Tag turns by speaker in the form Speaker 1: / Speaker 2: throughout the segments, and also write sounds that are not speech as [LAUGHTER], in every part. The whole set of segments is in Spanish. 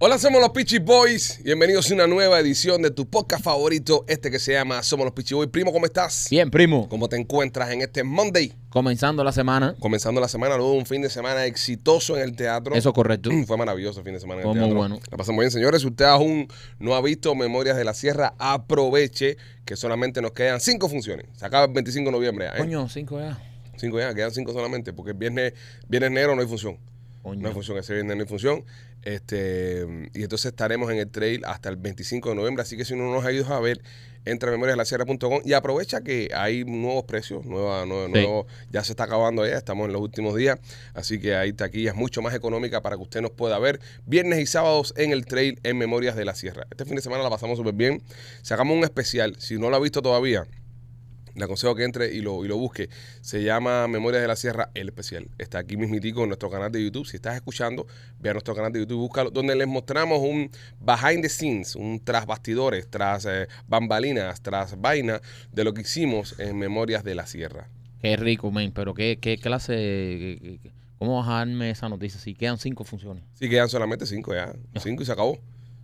Speaker 1: Hola, somos los Peachy Boys. Bienvenidos a una nueva edición de tu podcast favorito, este que se llama Somos los Peachy Boys. Primo, ¿cómo estás?
Speaker 2: Bien, primo.
Speaker 1: ¿Cómo te encuentras en este Monday?
Speaker 2: Comenzando la semana.
Speaker 1: Comenzando la semana, luego un fin de semana exitoso en el teatro.
Speaker 2: Eso es correcto.
Speaker 1: [CLEARS THROAT] Fue maravilloso el fin de semana en
Speaker 2: Fue
Speaker 1: el
Speaker 2: muy
Speaker 1: teatro.
Speaker 2: bueno.
Speaker 1: La pasamos bien, señores. Si usted aún no ha visto Memorias de la Sierra, aproveche que solamente nos quedan cinco funciones. Se acaba el 25 de noviembre. ya, ¿eh?
Speaker 2: Coño, cinco ya.
Speaker 1: Cinco ya, quedan cinco solamente, porque el viernes, viernes negro no hay función.
Speaker 2: Coño.
Speaker 1: No hay función, ese viernes no hay función. Este, y entonces estaremos en el trail hasta el 25 de noviembre. Así que si no nos ha ido a ver, entra a memoriasdelacierra.com y aprovecha que hay nuevos precios, nueva, nueva-
Speaker 2: Sí.
Speaker 1: nuevo- ya se está acabando ya, estamos en los últimos días. Así que hay taquillas mucho más económicas para que usted nos pueda ver viernes y sábados en el trail en Memorias de la Sierra. Este fin de semana la pasamos súper bien. Sacamos un especial, si no lo ha visto todavía. Le aconsejo que entre y lo, y lo busque. Se llama Memorias de la Sierra, el especial. Está aquí mismitico en nuestro canal de YouTube. Si estás escuchando, ve a nuestro canal de YouTube, búscalo, donde les mostramos un behind the scenes, un tras bastidores, tras eh, bambalinas, tras vaina de lo que hicimos en Memorias de la Sierra.
Speaker 2: Qué rico, men. Pero qué, qué clase. qué- qué- qué- ¿Cómo vas a darme esa noticia si quedan cinco funciones?
Speaker 1: Sí, quedan solamente cinco ya. Cinco y se acabó.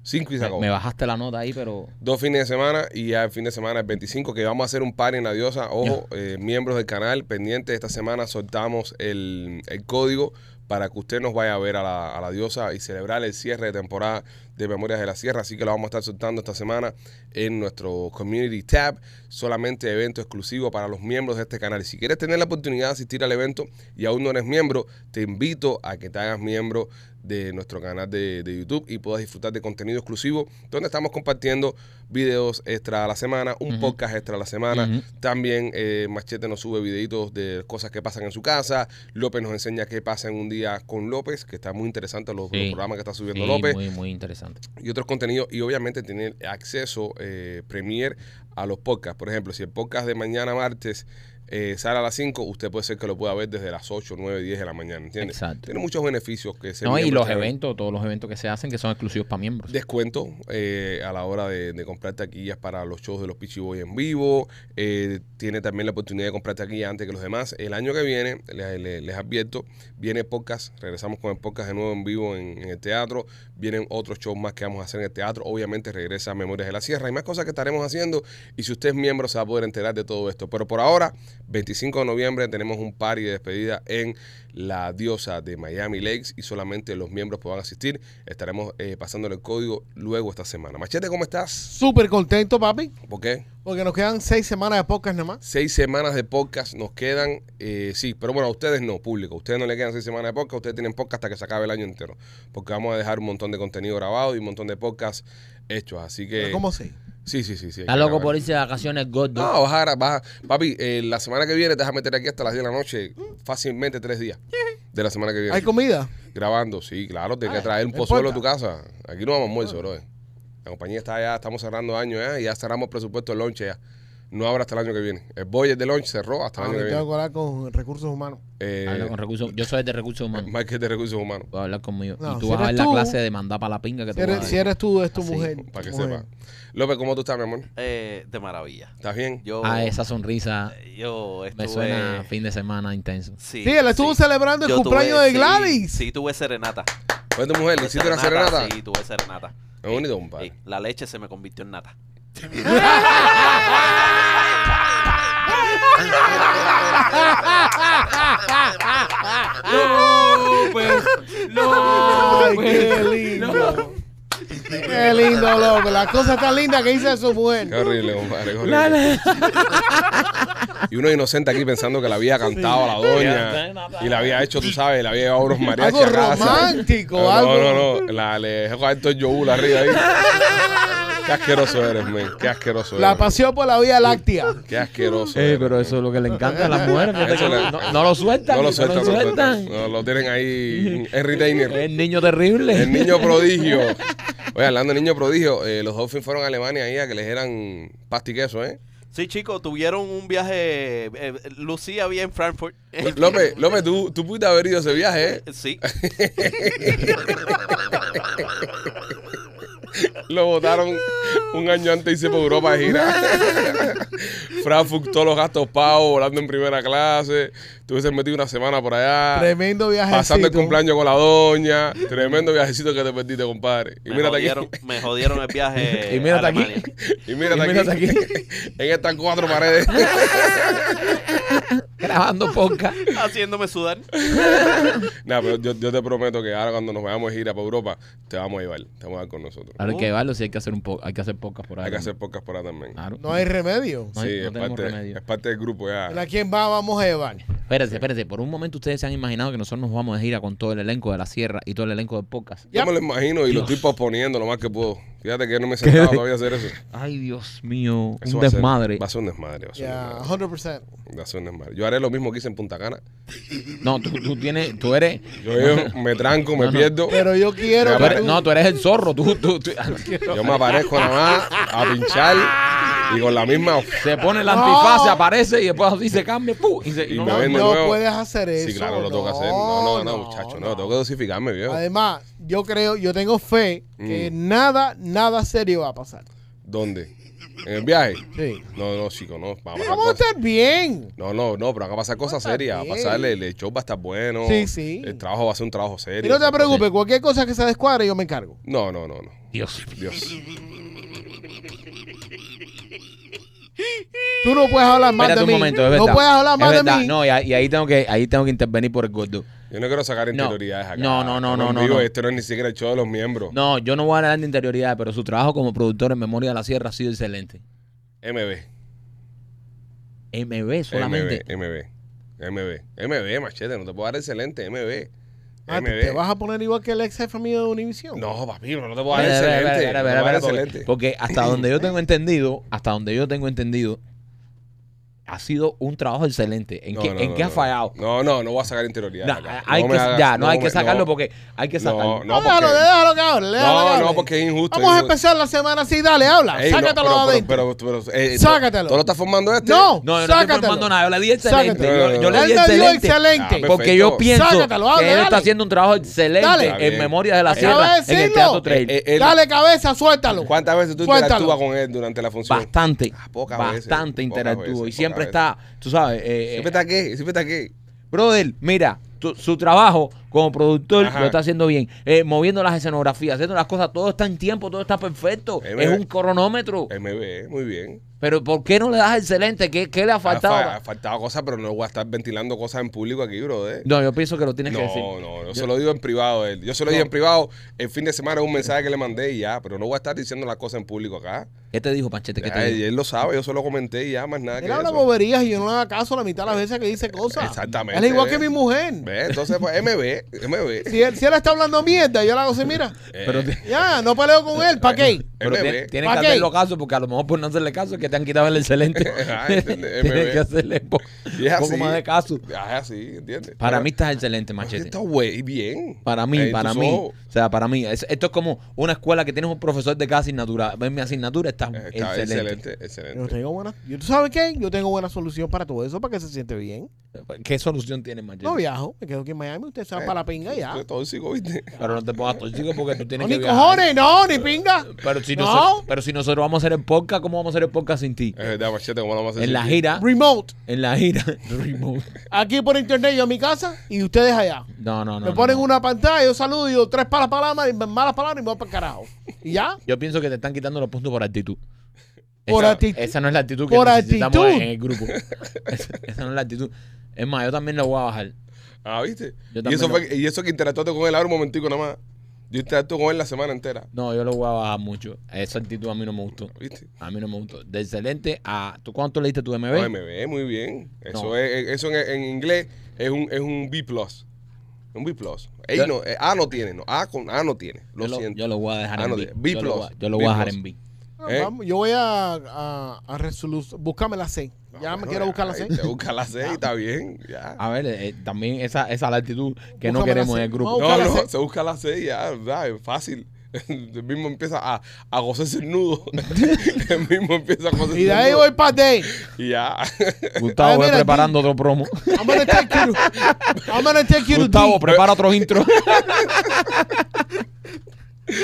Speaker 1: Cinco y se
Speaker 2: Me,
Speaker 1: acabó.
Speaker 2: me bajaste la nota ahí, pero.
Speaker 1: Dos fines de semana y ya el fin de semana el 25 que vamos a hacer un par en la diosa. Ojo, eh, miembros del canal, pendiente esta semana soltamos el, el código para que usted nos vaya a ver a la, a la diosa y celebrar el cierre de temporada de Memorias de la Sierra. Así que lo vamos a estar soltando esta semana en nuestro Community Tab. Solamente evento exclusivo para los miembros de este canal. Y si quieres tener la oportunidad de asistir al evento y aún no eres miembro, te invito a que te hagas miembro de nuestro canal de, de YouTube y puedas disfrutar de contenido exclusivo donde estamos compartiendo videos extra a la semana, un podcast extra a la semana.
Speaker 2: Ujú.
Speaker 1: También eh, Machete nos sube videitos de cosas que pasan en su casa. López nos enseña qué pasa en un día con López, que está muy interesante los, los
Speaker 2: Sí.
Speaker 1: programas que está subiendo
Speaker 2: Sí,
Speaker 1: López
Speaker 2: muy, muy interesante.
Speaker 1: y otros contenidos y obviamente tener acceso eh, premier a los podcasts. Por ejemplo, si el podcast de mañana martes eh, sale a las 5, usted puede ser que lo pueda ver desde las 8, 9, 10 de la mañana, ¿entiendes?
Speaker 2: Exacto.
Speaker 1: Tiene muchos beneficios que se
Speaker 2: No, y los eventos, todos los eventos que se hacen que son exclusivos para miembros.
Speaker 1: Descuento eh, a la hora de, de comprar taquillas para los shows de los Peachy Boys en vivo. Eh, tiene también la oportunidad de comprar taquillas antes que los demás. El año que viene, le- le- les, advierto, viene podcast. Regresamos con el podcast de nuevo en vivo en, en el teatro. Vienen otros shows más que vamos a hacer en el teatro. Obviamente regresa Memorias de la Sierra. Hay más cosas que estaremos haciendo. Y si usted es miembro, se va a poder enterar de todo esto. Pero por ahora, 25 de noviembre, tenemos un party de despedida en la diosa de Miami Lakes y solamente los miembros podrán asistir. Estaremos eh, pasándole el código luego esta semana. Machete, ¿cómo estás?
Speaker 3: Súper contento, papi,
Speaker 1: ¿Por qué?
Speaker 3: porque nos quedan seis semanas de podcast nada más.
Speaker 1: Seis semanas de podcast nos quedan, eh, sí, pero bueno, a ustedes no, público. A ustedes no le quedan seis semanas de podcast, ustedes tienen podcast hasta que se acabe el año entero. Porque vamos a dejar un montón de contenido grabado y un montón de podcasts hechos. Así que.
Speaker 3: Pero ¿Cómo seis?
Speaker 1: Sí, sí, sí. sí hay
Speaker 2: Está
Speaker 1: que
Speaker 2: loco
Speaker 1: grabar.
Speaker 2: por irse de vacaciones gordo.
Speaker 1: No, vas a, vas a- Papi, eh, la semana que viene te vas a meter aquí hasta las 10 de la noche, fácilmente tres días de la semana que viene.
Speaker 3: ¿Hay comida?
Speaker 1: Grabando, sí, claro, tienes
Speaker 3: Ah,
Speaker 1: que traer un
Speaker 3: no
Speaker 1: pozuelo a tu
Speaker 3: importa.
Speaker 1: casa. Aquí no vamos a almuerzo, bro. La compañía está ya, estamos cerrando año ya, y ya cerramos el presupuesto del lunch ya. No habrá hasta el año que viene. El boyer de lunch cerró hasta el
Speaker 3: Ah,
Speaker 1: año
Speaker 3: me
Speaker 1: que
Speaker 3: tengo
Speaker 1: viene.
Speaker 3: que hablar con recursos humanos.
Speaker 1: Eh,
Speaker 2: Habla con recursos- yo soy de recursos
Speaker 1: [LAUGHS]
Speaker 2: humanos.
Speaker 1: Market de recursos humanos,
Speaker 2: Voy a hablar conmigo.
Speaker 3: No,
Speaker 2: y tú
Speaker 3: si
Speaker 2: vas a ver
Speaker 3: eres
Speaker 2: la
Speaker 3: tú-
Speaker 2: clase de mandar para la pinga que
Speaker 3: Si
Speaker 2: te voy a
Speaker 3: eres,
Speaker 2: dar.
Speaker 3: si eres tú, es tu
Speaker 2: Así,
Speaker 3: mujer.
Speaker 1: para que
Speaker 3: tu mujer.
Speaker 1: sepa. López, ¿cómo tú estás, mi amor?
Speaker 4: Eh, de maravilla.
Speaker 1: ¿Estás bien?
Speaker 4: Yo,
Speaker 2: Ah, esa sonrisa
Speaker 1: Eh,
Speaker 4: yo estuve...
Speaker 2: me suena a fin de semana intenso.
Speaker 4: Sí,
Speaker 3: Sí, él estuvo
Speaker 4: sí.
Speaker 3: celebrando el
Speaker 4: Yo tuve-
Speaker 3: cumpleaños de
Speaker 4: sí,
Speaker 3: Gladys.
Speaker 4: Sí, tuve serenata.
Speaker 1: ¿Fue Pues tu mujer? ¿Le
Speaker 4: Tuve
Speaker 1: hiciste una serenata?
Speaker 4: Sí, tuve serenata.
Speaker 1: Es bonito, compadre.
Speaker 4: Sí, la leche se me convirtió en nata.
Speaker 3: Ay, qué lindo. [LAUGHS] Qué lindo, loco. La cosa tan linda que hizo su
Speaker 1: Qué
Speaker 3: mujer.
Speaker 1: horrible, compadre. qué horrible. Y uno inocente aquí pensando que la había cantado a la doña y la había hecho, tú sabes, la había llevado unos mariachis
Speaker 3: Algo
Speaker 1: a casa.
Speaker 3: romántico,
Speaker 1: no,
Speaker 3: algo.
Speaker 1: No, no, no. La, le dejó a Héctor Yogul arriba ahí. Qué asqueroso eres, men. Qué asqueroso
Speaker 3: La
Speaker 1: eres.
Speaker 3: pasión por la Vía Láctea.
Speaker 1: Qué asqueroso.
Speaker 2: Eh,
Speaker 1: eres,
Speaker 2: pero
Speaker 1: men.
Speaker 2: eso es lo que le encanta a las mujeres. fíjate
Speaker 1: Ah, Eso
Speaker 2: que
Speaker 1: le-
Speaker 2: no, no lo sueltan.
Speaker 1: No lo sueltan.
Speaker 2: No
Speaker 1: No lo, sueltan. No, lo tienen ahí en retainer.
Speaker 2: El niño terrible.
Speaker 1: El niño prodigio. Oye, hablando de niño prodigio, eh, los Dolphins fueron a Alemania ahí a que les eran pasti queso, ¿eh?
Speaker 4: Sí, chicos, tuvieron un viaje... eh, Lucía había en Frankfurt. [LAUGHS]
Speaker 1: López, López tú, tú pudiste haber ido a ese viaje, ¿eh?
Speaker 4: Sí.
Speaker 1: Lo votaron un año antes y se por Europa a girar. Frankfurt, todos los gastos pagos, volando en primera clase. Tuviese metido una semana por allá.
Speaker 3: Tremendo viaje.
Speaker 1: Ah. Pasando el cumpleaños con la doña. Tremendo viajecito que te perdiste, compadre. [LAUGHS] Y
Speaker 4: Me,
Speaker 1: mírate
Speaker 4: jodieron,
Speaker 1: aquí.
Speaker 4: me jodieron el viaje.
Speaker 2: [LAUGHS] Y mírate
Speaker 4: a
Speaker 2: aquí.
Speaker 4: Alemania. [LAUGHS]
Speaker 1: Y mírate,
Speaker 2: Y mírate
Speaker 1: aquí. [LAUGHS] en estas cuatro paredes.
Speaker 2: Grabando podcast.
Speaker 4: Haciéndome sudar.
Speaker 1: Nada, pero yo, yo te prometo que ahora cuando nos vayamos de gira para Europa, te vamos a llevar. Te vamos a dar con nosotros.
Speaker 2: Ahora hay que llevarlo si hay que hacer un po hay que hacer podcast por ahí.
Speaker 1: Hay que hacer pocas por ahí también.
Speaker 2: Claro.
Speaker 3: No hay remedio.
Speaker 2: Ah, No hay-
Speaker 1: sí,
Speaker 2: no
Speaker 1: es,
Speaker 2: tenemos
Speaker 1: parte,
Speaker 2: remedio.
Speaker 1: es parte del grupo ya.
Speaker 3: ¿A quién va? Vamos a llevar.
Speaker 2: Espérense, espérense. Por un momento ustedes se han imaginado que nosotros nos vamos de gira con todo el elenco de la sierra y todo el elenco de podcast.
Speaker 1: Yo
Speaker 3: Ya.
Speaker 1: me lo imagino y lo estoy posponiendo lo más que puedo. Fíjate que yo no
Speaker 2: [LAUGHS]
Speaker 1: me he sentado todavía a hacer eso.
Speaker 2: Ay, Dios mío.
Speaker 1: Eso
Speaker 2: un
Speaker 1: va a ser-
Speaker 2: desmadre.
Speaker 1: va a ser un desmadre. Va a ser un
Speaker 3: Ya,
Speaker 1: desmadre.
Speaker 3: 100%.
Speaker 1: Va a ser un desmadre. Yo haré lo mismo que hice en Punta Cana.
Speaker 2: No, tú, tú tienes, tú eres.
Speaker 1: Yo, yo me tranco, me
Speaker 2: No, no.
Speaker 1: pierdo.
Speaker 3: Pero yo quiero.
Speaker 2: tú
Speaker 3: que
Speaker 2: eres- no, tú eres el zorro. Tú, tú,
Speaker 1: [LAUGHS]
Speaker 2: tú-
Speaker 1: Yo me aparezco nada más a pinchar y con la misma.
Speaker 2: se pone el
Speaker 3: No.
Speaker 2: antifaz, se aparece y después así se cambia. ¡pum! Y se- y
Speaker 1: Y
Speaker 2: no-
Speaker 1: me ven de
Speaker 3: no
Speaker 1: nuevo.
Speaker 3: puedes hacer eso.
Speaker 1: Sí, claro, lo tengo que hacer. No, no, no, muchacho. No, tengo que dosificarme, viejo.
Speaker 3: Además, yo creo, yo tengo fe que
Speaker 1: Mm.
Speaker 3: nada, nada serio va a pasar.
Speaker 1: ¿Dónde? ¿En el viaje?
Speaker 3: Sí.
Speaker 1: No, no, chico, no. va a pasar
Speaker 3: Vamos a
Speaker 1: cosas.
Speaker 3: estar bien.
Speaker 1: No, no, no, pero acá va a pasar cosas
Speaker 3: Está
Speaker 1: serias. Va a
Speaker 3: bien.
Speaker 1: pasar, el, el show va a estar bueno.
Speaker 3: Sí, sí.
Speaker 1: El trabajo va a ser un trabajo serio.
Speaker 3: Y no te preocupes, cualquier cosa que se descuadre, yo me encargo.
Speaker 1: No, no, no, no.
Speaker 2: Dios.
Speaker 1: Dios.
Speaker 3: Tú no puedes hablar más
Speaker 2: Espérate
Speaker 3: de
Speaker 2: un
Speaker 3: mí.
Speaker 2: momento, es
Speaker 3: no
Speaker 2: verdad.
Speaker 3: puedes hablar más
Speaker 2: es
Speaker 3: de
Speaker 2: verdad.
Speaker 3: mí. Ah,
Speaker 2: No, y, ahí- y ahí tengo que, ahí tengo que intervenir por el gordo.
Speaker 1: Yo no quiero sacar
Speaker 2: No.
Speaker 1: interioridades acá.
Speaker 2: No, no, no,
Speaker 1: Estamos
Speaker 2: no,
Speaker 1: en vivo
Speaker 2: no,
Speaker 1: y
Speaker 2: no.
Speaker 1: Esto no es ni siquiera el show de los miembros.
Speaker 2: No, yo no voy a hablar de interioridad, pero su trabajo como productor en Memoria de la Sierra ha sido excelente.
Speaker 1: MB. Eh,
Speaker 2: MB solamente.
Speaker 1: MB, MB. MB. MB, machete. No te puedo dar excelente. MB.
Speaker 3: Ah, ¿te,
Speaker 1: MB.
Speaker 3: te vas a poner igual que el ex jefe mío de Univision?
Speaker 1: No, papi, no te puedo dar
Speaker 2: Espera, espera, espera,
Speaker 1: excelente.
Speaker 2: espera,
Speaker 1: No te
Speaker 2: espera,
Speaker 1: puedo dar
Speaker 2: espera, porque-
Speaker 1: excelente.
Speaker 2: Porque
Speaker 1: [CLEARS THROAT]
Speaker 2: hasta donde yo tengo entendido, hasta donde yo tengo entendido, ha sido un trabajo excelente. ¿En
Speaker 1: No,
Speaker 2: qué,
Speaker 1: no,
Speaker 2: en
Speaker 1: no,
Speaker 2: qué ha
Speaker 1: no.
Speaker 2: fallado?
Speaker 1: No, no, no voy a sacar
Speaker 2: No,
Speaker 1: interioridades. acá.
Speaker 2: hay
Speaker 1: No
Speaker 2: que,
Speaker 1: me hagas-
Speaker 2: ya, no, hay
Speaker 1: me-
Speaker 2: que sacarlo porque hay que
Speaker 1: No,
Speaker 2: sacarlo.
Speaker 3: No,
Speaker 1: no,
Speaker 3: déjalo,
Speaker 1: porque-
Speaker 3: déjalo que hable. déjalo que
Speaker 1: No, no,
Speaker 3: hable.
Speaker 1: porque es injusto.
Speaker 3: Vamos a
Speaker 1: es injusto.
Speaker 3: empezar la semana así, dale, habla.
Speaker 1: Ey, no,
Speaker 3: Sácatelo
Speaker 1: pero-
Speaker 3: adentro.
Speaker 1: pero- pero- pero, eh,
Speaker 3: Sácatelo.
Speaker 1: ¿Tú lo estás formando este?
Speaker 3: No,
Speaker 2: No, yo no estoy
Speaker 3: sácatelo.
Speaker 2: formando nada. Yo le di excelente.
Speaker 3: Sácatelo.
Speaker 2: Yo, yo le
Speaker 1: No,
Speaker 2: di
Speaker 3: Él me dio
Speaker 2: excelente.
Speaker 3: excelente.
Speaker 1: Ah,
Speaker 2: Porque yo
Speaker 1: Perfecto.
Speaker 2: pienso
Speaker 3: Sácatelo,
Speaker 2: que
Speaker 3: dale,
Speaker 2: él
Speaker 3: dale.
Speaker 2: está haciendo un trabajo excelente
Speaker 3: Dale.
Speaker 1: Está
Speaker 2: en
Speaker 1: bien.
Speaker 2: memoria de la
Speaker 3: Acaba
Speaker 2: sierra
Speaker 3: de
Speaker 2: en el
Speaker 3: decirlo.
Speaker 2: teatro trail.
Speaker 1: Eh, eh, él-
Speaker 3: Dale cabeza, suéltalo.
Speaker 1: ¿Cuántas veces tú
Speaker 3: Suéltalo.
Speaker 1: interactúas con él durante la función?
Speaker 2: bastante,
Speaker 1: Ah, pocas veces,
Speaker 2: bastante
Speaker 1: pocas veces,
Speaker 2: interactúo y
Speaker 1: pocas
Speaker 2: siempre
Speaker 1: veces.
Speaker 2: está, tú sabes, eh,
Speaker 1: Siempre está aquí, siempre está aquí.
Speaker 2: brother, mira, tu- su trabajo como productor
Speaker 1: Ajá.
Speaker 2: lo está haciendo bien, eh, moviendo las escenografías, haciendo las cosas, todo está en tiempo, todo está perfecto,
Speaker 1: Eh,
Speaker 2: es
Speaker 1: mira.
Speaker 2: un cronómetro,
Speaker 1: MB, muy bien.
Speaker 2: pero ¿por qué no le das excelente? ¿Qué, qué le ha faltado?
Speaker 1: Ha, fa- ha faltado cosas, pero no voy a estar ventilando cosas en público aquí, brother.
Speaker 2: no, yo pienso que lo tienes
Speaker 1: No,
Speaker 2: que decir.
Speaker 1: no, yo se lo digo en privado a él. Yo se lo dije en privado el fin de semana, un mensaje que le mandé y ya, pero no voy a estar diciendo las cosas en público acá.
Speaker 2: ¿Qué te dijo Panchete? ¿Qué
Speaker 1: Ya,
Speaker 2: te dijo?
Speaker 1: él lo sabe, yo se lo comenté y ya, más nada
Speaker 3: Él
Speaker 1: que
Speaker 3: habla
Speaker 1: eso.
Speaker 3: boberías y yo no le hago caso la mitad de las veces que dice cosas.
Speaker 1: Exactamente,
Speaker 3: Él es igual que
Speaker 1: ¿ves?
Speaker 3: mi mujer.
Speaker 1: [LAUGHS] Ve, Entonces, pues, MB, MB.
Speaker 3: Si él, si él está hablando mierda, yo le hago así, mira.
Speaker 1: Eh,
Speaker 2: Pero, te-
Speaker 3: Ya, no peleo con él, ¿para qué?
Speaker 2: pero
Speaker 1: MB.
Speaker 2: tien- tienes que
Speaker 3: ¿Pa' qué?
Speaker 2: hacerlo caso porque a lo mejor por no hacerle caso es que te han quitado el excelente.
Speaker 1: [LAUGHS]
Speaker 2: [LAUGHS]
Speaker 1: Ah, entendé,
Speaker 2: tienes
Speaker 1: MB.
Speaker 2: que hacerle po-
Speaker 1: Y es
Speaker 2: un poco
Speaker 1: así.
Speaker 2: más de caso.
Speaker 1: Ah, es así, ¿entiendes?
Speaker 2: Para
Speaker 1: Pero-
Speaker 2: mí estás excelente, Machete.
Speaker 1: Está güey, bien.
Speaker 2: Para mí,
Speaker 1: Eh, tus
Speaker 2: para mí.
Speaker 1: ojos.
Speaker 2: O sea, para mí. Es- esto es como una escuela que tienes un profesor de cada asignatura. Ven mi asignatura, estás
Speaker 1: eh, Está
Speaker 2: excelente.
Speaker 1: excelente, excelente.
Speaker 3: Yo tengo buena, yo- ¿Tú sabes qué? Yo tengo buena solución para todo eso, para que se siente bien.
Speaker 2: ¿Qué solución tienes, Machete?
Speaker 3: No viajo, me quedo aquí en Miami, usted se va
Speaker 1: Eh,
Speaker 3: para la pinga y ya.
Speaker 1: Tú eres tóxico, ¿viste?
Speaker 2: Pero no te pongas tóxico porque tú tienes
Speaker 3: No,
Speaker 2: que
Speaker 3: ni
Speaker 2: viajar.
Speaker 3: cojones, no, ni pinga.
Speaker 2: Pero si,
Speaker 3: No.
Speaker 2: nosotros, pero si nosotros vamos a hacer el podcast, ¿cómo vamos a hacer el podcast sin ti?
Speaker 1: Es verdad, machete, ¿cómo lo vamos a hacer?
Speaker 2: en la
Speaker 1: sentir?
Speaker 2: gira,
Speaker 3: Remote,
Speaker 2: en la gira. [LAUGHS] Remote.
Speaker 3: aquí por internet, yo a mi casa y ustedes allá.
Speaker 2: No, no, no.
Speaker 3: me
Speaker 2: no,
Speaker 3: ponen
Speaker 2: no.
Speaker 3: una pantalla, yo saludo y digo tres malas palabras, y malas palabras y me voy para el carajo. Y ya,
Speaker 2: Yo pienso que te están quitando los puntos por actitud.
Speaker 3: Por
Speaker 2: esa,
Speaker 3: actitud.
Speaker 2: Esa no es la actitud que
Speaker 3: Por
Speaker 2: necesitamos
Speaker 3: actitud.
Speaker 2: en el grupo. Esa, esa no es la actitud. Es más, yo también la voy a bajar.
Speaker 1: Ah, ¿viste?
Speaker 2: Yo
Speaker 1: Y
Speaker 2: también
Speaker 1: eso,
Speaker 2: lo-
Speaker 1: fue, que- y eso que interactuaste con él ahora un momentico nada más. Yo interactué con él la semana entera.
Speaker 2: No, yo lo voy a bajar mucho. Esa actitud a mí no me gustó.
Speaker 1: ¿Viste?
Speaker 2: A mí no me gustó. De excelente a. ¿Tú cuánto leíste tu MB?
Speaker 1: No, me ve muy bien. Eso,
Speaker 2: No.
Speaker 1: es, eso en, en inglés es un, es un B. Un B. Ey,
Speaker 2: Yo-
Speaker 1: no, eh, A no tiene, no. A, con, A no tiene. Lo
Speaker 2: yo, lo,
Speaker 1: siento.
Speaker 2: yo lo voy a dejar
Speaker 1: Ah,
Speaker 2: en
Speaker 1: no,
Speaker 2: B.
Speaker 1: B+,
Speaker 2: Yo lo voy a- yo lo
Speaker 1: B+.
Speaker 2: voy a dejar en B.
Speaker 3: Bueno,
Speaker 1: ¿Eh?
Speaker 3: vamos, yo voy a, a, a resolu- buscarme la C. Ya me
Speaker 1: Ah, Bueno,
Speaker 3: quiero buscar la
Speaker 1: ahí
Speaker 3: C.
Speaker 1: Te busca la
Speaker 2: [LAUGHS]
Speaker 1: C y está bien. Ya.
Speaker 2: A ver, eh, también esa, esa es la actitud que no
Speaker 3: Búscame la
Speaker 2: queremos
Speaker 3: C.
Speaker 2: en el grupo.
Speaker 3: No,
Speaker 1: No,
Speaker 3: busca la
Speaker 1: no,
Speaker 3: C.
Speaker 1: se busca la C y ya, ¿verdad? Es fácil. [LAUGHS] El mismo empieza a, a gozarse el
Speaker 2: [LAUGHS]
Speaker 1: nudo. [LAUGHS] el mismo empieza a gozarse
Speaker 3: Y
Speaker 1: el
Speaker 3: de
Speaker 1: [LAUGHS]
Speaker 3: ahí
Speaker 1: nudo.
Speaker 3: voy para D.
Speaker 1: Y ya.
Speaker 2: Gustavo,
Speaker 3: Ay,
Speaker 2: ve
Speaker 3: mira,
Speaker 2: preparando otro promo.
Speaker 3: I'm gonna take you to- I'm gonna take you to
Speaker 2: Gustavo,
Speaker 3: D.
Speaker 2: prepara otro intro.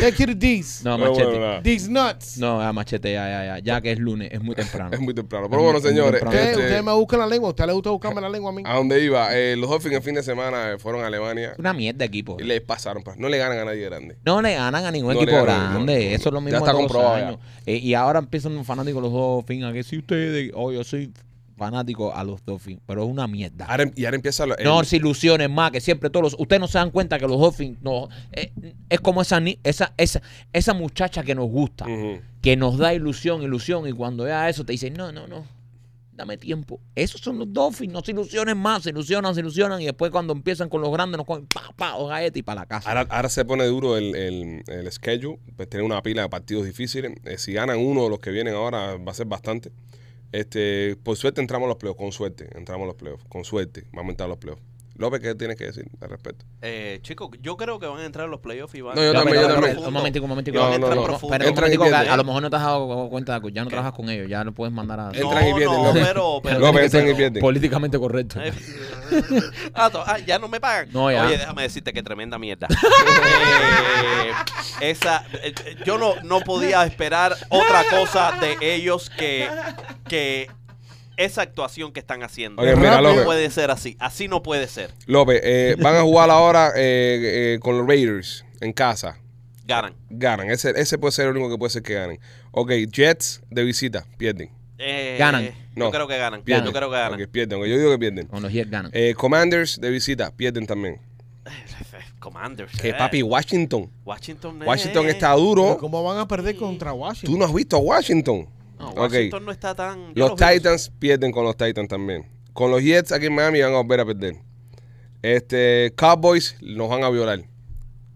Speaker 3: Take your dicks.
Speaker 2: No,
Speaker 1: [LAUGHS] Pero
Speaker 2: machete.
Speaker 1: bueno, nada.
Speaker 3: Dicks nuts.
Speaker 2: No, ya machete, ya, ya, ya. Ya que es lunes, es muy temprano.
Speaker 1: Es muy temprano.
Speaker 2: Es
Speaker 1: Pero bueno,
Speaker 2: muy- muy
Speaker 1: señores,
Speaker 2: temprano.
Speaker 3: Ustedes
Speaker 1: este,
Speaker 3: ustedes me buscan la lengua. ¿A usted le gusta buscarme la lengua a mí?
Speaker 1: a dónde iba, eh, los Dolphins el fin de semana eh, fueron a Alemania
Speaker 2: Una mierda de equipo.
Speaker 1: y les pasaron. pa- No le ganan a nadie grande.
Speaker 2: No le ganan a ningún
Speaker 1: No le
Speaker 2: equipo
Speaker 1: ganan a ninguno.
Speaker 2: grande. Eso es lo
Speaker 1: Ya
Speaker 2: mismo
Speaker 1: está
Speaker 2: de todos los
Speaker 1: comprobado ya.
Speaker 2: años. Eh, y ahora empiezan los fanáticos de los Dolphins. A que si ustedes, oh, yo soy fanático a los Dolphins, pero es una mierda.
Speaker 1: Ahora, em, y ahora empieza lo- Ah, el-
Speaker 2: No se ilusionen más, que siempre todos los... Ustedes no se dan cuenta que los Dolphins... No, eh, es como esa, ni- esa, esa, esa muchacha que nos gusta,
Speaker 1: Ujú.
Speaker 2: que nos da ilusión, ilusión, y cuando vea eso te dicen, no, no, no, dame tiempo. Esos son los Dolphins, no se ilusionen más, se ilusionan, se ilusionan, y después cuando empiezan con los grandes nos cogen, pa, pa, o galleta y para la casa.
Speaker 1: Ahora, ahora se pone duro el, el, el schedule, pues tiene una pila de partidos difíciles. Eh, si ganan uno de los que vienen ahora, va a ser bastante. Este, por suerte entramos a los playoffs, con suerte, entramos a los playoffs, con suerte, vamos a entrar a los playoffs. López, ¿qué tienes que decir al respecto?
Speaker 4: Eh, chicos, yo creo que van a entrar a los playoffs y van
Speaker 1: No, yo
Speaker 4: van a
Speaker 1: también, yo
Speaker 4: entrar
Speaker 1: también.
Speaker 4: profundo.
Speaker 2: Un momentico, un momentico.
Speaker 4: Y van a
Speaker 1: No, no,
Speaker 4: entrar
Speaker 1: no.
Speaker 4: profundo.
Speaker 2: Espera, un
Speaker 1: Entran y
Speaker 2: momentico, que a,
Speaker 1: pierden.
Speaker 2: a lo mejor no te has dado cuenta, ya no trabajas con ellos, ya lo puedes mandar a...
Speaker 1: Entran y pierden,
Speaker 4: No,
Speaker 1: López.
Speaker 4: pero, pero-
Speaker 1: López,
Speaker 4: pero-
Speaker 1: entran y pierden.
Speaker 2: Políticamente correcto.
Speaker 4: Eh, [LAUGHS] ah, to- ah, ya no me pagan.
Speaker 2: No, ya.
Speaker 4: Oye, déjame decirte que tremenda mierda. [LAUGHS] Eh, esa, eh, yo no, no podía esperar otra cosa de ellos que, que esa actuación que están haciendo.
Speaker 1: Oye, mira,
Speaker 4: no
Speaker 1: López.
Speaker 4: puede ser así. Así no puede ser.
Speaker 1: López, eh, van a jugar ahora eh, eh, con los Raiders en casa.
Speaker 4: Ganan.
Speaker 1: Ganan, ese, ese puede ser el único que puede ser que ganen. Ok, Jets de visita, pierden.
Speaker 4: Eh,
Speaker 2: Ganan.
Speaker 1: No.
Speaker 4: Yo creo que ganan.
Speaker 1: pierden.
Speaker 4: Yo creo que ganan.
Speaker 1: Ok, pierden, ok, yo digo que pierden.
Speaker 2: Con los Jets ganan.
Speaker 1: Eh, Commanders de visita, pierden también.
Speaker 4: Eh, Commanders.
Speaker 1: Que
Speaker 4: eh.
Speaker 1: papi, Washington.
Speaker 4: Washington, eh.
Speaker 1: Washington está
Speaker 3: Pero
Speaker 1: duro.
Speaker 3: ¿Cómo van a perder contra
Speaker 1: Tú
Speaker 3: Washington?
Speaker 1: no has visto a Washington.
Speaker 4: No,
Speaker 1: Ok.
Speaker 4: Washington no está tan. yo
Speaker 1: Los
Speaker 4: vi.
Speaker 1: Titans pierden con los Titans también. Con los Jets aquí en Miami van a volver a perder. Este, Cowboys nos van a violar.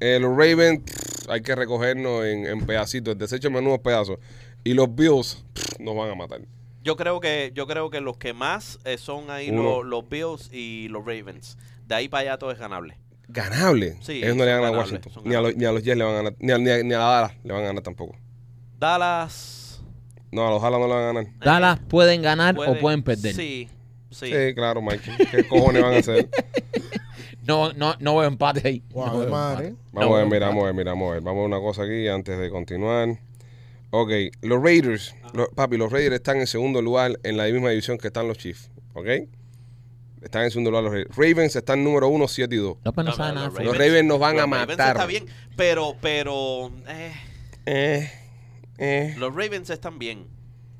Speaker 1: Eh, los Ravens pff, hay que recogernos en, en pedacitos, desecho en menudos pedazos. Y los Bills pff, nos van a matar.
Speaker 4: Yo creo que yo creo que los que más eh, son ahí
Speaker 1: Uno.
Speaker 4: los, los Bills y los Ravens. De ahí para allá todo es ganable.
Speaker 1: Ganable.
Speaker 4: Sí,
Speaker 1: Ellos no le
Speaker 4: son
Speaker 1: ganan a
Speaker 4: ganables,
Speaker 1: Washington.
Speaker 4: son
Speaker 1: Ni a, los, ni a los Jets le van a ganar. Ni a, ni a- ni a Dallas le van a ganar tampoco.
Speaker 4: Dallas.
Speaker 1: No, a los Dallas no le van a ganar.
Speaker 2: Dallas pueden ganar Ah, o
Speaker 4: puede-
Speaker 2: pueden perder.
Speaker 4: Sí, sí.
Speaker 1: Sí, claro, Mike. ¿Qué [LAUGHS] cojones van a
Speaker 4: [LAUGHS]
Speaker 1: hacer?
Speaker 2: No, no, no veo empate ahí. No
Speaker 3: Guau,
Speaker 2: veo
Speaker 3: de madre.
Speaker 2: empate.
Speaker 1: Vamos
Speaker 2: No,
Speaker 1: a ver, mira, vamos a ver, mira, vamos a ver. Vamos a ver una cosa aquí antes de continuar. Ok, los Raiders, los- papi, los Raiders están en segundo lugar en la misma división que están los Chiefs, ¿ok? Están en segundo lugar los Raiders. Ravens están número uno, siete y dos.
Speaker 2: López no
Speaker 4: No,
Speaker 2: sabe
Speaker 4: no,
Speaker 2: nada.
Speaker 4: los
Speaker 2: de
Speaker 1: Los
Speaker 2: fútbol.
Speaker 1: Ravens nos van
Speaker 4: Los
Speaker 1: a
Speaker 4: Ravens
Speaker 1: matar.
Speaker 4: Está bien, pero pero eh,
Speaker 1: Eh, eh.
Speaker 4: los Ravens están bien.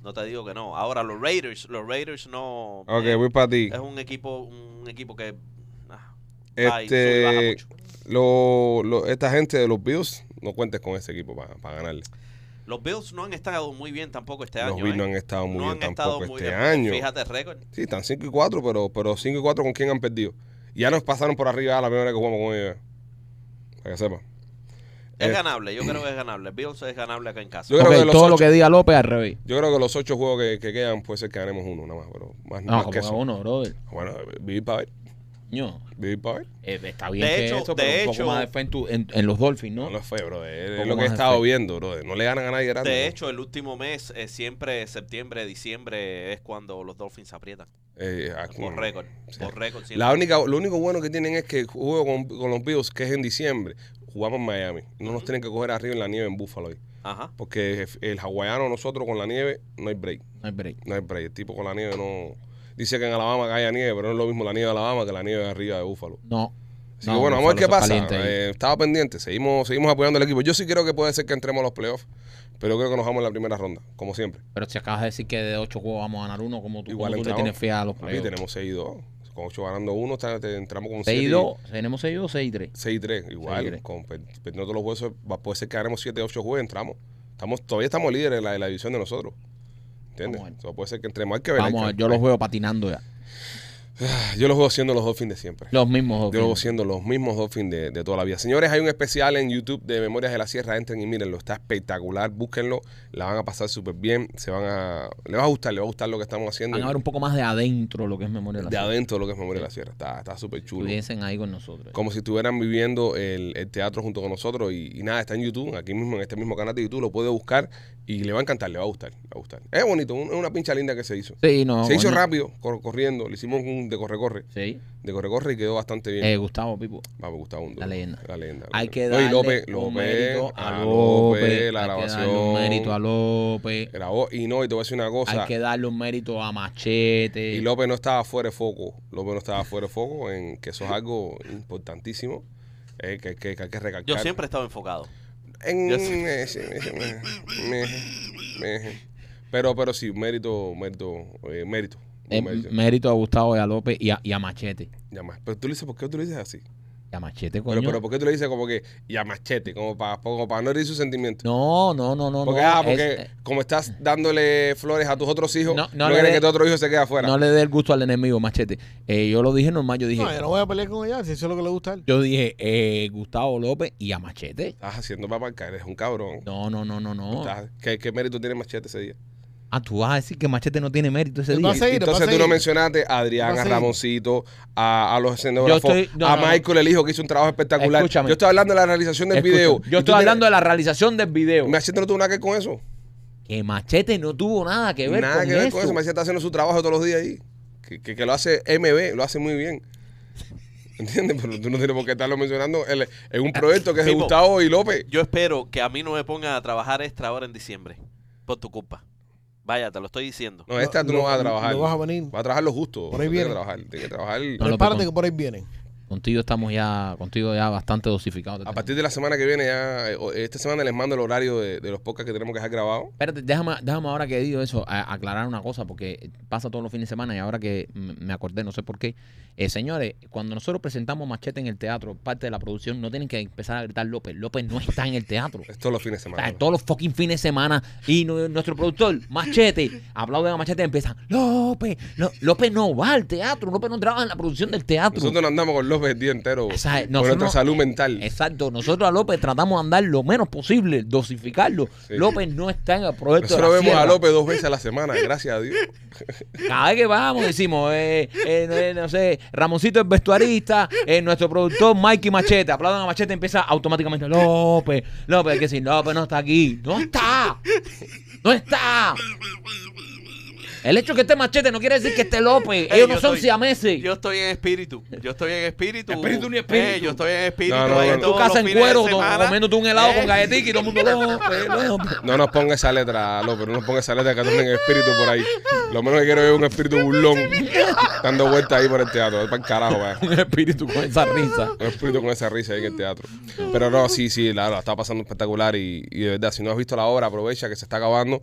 Speaker 4: No te digo que no. Ahora los Raiders, los Raiders no.
Speaker 1: Ok,
Speaker 4: eh,
Speaker 1: voy para ti.
Speaker 4: es un equipo un equipo que ah, va y sube y baja
Speaker 1: Este,
Speaker 4: mucho.
Speaker 1: lo- lo- esta gente de los Bills, no cuentes con ese equipo para ganarle.
Speaker 4: Los Bills no han estado muy bien tampoco este
Speaker 1: Los
Speaker 4: año.
Speaker 1: Bills no
Speaker 4: ¿eh?
Speaker 1: han estado muy
Speaker 4: No
Speaker 1: bien
Speaker 4: han estado
Speaker 1: tampoco
Speaker 4: muy
Speaker 1: este
Speaker 4: bien.
Speaker 1: año.
Speaker 4: Fíjate el récord.
Speaker 1: Sí, están 5 y 4, pero, pero 5 y 4 con quién han perdido. Ya nos pasaron por arriba la primera vez que jugamos con ellos. ¿eh? Para que sepa.
Speaker 4: Es
Speaker 1: Eh,
Speaker 4: ganable, yo creo que es ganable. Bills es ganable acá en casa.
Speaker 1: Yo creo
Speaker 2: Ok,
Speaker 1: que los
Speaker 2: todo lo
Speaker 1: ocho-
Speaker 2: que diga López al revés.
Speaker 1: Yo creo que los 8 juegos que, que quedan puede ser que ganemos uno nada más, pero más,
Speaker 2: No,
Speaker 1: más
Speaker 2: como
Speaker 1: que
Speaker 2: que
Speaker 1: eso.
Speaker 2: uno, brother.
Speaker 1: Bueno, vivir para ver,
Speaker 2: No,
Speaker 1: vivir para ver.
Speaker 2: eh, está bien
Speaker 4: De
Speaker 2: que
Speaker 4: hecho-
Speaker 2: eso, pero
Speaker 4: de
Speaker 2: un poco
Speaker 4: hecho-
Speaker 2: más de fe en, tu- en- en los Dolphins, ¿no?
Speaker 1: No, no fue, bro. Es
Speaker 2: Poco
Speaker 1: lo que he
Speaker 2: más
Speaker 1: estado
Speaker 2: efecto.
Speaker 1: viendo, bro. No le ganan a nadie grande.
Speaker 4: De
Speaker 1: bro.
Speaker 4: hecho, el último mes, eh, siempre septiembre, diciembre, es cuando los Dolphins aprietan.
Speaker 1: Eh, aquí-
Speaker 4: Por récord. Por récord. siempre.
Speaker 1: La única, lo único bueno que tienen es que juego con, con los Bills, que es en diciembre, jugamos en Miami. No nos tienen que coger arriba en la nieve en Buffalo. hoy.
Speaker 4: Ajá.
Speaker 1: Porque el hawaiano, nosotros con la nieve, no hay break.
Speaker 2: No hay break.
Speaker 1: No hay break. El tipo con la nieve no. Dice que en Alabama que haya nieve, pero no es lo mismo la nieve de Alabama que la nieve de arriba de Búfalo.
Speaker 2: No.
Speaker 1: Así
Speaker 2: no,
Speaker 1: que bueno, vamos a ver qué
Speaker 2: Buffalo
Speaker 1: pasa.
Speaker 2: está caliente ahí.
Speaker 1: Eh, estaba pendiente. Seguimos, seguimos apoyando al equipo. Yo sí creo que puede ser que entremos a los playoffs, pero creo que nos vamos en la primera ronda, como siempre.
Speaker 2: Pero si acabas de decir que de ocho juegos vamos a ganar uno, como tú,
Speaker 1: Igual
Speaker 2: como tú le
Speaker 1: entramos.
Speaker 2: tienes fe a los
Speaker 1: Ahí
Speaker 2: playoffs.
Speaker 1: tenemos 6 y 2. Con 8 ganando 1, entramos con
Speaker 2: 6
Speaker 1: 7
Speaker 2: y 2, tenemos 6 y 2, 6 y 3.
Speaker 1: 6 y 3. Igual,
Speaker 2: Seis y tres.
Speaker 1: con per- perdiendo todos los huesos, va- puede ser que ganemos 7 8 juegos, entramos. Estamos, todavía estamos líderes de la, de la división de nosotros. ¿Entiendes?
Speaker 2: Vamos a ver.
Speaker 1: O sea, puede ser que entremos. Hay que ver. hay
Speaker 2: Vamos, a
Speaker 1: que
Speaker 2: ver,
Speaker 1: ver.
Speaker 2: yo los veo patinando ya.
Speaker 1: Yo los veo siendo los Dolphins de siempre.
Speaker 2: Los mismos
Speaker 1: Yo lo
Speaker 2: Dolphins.
Speaker 1: siendo los mismos Dolphins de, de toda la vida. Señores, hay un especial en YouTube de Memorias de la Sierra. Entren y mírenlo. Está espectacular. Búsquenlo. La van a pasar súper bien. Se van a... Le va a gustar. Le va a gustar lo que estamos haciendo.
Speaker 2: Van a ver un poco más de adentro lo que es memoria de la
Speaker 1: de
Speaker 2: Sierra.
Speaker 1: adentro de lo que es Memorias de la Sierra. Está está súper chulo.
Speaker 2: Estuviesen ahí con nosotros.
Speaker 1: Como si estuvieran viviendo el, el teatro junto con nosotros. Y, y nada, está en YouTube. Aquí mismo, en este mismo canal de YouTube. Lo puede buscar. Y le va a encantar. Le va a gustar. Le va a gustar. Es bonito. un- Es una pincha linda que se hizo.
Speaker 2: Sí, no.
Speaker 1: se hizo
Speaker 2: coño.
Speaker 1: rápido, cor- corriendo. Le hicimos un de corre-corre.
Speaker 2: Sí.
Speaker 1: De corre-corre y quedó bastante bien.
Speaker 2: Eh, Gustavo Pipo.
Speaker 1: Vamos, Gustavo Hundo.
Speaker 2: La leyenda.
Speaker 1: La leyenda.
Speaker 2: Hay
Speaker 1: López.
Speaker 2: que
Speaker 1: No, y
Speaker 2: darle
Speaker 1: López,
Speaker 2: un
Speaker 1: López,
Speaker 2: mérito a
Speaker 1: a
Speaker 2: López.
Speaker 1: López, la
Speaker 2: hay que
Speaker 1: grabación.
Speaker 2: darle un mérito a López.
Speaker 1: Grabó, y no, y te voy a decir una cosa.
Speaker 2: Hay que darle un mérito a Machete.
Speaker 1: Y López no estaba fuera de foco. López no estaba fuera de foco en que eso es algo importantísimo eh, que, que- que hay que recalcar.
Speaker 4: Yo siempre he estado enfocado.
Speaker 1: En-
Speaker 4: yo siempre-
Speaker 1: eh, sí, eh, sí, me- me- me- Pero, pero sí, mérito, mérito, eh, mérito. un
Speaker 2: Eh,
Speaker 1: mérito.
Speaker 2: mérito a Gustavo y a López y a, y a Machete.
Speaker 1: Ya más. Pero tú le dices, ¿por qué tú le dices así?
Speaker 2: Y a Machete, coño.
Speaker 1: Pero, pero, ¿por qué tú le dices como que ya machete? Como para para no herir sus sentimientos.
Speaker 2: No, no, no, no.
Speaker 1: Porque,
Speaker 2: no,
Speaker 1: ah, porque
Speaker 2: es-
Speaker 1: como estás dándole flores a tus otros hijos, no,
Speaker 2: No, no le
Speaker 1: quieres
Speaker 2: dé-
Speaker 1: que tu otro hijo se quede afuera.
Speaker 2: no le dé el gusto al enemigo, Machete. Eh, yo lo dije normal, yo dije.
Speaker 3: No, yo no voy a pelear con ella, si eso es lo que le gusta a él.
Speaker 2: Yo dije eh, Gustavo López y a Machete.
Speaker 1: Estás haciendo para marcar, eres un cabrón.
Speaker 2: No, no, no, no, no.
Speaker 1: Estás- ¿Qué, qué mérito tiene machete ese día?
Speaker 2: Ah, tú vas a decir que Machete no tiene mérito ese
Speaker 3: Te
Speaker 2: día.
Speaker 3: vas a ir,
Speaker 1: Entonces
Speaker 3: pasa
Speaker 1: tú no
Speaker 3: ahí.
Speaker 1: mencionaste a Adrián,
Speaker 3: Pasa
Speaker 1: a
Speaker 3: ahí.
Speaker 1: Ramoncito, a, a los escenógrafos,
Speaker 2: Yo estoy- no,
Speaker 1: a
Speaker 2: no, no.
Speaker 1: Michael el hijo que hizo un trabajo espectacular.
Speaker 2: Escúchame.
Speaker 1: Yo estoy hablando de la realización del
Speaker 2: Escucha,
Speaker 1: video.
Speaker 2: Yo estoy hablando de la realización del video.
Speaker 1: Machete no tuvo nada que ver con eso.
Speaker 2: Que Machete no tuvo nada que ver,
Speaker 1: Nada
Speaker 2: con,
Speaker 1: que ver
Speaker 2: eso.
Speaker 1: con eso. Machete está haciendo su trabajo todos los días ahí. Que, que- que lo hace MB, lo hace muy bien. ¿Entiendes? Pero tú no tienes por qué estarlo mencionando en, en un proyecto que es de
Speaker 4: Pipo.
Speaker 1: Gustavo y López.
Speaker 4: Yo espero que a mí no me pongan a trabajar extra ahora en diciembre. Por tu culpa. Vaya, te lo estoy diciendo.
Speaker 1: No, esta tú no
Speaker 3: Lo-
Speaker 1: vas a trabajar.
Speaker 3: lo vas a venir.
Speaker 1: Va a trabajar lo justo.
Speaker 3: Por ahí
Speaker 1: No tiene que
Speaker 3: viene.
Speaker 1: trabajar. Tiene que trabajar.
Speaker 2: No, lo-
Speaker 3: Prepárate que por ahí vienen.
Speaker 2: Contigo estamos ya, contigo ya bastante dosificados.
Speaker 1: A partir de la semana que viene, ya. eh, o- Esta semana les mando el horario de, de los podcasts que tenemos que dejar grabado.
Speaker 2: Espérate, déjame, déjame ahora que digo eso, a- aclarar una cosa, porque pasa todos los fines de semana y ahora que m- me acordé, no sé por qué. Eh, señores, cuando nosotros presentamos Machete en el teatro, parte de la producción, no tienen que empezar a gritar López. López no está en el
Speaker 1: [LAUGHS]
Speaker 2: teatro.
Speaker 1: Es todos los fines de
Speaker 2: O
Speaker 1: semana.
Speaker 2: sea, todos los fucking fines de semana y nu- nuestro productor, Machete, aplauden a Machete y empiezan, López, no, López no va al teatro, López no trabaja en la producción del teatro.
Speaker 1: Nosotros no andamos con López el día entero.
Speaker 2: O sea,
Speaker 1: por
Speaker 2: nosotros
Speaker 1: nuestra
Speaker 2: no-
Speaker 1: salud mental.
Speaker 2: Exacto, nosotros a López tratamos de andar lo menos posible, dosificarlo.
Speaker 1: Sí.
Speaker 2: López no está en el proyecto. de la
Speaker 1: Nosotros vemos
Speaker 2: sierra.
Speaker 1: a López dos veces a la semana, gracias a Dios.
Speaker 2: Cada vez que vamos decimos, eh, eh, no, eh, no sé, Ramoncito es vestuarista, eh, nuestro productor Mikey Machete, aplaudan a Machete, empieza automáticamente, López, López, hay que decir, López no está aquí, no está, no está. El hecho que esté Machete no quiere decir que esté López,
Speaker 4: Ey,
Speaker 2: ellos no
Speaker 4: yo
Speaker 2: son
Speaker 4: estoy-
Speaker 2: siameses.
Speaker 4: Yo estoy en espíritu. Yo estoy en espíritu.
Speaker 2: Espíritu ni espíritu.
Speaker 4: Eh, yo estoy en espíritu.
Speaker 1: No, no,
Speaker 4: ahí
Speaker 1: no, no.
Speaker 2: Tu
Speaker 4: todos los
Speaker 2: casa en
Speaker 4: fines de
Speaker 2: cuero,
Speaker 4: semana.
Speaker 2: comiéndote un helado
Speaker 4: Eh,
Speaker 2: con galletica y todo el mundo,
Speaker 4: [LAUGHS]
Speaker 2: López, López.
Speaker 1: No nos ponga esa letra, López, no nos ponga esa letra que anden en espíritu por ahí. Lo menos que quiero es un espíritu burlón dando vueltas ahí por el teatro. Es para el carajo, vaya.
Speaker 2: Un espíritu con esa risa.
Speaker 1: Un espíritu con esa risa ahí en el teatro. Pero no, sí, sí, la, la está pasando espectacular y, y de verdad, si no has visto la obra, aprovecha que se está acabando.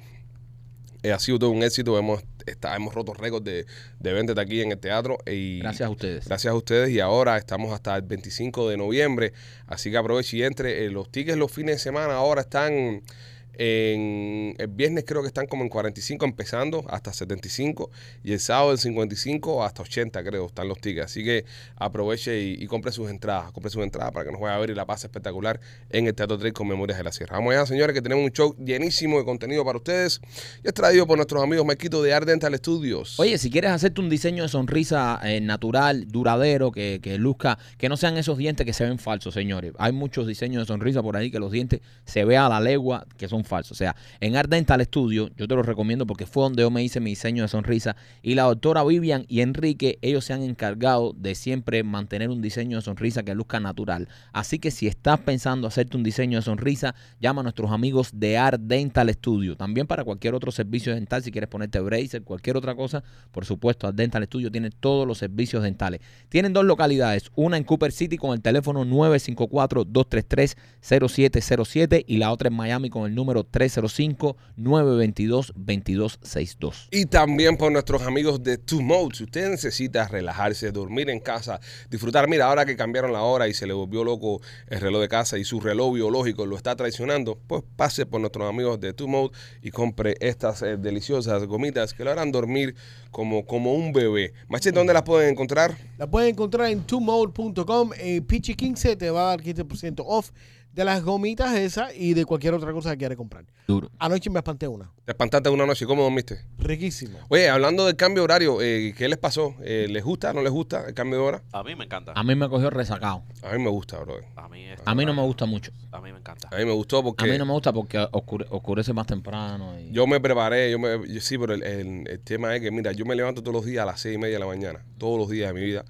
Speaker 1: Eh, ha sido todo un éxito, hemos, está- hemos roto récords de, de ventas aquí en el teatro. Y
Speaker 2: Gracias a ustedes.
Speaker 1: Gracias a ustedes y ahora estamos hasta el 25 de noviembre, así que aproveche y entre. Eh, los tickets los fines de semana ahora están en el viernes creo que están como en 45 empezando hasta 75 y el sábado en 55 hasta 80 creo están los tickets. Así que aproveche y, y compre sus entradas, compre sus entradas para que nos vaya a ver y la pase espectacular en el Teatro 3 con Memorias de la Sierra. Vamos allá señores que tenemos un show llenísimo de contenido para ustedes y es traído por nuestros amigos Maquito de Ardental Studios.
Speaker 2: Oye, si quieres hacerte un diseño de sonrisa eh, natural, duradero, que, que luzca, que no sean esos dientes que se ven falsos, señores. Hay muchos diseños de sonrisa por ahí que los dientes se ve a la legua que son falsos. O sea, en Art Dental Studio, yo te los recomiendo porque fue donde yo me hice mi diseño de sonrisa. Y la doctora Vivian y Enrique, ellos se han encargado de siempre mantener un diseño de sonrisa que luzca natural. Así que si estás pensando hacerte un diseño de sonrisa, llama a nuestros amigos de Art Dental Studio. También para cualquier otro servicio dental, si quieres ponerte bracer, cualquier otra cosa, por supuesto, Art Dental Studio tiene todos los servicios dentales. Tienen dos localidades, una en Cooper City con el teléfono 954-233-0707 y la otra en Miami con el número 305-922-2262.
Speaker 1: Y también por nuestros amigos de Two Mode. Si usted necesita relajarse, dormir en casa, disfrutar, mira, ahora que cambiaron la hora y se le volvió loco el reloj de casa y su reloj biológico lo está traicionando, pues pase por nuestros amigos de Two Mode y compre estas eh, deliciosas gomitas que lo harán dormir como, como un bebé. Machete, ¿dónde las pueden encontrar?
Speaker 3: La puedes encontrar en tumode.com. Eh, Pichi 15 te va a dar 15% off de las gomitas esas y de cualquier otra cosa que quiere comprar.
Speaker 2: Duro.
Speaker 3: Anoche me espanté una.
Speaker 1: Te espantaste una noche. ¿Cómo dormiste?
Speaker 3: Riquísimo.
Speaker 1: Oye, hablando del cambio de horario, eh, ¿qué les pasó? Eh, ¿Les gusta? ¿No les gusta el cambio de hora?
Speaker 4: A mí me encanta.
Speaker 2: A mí me cogió resacado.
Speaker 1: A mí me gusta, brother.
Speaker 4: A mí, es-
Speaker 2: A mí no me gusta mucho.
Speaker 4: A mí me encanta.
Speaker 1: A mí me gustó porque
Speaker 2: A mí no me gusta porque oscure- oscurece más temprano. y-
Speaker 1: yo me preparé. Yo me, yo- sí, pero el, el- el tema es que, mira, yo me levanto todos los días a las seis y media de la mañana, todos los días de mi vida,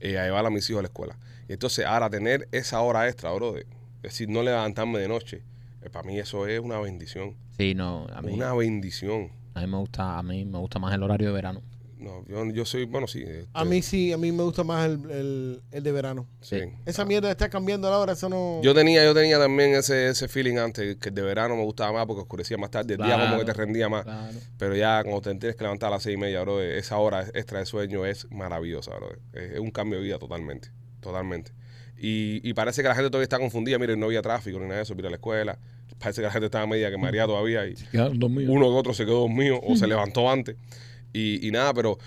Speaker 1: eh, a llevar a mis hijos a la escuela. Y entonces, ahora tener esa hora extra, brother, es decir, no levantarme de noche, eh, para mí eso es una bendición.
Speaker 2: Sí, no, a mí,
Speaker 1: Una bendición.
Speaker 2: a mí me gusta, a mí me gusta más el horario de verano.
Speaker 1: No, yo, yo soy, bueno, sí. este,
Speaker 3: A mí sí, a mí me gusta más el, el- el de verano.
Speaker 1: sí.
Speaker 2: sí.
Speaker 3: Esa mierda está cambiando la hora, eso no.
Speaker 1: Yo tenía, yo tenía también ese, ese feeling antes, que el de verano me gustaba más porque oscurecía más tarde, el día como
Speaker 2: Claro,
Speaker 1: que te rendía más.
Speaker 2: Claro.
Speaker 1: Pero ya cuando te tienes que levantar a las seis y media, bro, esa hora extra de sueño es maravillosa, bro. Es, es un cambio de vida totalmente, totalmente. Y, y parece que la gente todavía está confundida. Miren, no había tráfico ni nada de eso, vine a la escuela. Parece que la gente estaba media que mareada todavía y uno que otro se quedó dormido o se levantó antes. Y, y nada, pero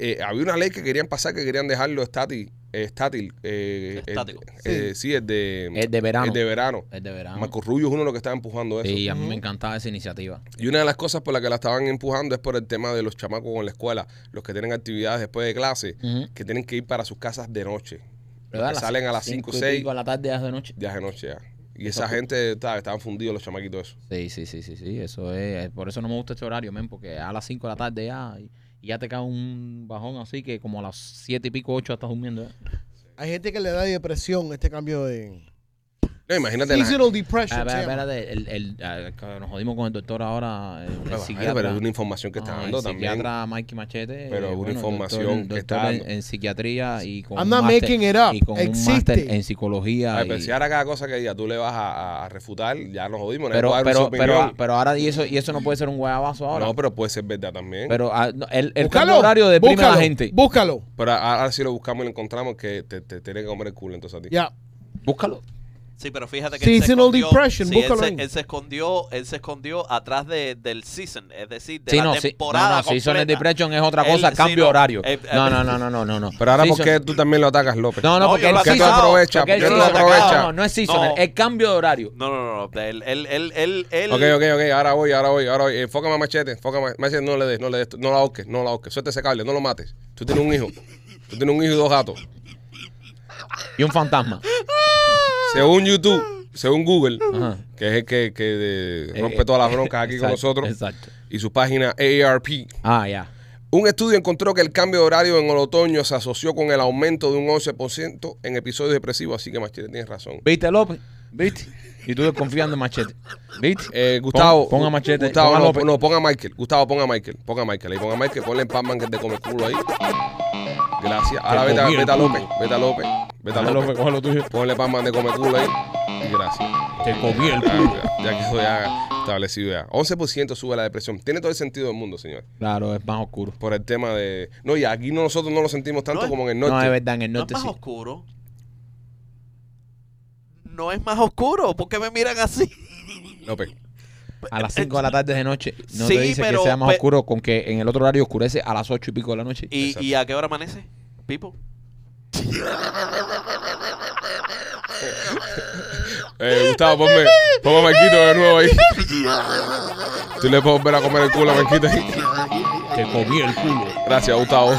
Speaker 1: eh, había una ley que querían pasar que querían dejarlo estátil. Estátil. eh, el-
Speaker 4: Estático.
Speaker 1: eh, sí, el de,
Speaker 2: El de verano.
Speaker 1: el de verano. Ah.
Speaker 2: Es de verano.
Speaker 1: Marco Rubio es uno de los que está empujando eso.
Speaker 2: Sí, a mí me encantaba esa iniciativa.
Speaker 1: Y una de las cosas por las que la estaban empujando es por el tema de los chamacos en la escuela, los que tienen actividades después de clase,
Speaker 2: Ujú.
Speaker 1: que tienen que ir para sus casas de noche. Los
Speaker 2: Pero a
Speaker 1: que salen a las 5
Speaker 2: y
Speaker 1: seis,
Speaker 2: pico de la tarde, ya es de noche.
Speaker 1: ya es de noche ya. Y esa gente, ta, estaban fundidos los chamaquitos eso.
Speaker 2: Sí, sí, sí, sí, sí, eso es. Por eso no me gusta este horario, men, porque a las 5 de la tarde ya, y, y ya te cae un bajón así que como a las 7 y pico, 8 estás durmiendo. ya. Ah,
Speaker 3: Hay gente que le da depresión este cambio de.
Speaker 1: No, imagínate la
Speaker 3: Seasonal depression.
Speaker 2: Ah,
Speaker 3: se
Speaker 2: espera,
Speaker 3: llama.
Speaker 2: espérate, el, el- ah, que nos jodimos con el doctor ahora, el, el
Speaker 1: Pero,
Speaker 2: psiquiatra.
Speaker 1: pero es una información que está
Speaker 2: Ah,
Speaker 1: dando
Speaker 2: el
Speaker 1: también.
Speaker 2: psiquiatra Mikey Machete.
Speaker 1: Pero
Speaker 2: eh,
Speaker 1: una
Speaker 2: el
Speaker 1: información
Speaker 2: doctor- el
Speaker 1: que está
Speaker 2: doctor en-
Speaker 1: dando.
Speaker 2: en, psiquiatría y con
Speaker 3: I'm
Speaker 2: un
Speaker 3: not
Speaker 2: máster-
Speaker 3: making it up.
Speaker 2: y con
Speaker 3: Existe.
Speaker 2: un máster en psicología.
Speaker 1: Ay,
Speaker 2: y-
Speaker 1: pero si ahora cada cosa que diga tú le vas a, a- a refutar, ya nos jodimos. nadie
Speaker 2: pero,
Speaker 1: puede dar
Speaker 2: pero,
Speaker 1: su opinión.
Speaker 2: pero, pero ahora y eso, y eso no puede ser un guayabazo ahora.
Speaker 1: no, pero puede ser verdad también. Pero,
Speaker 2: pero ah, no, el, el
Speaker 3: Búscalo,
Speaker 2: cambio de horario deprime a la
Speaker 3: búscalo,
Speaker 2: gente.
Speaker 3: Búscalo.
Speaker 1: a- ahora si lo buscamos y lo encontramos, que te, te, tiene que comer el culo entonces a ti.
Speaker 3: Ya.
Speaker 2: Búscalo.
Speaker 4: Sí, pero fíjate que
Speaker 3: Seasonal depression,
Speaker 4: sí, él,
Speaker 3: búscalo
Speaker 4: se,
Speaker 3: ahí.
Speaker 4: él se escondió, él se escondió atrás de, del season, es decir, de
Speaker 2: Sí,
Speaker 4: la
Speaker 2: no, sí.
Speaker 4: temporada
Speaker 2: no, no, Seasonal
Speaker 4: completa.
Speaker 2: Depression es otra
Speaker 4: Él-
Speaker 2: cosa,
Speaker 4: sí,
Speaker 2: cambio
Speaker 4: no,
Speaker 2: horario.
Speaker 4: eh, eh,
Speaker 2: no, no, no, no, no, no, no.
Speaker 1: Pero ahora,
Speaker 2: Season-
Speaker 1: ¿por qué tú también lo atacas, López?
Speaker 2: No, no,
Speaker 4: No,
Speaker 2: porque
Speaker 4: yo
Speaker 2: el
Speaker 4: lo
Speaker 1: ¿Por qué tú
Speaker 4: seasonal-
Speaker 1: aprovechas?
Speaker 2: porque
Speaker 1: ¿Por
Speaker 2: el
Speaker 1: qué tú
Speaker 2: seasonal-
Speaker 1: aprovechas?
Speaker 2: No, no es seasonal,
Speaker 4: No.
Speaker 2: es cambio de horario.
Speaker 4: No, no, no, no, él, él, él, él, él-
Speaker 1: Ok, ok, ok, ahora voy, ahora voy, ahora voy. Enfócame a Machete, enfócame. a- Machete, no le des, no le des, no la ahorques, no la ahorques. Suelta ese cable, no lo mates. Tú tienes un hijo. Tú tienes un hijo y dos gatos.
Speaker 2: Y un
Speaker 1: [LAUGHS]
Speaker 2: fantasma.
Speaker 1: Según YouTube, según Google,
Speaker 2: Ajá.
Speaker 1: que es el que, que de-
Speaker 2: Eh,
Speaker 1: rompe
Speaker 2: eh,
Speaker 1: todas las broncas aquí con
Speaker 2: Exacto,
Speaker 1: nosotros,
Speaker 2: Exacto.
Speaker 1: y su página AARP,
Speaker 2: Ah, ya.
Speaker 1: un estudio encontró que el cambio de horario en el otoño se asoció con el aumento de un 11% en episodios depresivos, así que Machete tienes razón.
Speaker 2: ¿Viste, López? ¿Viste? Y tú desconfiando en Machete. ¿Viste?
Speaker 1: Eh, Gustavo,
Speaker 2: Pon- ponga Machete,
Speaker 1: Gustavo,
Speaker 2: ponga
Speaker 1: no,
Speaker 2: López.
Speaker 1: no, ponga Michael. Gustavo, ponga Michael. Ponga Michael. Ahí ponga Michael. Ponle en Pac-Man que te come el culo ahí. Gracias. Ahora
Speaker 2: Te
Speaker 1: vete a,
Speaker 2: comí el
Speaker 1: vete a
Speaker 2: culo.
Speaker 1: López. Vete a López. Vete a
Speaker 2: Dale,
Speaker 1: López.
Speaker 2: López, coge lo tuyo.
Speaker 1: Ponle Pac-Man de come culo ahí. Y gracias.
Speaker 2: Te comí el
Speaker 1: Ya,
Speaker 2: culo.
Speaker 1: ya, ya que eso ya establecido ya. 11% sube la depresión. Tiene todo el sentido del mundo, señor.
Speaker 2: Claro, es más oscuro.
Speaker 1: Por el tema de... No, y aquí nosotros no lo sentimos tanto
Speaker 4: No es-
Speaker 1: como en el
Speaker 2: No, este-
Speaker 1: norte.
Speaker 2: es verdad, en el
Speaker 4: no es
Speaker 2: norte
Speaker 4: más
Speaker 2: sí.
Speaker 4: oscuro. No es más oscuro, ¿por qué me miran así?
Speaker 1: López.
Speaker 2: A las 5 de
Speaker 4: [LAUGHS]
Speaker 2: la tarde de noche. No
Speaker 4: Sí,
Speaker 2: te dice
Speaker 4: pero-
Speaker 2: que sea más
Speaker 4: pe-
Speaker 2: oscuro con que en el otro horario oscurece a las 8 y pico de la noche.
Speaker 4: ¿Y,
Speaker 1: Exacto.
Speaker 4: ¿y a qué hora amanece, Pipo?
Speaker 1: Eh, Gustavo, ponme, ponme a Marquito de nuevo ahí. Tú le puedes volver a comer el culo a Marquito ahí.
Speaker 2: Te comí el culo.
Speaker 1: Gracias, Gustavo.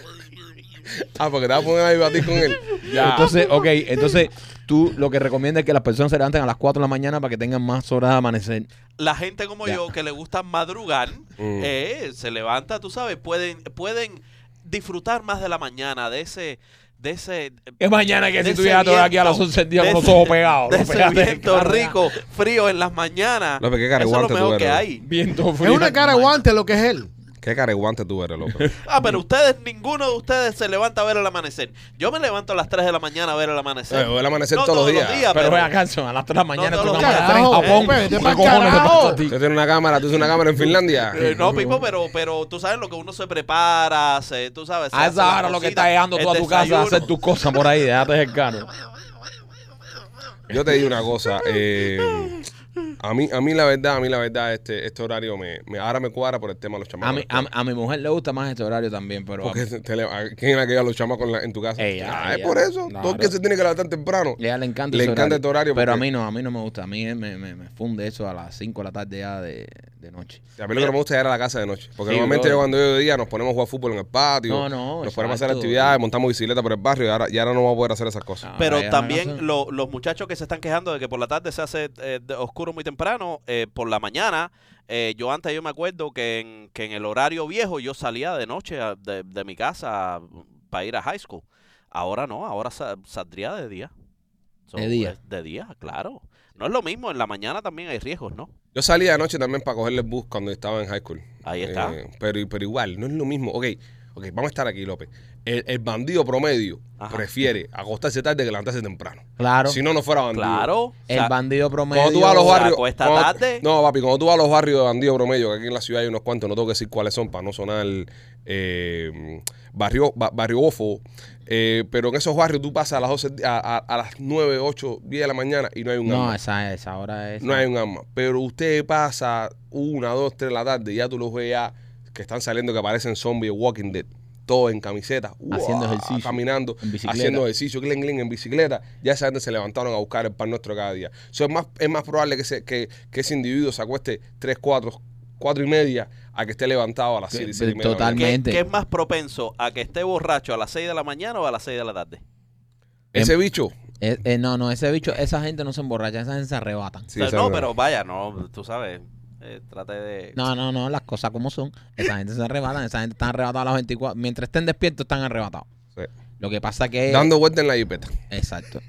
Speaker 1: [LAUGHS] ah, porque te vas a poner a debatir con él. Ya.
Speaker 2: Entonces, ok, entonces tú lo que recomiendas es que las personas se levanten a las 4 de la mañana para que tengan más horas de amanecer.
Speaker 4: La gente como
Speaker 2: Ya.
Speaker 4: yo que le gusta madrugar,
Speaker 1: Mm.
Speaker 4: eh, se levanta, tú sabes, pueden, pueden disfrutar más de la mañana, de ese, de ese
Speaker 2: Es mañana que
Speaker 4: De
Speaker 2: si tú
Speaker 4: ese
Speaker 2: llegas todavía aquí a las
Speaker 4: viento,
Speaker 2: 11 del día
Speaker 4: de
Speaker 2: con los
Speaker 4: ese-
Speaker 2: ojos pegados.
Speaker 4: de
Speaker 2: los
Speaker 4: ese
Speaker 2: pegaste del
Speaker 4: viento
Speaker 2: carro, ya.
Speaker 4: rico, frío en las mañanas.
Speaker 1: López, qué
Speaker 4: Eso es lo
Speaker 1: careguante tú
Speaker 4: mejor
Speaker 1: eres,
Speaker 4: que
Speaker 1: López.
Speaker 4: hay.
Speaker 2: Viento
Speaker 3: Es
Speaker 2: frío.
Speaker 3: una cara guante lo que es él.
Speaker 1: Qué careguante tú eres, [LAUGHS] López.
Speaker 4: Ah, pero ustedes, ninguno de ustedes se levanta a ver el amanecer. Yo me levanto a las 3 de la mañana a ver el
Speaker 1: Eh,
Speaker 4: amanecer.
Speaker 1: voy al amanecer
Speaker 4: No
Speaker 1: todos los días.
Speaker 2: Pero vea, Carson, a las 3 de la mañana
Speaker 4: No,
Speaker 2: tú
Speaker 4: no,
Speaker 2: no
Speaker 4: no,
Speaker 2: amaneces en
Speaker 3: carajo,
Speaker 2: Japón.
Speaker 3: eh, vete
Speaker 2: ¿Qué
Speaker 3: pa'l
Speaker 2: cojones te
Speaker 3: carajo.
Speaker 2: pasa a ti?
Speaker 1: Tú tienes una cámara, tú haces una cámara en [LAUGHS] Finlandia.
Speaker 4: Eh, no, Pipo, pero, pero tú sabes lo que uno se prepara, se- tú sabes. se
Speaker 2: A
Speaker 4: hace las
Speaker 2: esa hora Ah, lo que
Speaker 4: cositas,
Speaker 2: estás llegando tú
Speaker 4: el
Speaker 2: a tu casa a hacer
Speaker 4: desayuno.
Speaker 2: tus cosas por
Speaker 4: [LAUGHS]
Speaker 2: ahí, déjate el carro.
Speaker 1: Yo te digo una cosa. eh, A mí, a mí la verdad, a mí la verdad, este, este horario me, me- ahora me cuadra por el tema de los chamacos.
Speaker 2: A mi, a, mi- a mi mujer le gusta más este horario también, pero...
Speaker 1: Porque se- te le- a- ¿Quién es la que lleva los chamacos en, la- en tu casa?
Speaker 2: Ella,
Speaker 1: ah, es
Speaker 2: ella.
Speaker 1: por eso.
Speaker 2: Claro.
Speaker 1: Todo el que se tiene que levantar temprano.
Speaker 2: Le, le encanta
Speaker 1: Le
Speaker 2: ese
Speaker 1: encanta este horario
Speaker 2: Pero a
Speaker 1: porque-
Speaker 2: mí no, a mí no me gusta. A mí eh, me, me, me funde eso a las 5 de la tarde ya de, de noche.
Speaker 1: A mí lo que no me gusta es ir a la casa de noche. Porque
Speaker 2: Sí,
Speaker 1: normalmente
Speaker 2: brother.
Speaker 1: yo cuando yo de día nos ponemos a jugar fútbol en el patio.
Speaker 2: No, no,
Speaker 1: Nos ponemos a hacer
Speaker 2: exacto.
Speaker 1: actividades, montamos bicicleta por el barrio y ahora, y ahora no vamos a poder hacer esas cosas.
Speaker 2: Ahora ya
Speaker 4: Pero
Speaker 2: la
Speaker 4: también
Speaker 2: casa-
Speaker 4: lo- los muchachos que se están quejando de que por la tarde se hace eh, de- oscuro muy temprano, eh, por la mañana, eh, yo antes yo me acuerdo que en, que en el horario viejo yo salía de noche a- de, de mi casa para ir a high school. Ahora no, ahora sa- saldría de día. So,
Speaker 2: De día.
Speaker 4: es De día, claro. No es lo mismo, en la mañana también hay riesgos, ¿no?
Speaker 1: Yo salía de noche también para cogerle el bus cuando estaba en high school.
Speaker 4: Ahí está.
Speaker 1: Eh, pero, pero igual, no es lo mismo. Ok, ok, vamos a estar aquí, López. El, el bandido promedio
Speaker 4: Ajá.
Speaker 1: prefiere acostarse tarde que levantarse temprano.
Speaker 2: Claro.
Speaker 1: Si no, no fuera bandido.
Speaker 4: claro. o
Speaker 2: el
Speaker 4: sea,
Speaker 2: bandido promedio...
Speaker 1: Cuando tú vas a los
Speaker 4: Se
Speaker 1: barrios.
Speaker 4: acuesta
Speaker 1: cuando-
Speaker 4: tarde.
Speaker 1: No, papi, cuando tú vas a los barrios de bandido promedio, que aquí en la ciudad hay unos cuantos, no tengo que decir cuáles son para no sonar eh, barrio, ba- barriófo. eh, pero en esos barrios tú pasas a las 12, a, a- a las 9, 8, 10 de la mañana y no hay un
Speaker 2: No,
Speaker 1: alma.
Speaker 2: esa, esa hora es...
Speaker 1: No hay un alma. Pero usted pasa una, dos, tres de la tarde y ya tú los ves ya que están saliendo, que aparecen zombies, Walking Dead. Todo en camiseta, ¡guau!
Speaker 2: Haciendo ejercicio.
Speaker 1: caminando,
Speaker 2: En bicicleta.
Speaker 1: haciendo ejercicio, glen, glen, en bicicleta. Ya esa gente se levantaron a buscar el pan nuestro cada día. So, es, más, es más probable que, se- que, que ese individuo se acueste tres, cuatro, cuatro y media a que esté levantado a las siete, y siete y media. de la mañana.
Speaker 2: Totalmente.
Speaker 4: ¿qué, qué es más propenso a que esté borracho a las 6 de la mañana o a las 6 de la tarde?
Speaker 1: Ese bicho.
Speaker 2: Eh, eh, no, no, ese bicho, esa gente no se emborracha, esa gente se arrebatan.
Speaker 1: Sí,
Speaker 4: O sea,
Speaker 1: esa
Speaker 4: no,
Speaker 1: es
Speaker 4: pero vaya, no, tú sabes, eh, trate de...
Speaker 2: No, no, no, las cosas como son. Esa gente se arrebatan, esa gente está arrebatada a las 24. Mientras estén despiertos, están arrebatados.
Speaker 1: Sí.
Speaker 2: Lo que pasa que.
Speaker 1: Dando vuelta en la jipeta.
Speaker 2: Exacto.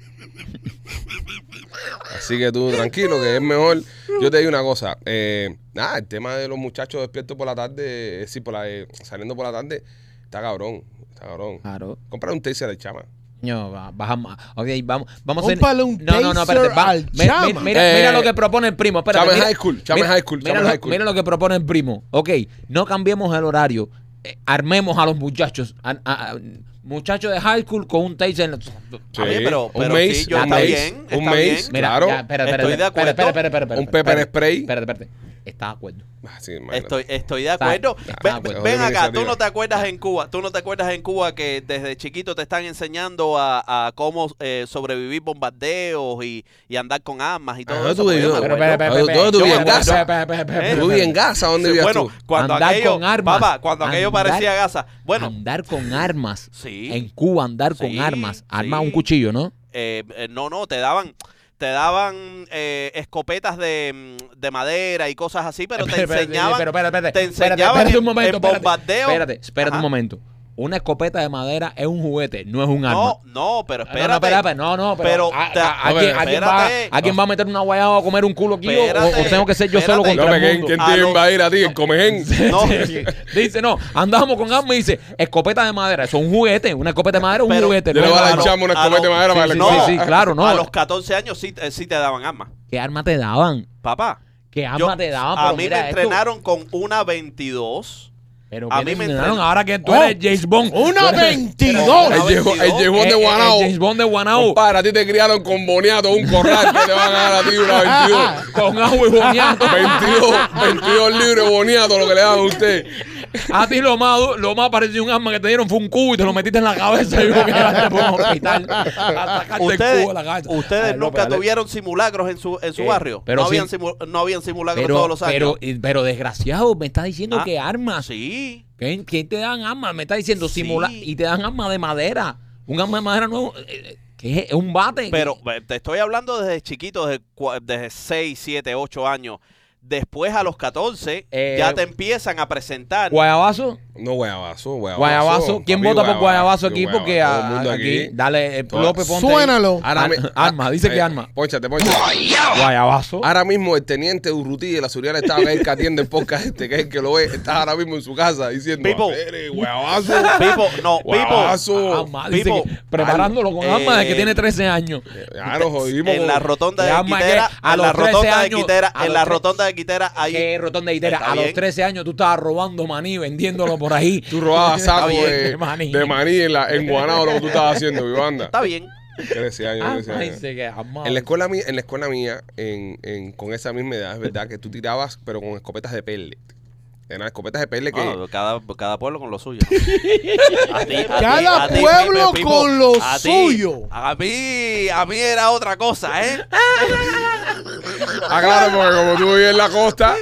Speaker 1: Así que tú tranquilo, que es mejor. Yo te digo una cosa. eh, nada, el tema de los muchachos despiertos por la tarde, eh, sí, por la, eh, saliendo por la tarde, está cabrón. Está cabrón.
Speaker 2: Claro.
Speaker 1: Comprar un taser al chama.
Speaker 2: No, va- bajamos. Ok, vamos, vamos a hacer.
Speaker 3: Cómprale un
Speaker 2: no, no, no,
Speaker 3: taser
Speaker 2: espérate. va-
Speaker 3: al
Speaker 2: mi- mi-
Speaker 3: chama.
Speaker 2: mira, mira
Speaker 1: Eh,
Speaker 2: lo que propone el primo. Espérate,
Speaker 1: chama en
Speaker 2: mira,
Speaker 1: high school, chama en
Speaker 2: mira-
Speaker 1: high school,
Speaker 2: Mira,
Speaker 1: chama en
Speaker 2: lo,
Speaker 1: high school.
Speaker 2: mira lo que propone el primo. Ok, no cambiemos el horario. eh, armemos a los muchachos. a- a- a- muchachos de high school con un taser. en la-
Speaker 4: bien, pero-
Speaker 1: un
Speaker 4: pero
Speaker 1: mace,
Speaker 4: sí, yo-
Speaker 1: un
Speaker 2: está
Speaker 1: mace,
Speaker 4: bien, está
Speaker 1: un mace,
Speaker 4: bien.
Speaker 2: Mira,
Speaker 1: claro.
Speaker 2: ya, espérate, espérate,
Speaker 4: Estoy de
Speaker 2: espérate,
Speaker 4: acuerdo.
Speaker 2: espérate, espérate, espérate,
Speaker 1: Un pepper
Speaker 2: espérate.
Speaker 1: spray.
Speaker 2: Espérate, espérate. Está de acuerdo.
Speaker 1: Ah, sí, imagínate.
Speaker 4: Estoy, estoy de
Speaker 2: Está-
Speaker 4: acuerdo.
Speaker 1: Ah,
Speaker 2: está
Speaker 4: Ve-
Speaker 2: de acuerdo.
Speaker 4: ven
Speaker 1: Buena
Speaker 4: acá, tú
Speaker 1: iniciativa.
Speaker 4: no te acuerdas en Cuba, tú no te acuerdas en Cuba que desde chiquito te están enseñando a, a cómo eh, sobrevivir bombardeos y, y andar con armas y todo
Speaker 1: Ajá,
Speaker 4: eso.
Speaker 1: Ah, tú
Speaker 4: pues, porque yo
Speaker 1: digo,
Speaker 4: me
Speaker 1: pero,
Speaker 4: acuerdo.
Speaker 1: pero, pero, ¿dónde tú
Speaker 4: vivías?
Speaker 2: en
Speaker 4: ¿En Gaza?
Speaker 1: ¿Tú vivías en Gaza? ¿Dónde
Speaker 4: Sí,
Speaker 1: vivías
Speaker 4: bueno,
Speaker 1: tú?
Speaker 4: cuando
Speaker 2: Andar
Speaker 4: aquello,
Speaker 2: con armas.
Speaker 4: papá, cuando aquello
Speaker 2: Andar-
Speaker 4: parecía Gaza. Bueno,
Speaker 2: Andar con armas.
Speaker 4: Sí.
Speaker 2: En Cuba andar con
Speaker 4: Sí,
Speaker 2: armas. Arma
Speaker 4: sí.
Speaker 2: un cuchillo, ¿no?
Speaker 4: eh, eh, no, no, te daban te daban eh, escopetas de, mm, de madera y cosas así,
Speaker 2: [LAUGHS]
Speaker 4: pero te enseñaban
Speaker 2: Pero, espérate, espérate. Espérate,
Speaker 4: te enseñaban
Speaker 2: espérate
Speaker 4: en-
Speaker 2: un momento,
Speaker 4: en
Speaker 2: espérate.
Speaker 4: bombardeo.
Speaker 2: Espérate, espérate
Speaker 4: Ajá.
Speaker 2: un momento. Una escopeta de madera es un juguete, no es un arma.
Speaker 4: No, no, pero
Speaker 2: No, no,
Speaker 4: espérate.
Speaker 2: espérate, no, no, pero,
Speaker 4: Pero
Speaker 2: ¿a,
Speaker 4: te-
Speaker 2: a- a quién, a quién va,
Speaker 4: espérate.
Speaker 2: ¿a quién va a meter una guayaba a comer un culo aquí? O,
Speaker 4: Espérate,
Speaker 2: o tengo que ser yo solo
Speaker 4: espérate.
Speaker 2: contra
Speaker 1: López,
Speaker 2: el
Speaker 1: ¿quién,
Speaker 2: mundo? [LAUGHS]
Speaker 1: ¿quién
Speaker 4: A
Speaker 1: te
Speaker 4: los-
Speaker 1: iba a ir a ti? ¿El comején?
Speaker 4: No,
Speaker 2: Dice, no, andábamos con armas y dice, escopeta de madera, eso es un juguete, una escopeta de madera es un
Speaker 4: Pero-
Speaker 1: Yo
Speaker 2: juguete. no
Speaker 1: le
Speaker 2: es
Speaker 1: voy a
Speaker 2: un
Speaker 1: dar
Speaker 2: arma.
Speaker 1: el chamo una
Speaker 4: a
Speaker 1: escopeta de
Speaker 4: los-
Speaker 1: madera para
Speaker 2: sí,
Speaker 1: que le
Speaker 2: sí,
Speaker 1: coja.
Speaker 2: sí, claro, no.
Speaker 4: A los 14 años sí, eh, sí te daban armas.
Speaker 2: ¿Qué arma te daban?
Speaker 4: Papá,
Speaker 2: ¿Qué arma
Speaker 4: yo-
Speaker 2: te daban?
Speaker 4: a
Speaker 2: Pero
Speaker 4: mí
Speaker 2: mira
Speaker 4: me
Speaker 2: esto.
Speaker 4: entrenaron con una 22.
Speaker 2: Pero
Speaker 4: a
Speaker 2: ¿qué
Speaker 4: mí
Speaker 2: te
Speaker 4: me
Speaker 2: entrenaron
Speaker 4: entrenaron.
Speaker 2: ahora que tú
Speaker 3: Oh,
Speaker 2: eres James Bond. [LAUGHS]
Speaker 3: ¡Una
Speaker 2: Tú eres-
Speaker 3: veintidós!
Speaker 1: El Yehu- el
Speaker 2: Eh,
Speaker 1: Yehu de
Speaker 2: eh,
Speaker 1: Guanabo.
Speaker 2: James Bond de Guanabo.
Speaker 1: Compadre, a ti te criaron con boniato, un corral que te van a dar a ti
Speaker 2: [LAUGHS]
Speaker 1: una 22.
Speaker 2: Con agua y boneato.
Speaker 1: 22, 22 libres boniato lo que le dan a usted.
Speaker 2: A ti lo más, du- lo más parecido a un arma que te dieron fue un cubo y te lo metiste en la cabeza y luego quedaste por un hospital. A sacarte el
Speaker 4: Ustedes,
Speaker 2: cubo de la cabeza. Ah,
Speaker 4: ustedes
Speaker 2: Ay,
Speaker 4: nunca
Speaker 2: López, dale.
Speaker 4: tuvieron simulacros en su, en su
Speaker 2: Eh,
Speaker 4: barrio.
Speaker 2: pero
Speaker 4: no,
Speaker 2: sí.
Speaker 4: habían simu- no habían simulacros
Speaker 2: Pero,
Speaker 4: todos los años.
Speaker 2: pero, eh, pero desgraciado, me está diciendo
Speaker 4: Ah,
Speaker 2: que armas.
Speaker 4: Sí.
Speaker 2: ¿Quién, quién te dan armas? Me está diciendo
Speaker 4: Sí.
Speaker 2: simula y te dan armas de madera. Un arma de madera nuevo. eh, eh, ¿Qué es? ¿Es un bate?
Speaker 4: Pero eh, te estoy hablando desde chiquito, desde, cua- desde 6, 7, 8 años. Después a los 14
Speaker 2: Eh,
Speaker 4: ya te empiezan a presentar.
Speaker 2: Guayabazo.
Speaker 1: No, guayabazo, guayabazo.
Speaker 2: Guayabazo. ¿Quién
Speaker 1: Papi,
Speaker 2: vota por guayabazo
Speaker 1: yo
Speaker 2: aquí? Porque
Speaker 1: guayabazo, todo el
Speaker 2: a-
Speaker 1: mundo
Speaker 2: aquí, Dale, eh,
Speaker 1: Todo-
Speaker 2: López, ponte. ahí.
Speaker 3: Suénalo.
Speaker 2: Ahora mi-
Speaker 1: mi-
Speaker 2: arma, dice
Speaker 1: Eh,
Speaker 2: que arma.
Speaker 1: Ponchate, ponchate.
Speaker 2: Guayabazo.
Speaker 1: Ahora mismo el teniente Urruti de la seguridad del Estado, que es el que atiende el podcast este, que es el que lo ve, está ahora mismo en su casa diciendo,
Speaker 4: Pipo.
Speaker 1: "Apere, guayabazo,
Speaker 4: Pipo, no, Pipo.
Speaker 1: guayabazo.
Speaker 2: Arma, Ah, dice
Speaker 4: Pipo,
Speaker 2: que- preparándolo con
Speaker 4: eh,
Speaker 2: arma de que tiene 13 años.
Speaker 1: Ya nos jodimos.
Speaker 4: En la rotonda de
Speaker 2: Le llama
Speaker 4: Quitera,
Speaker 2: que a
Speaker 4: en la
Speaker 2: los 13
Speaker 4: rotonda de
Speaker 2: años- a
Speaker 4: Quitera, en
Speaker 2: los
Speaker 4: la
Speaker 2: 13
Speaker 4: rotonda de Quitera hay
Speaker 2: Que rotonda de Itera.
Speaker 4: Está
Speaker 2: A los
Speaker 4: bien.
Speaker 2: 13 años tú estabas robando maní, vendiéndolo por ahí.
Speaker 1: [LAUGHS] Tú robabas saco
Speaker 2: Está bien,
Speaker 1: de,
Speaker 2: de maní. [LAUGHS]
Speaker 1: de maní en, la, en Guanabo, lo que tú estabas haciendo, Vivanda.
Speaker 4: Está bien.
Speaker 1: 13 años,
Speaker 2: Ah,
Speaker 1: 13 años.
Speaker 2: parece que amado.
Speaker 1: En la escuela mía, en la escuela mía en, en- con esa misma edad, es verdad que tú tirabas, pero con escopetas de pellet. Eran escopetas de pellet
Speaker 2: Ah,
Speaker 1: que...
Speaker 4: No, cada, cada pueblo con
Speaker 2: [LAUGHS]
Speaker 4: lo suyo. A ti- a ti-
Speaker 3: Cada
Speaker 4: a ti,
Speaker 3: pueblo
Speaker 4: Pepe Pipo,
Speaker 3: con lo
Speaker 4: a ti-
Speaker 3: suyo.
Speaker 4: A mí, a mí era otra cosa, [LAUGHS] ¿eh?
Speaker 1: Ah, claro, porque como tú vivías en la costa,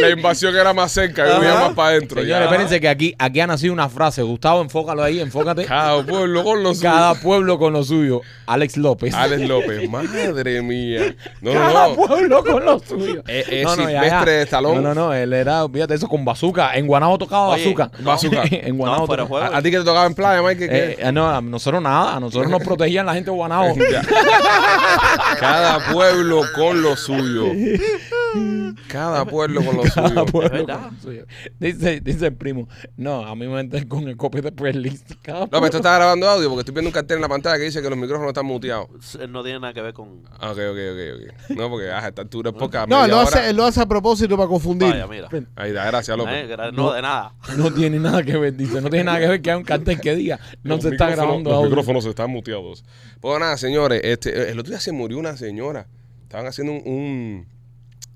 Speaker 1: la invasión era más cerca, yo vivía
Speaker 4: Ajá.
Speaker 1: más para adentro.
Speaker 2: Señores,
Speaker 1: ya.
Speaker 2: espérense que aquí, aquí ha nacido una frase. Gustavo, enfócalo ahí, enfócate.
Speaker 1: Cada pueblo con los
Speaker 2: Cada pueblo con lo suyo. Alex López.
Speaker 1: Alex López, madre mía. No,
Speaker 2: Cada
Speaker 1: no, no.
Speaker 2: pueblo con
Speaker 1: [LAUGHS]
Speaker 2: lo suyo.
Speaker 1: Eh, eh, Silvestre de Stallone.
Speaker 2: No, no, no. Él era, fíjate, eso con bazooka. En Guanabo tocaba
Speaker 4: Oye,
Speaker 2: bazooka.
Speaker 1: no. Bazooka.
Speaker 2: [LAUGHS] en Guanabo
Speaker 4: No, fuera
Speaker 2: tocaba-
Speaker 4: juego.
Speaker 1: ¿A, a ti que te tocaba en playa, Mike?
Speaker 2: Eh,
Speaker 1: ¿qué?
Speaker 2: eh, no, a nosotros nada. A
Speaker 1: [LAUGHS]
Speaker 2: nosotros nos protegían la gente de Guanabo.
Speaker 1: Ya. Cada pueblo con lo suyo. Cada pueblo
Speaker 2: [LAUGHS]
Speaker 1: con lo
Speaker 2: Cada
Speaker 1: suyo.
Speaker 2: pueblo
Speaker 4: Es
Speaker 2: con
Speaker 4: verdad.
Speaker 2: lo Ah, suyo. Dice, dice el primo, no, a mí me meten con el copy de pues listo. [LAUGHS] Cada
Speaker 1: No, pero esto
Speaker 2: pueblo-
Speaker 1: está grabando audio porque estoy viendo un cartel en la pantalla que dice que los micrófonos están muteados.
Speaker 4: No tiene nada que ver con.
Speaker 1: Ah, Ok, ok, ok, ok. No, porque ah, a esta altura es poca.
Speaker 3: No,
Speaker 1: media
Speaker 3: él lo, hace,
Speaker 1: hora.
Speaker 3: él lo hace a propósito para confundir.
Speaker 4: Vaya, mira.
Speaker 1: Ahí da, gracias,
Speaker 4: Eh,
Speaker 1: López.
Speaker 4: gra- No, de nada.
Speaker 2: No tiene nada que ver, dice. No tiene nada que ver que hay un cartel que diga. No
Speaker 1: Los
Speaker 2: se está
Speaker 1: micrófonos-
Speaker 2: grabando
Speaker 1: Los
Speaker 2: audio.
Speaker 1: micrófonos están muteados. Pues nada, señores, este, el otro día se murió una señora. Estaban haciendo un, un,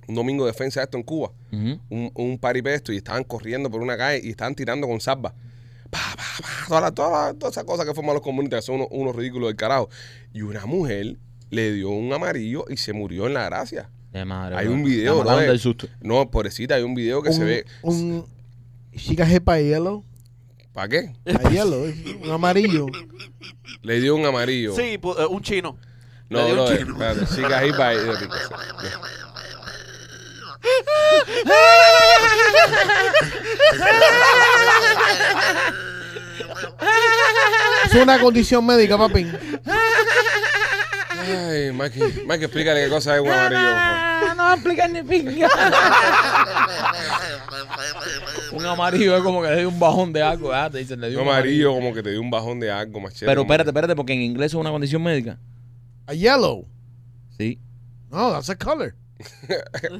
Speaker 1: un domingo de defensa de esto en Cuba.
Speaker 2: Ujú.
Speaker 1: Un, un paripesto y estaban corriendo por una calle y estaban tirando con salva. Pa, pa, pa, toda, la- toda la- toda esa cosa que forman los comunistas, que son unos, unos ridículos del carajo. Y una mujer le dio un amarillo y se murió en la gracia.
Speaker 2: De madre,
Speaker 1: Hay
Speaker 2: bro.
Speaker 1: un video,
Speaker 2: La mataron
Speaker 1: brother.
Speaker 2: del susto.
Speaker 1: No, pobrecita, hay un video que se
Speaker 3: Un-
Speaker 1: ve.
Speaker 3: Un chica jepa de hielo.
Speaker 1: ¿Para qué?
Speaker 3: A hielo, eh, un amarillo.
Speaker 1: Le dio un amarillo.
Speaker 4: Sí, pu- eh, un chino.
Speaker 1: No,
Speaker 4: Le dio
Speaker 1: no,
Speaker 4: un chino.
Speaker 1: espérate, siga ahí para ahí.
Speaker 3: Es una condición médica, papi.
Speaker 1: Ay, Mikey, Mikey, explícale qué cosa es un amarillo.
Speaker 2: Ah, no explica ni pinga. [LAUGHS] un amarillo es como que le dio un bajón de algo. ¿verdad? Te dicen, le dio
Speaker 1: Un amarillo como que te dio un bajón de algo, machete.
Speaker 2: Pero
Speaker 1: como-
Speaker 2: espérate, espérate, porque en inglés es una condición médica.
Speaker 3: A yellow.
Speaker 2: Sí.
Speaker 3: No, that's a color.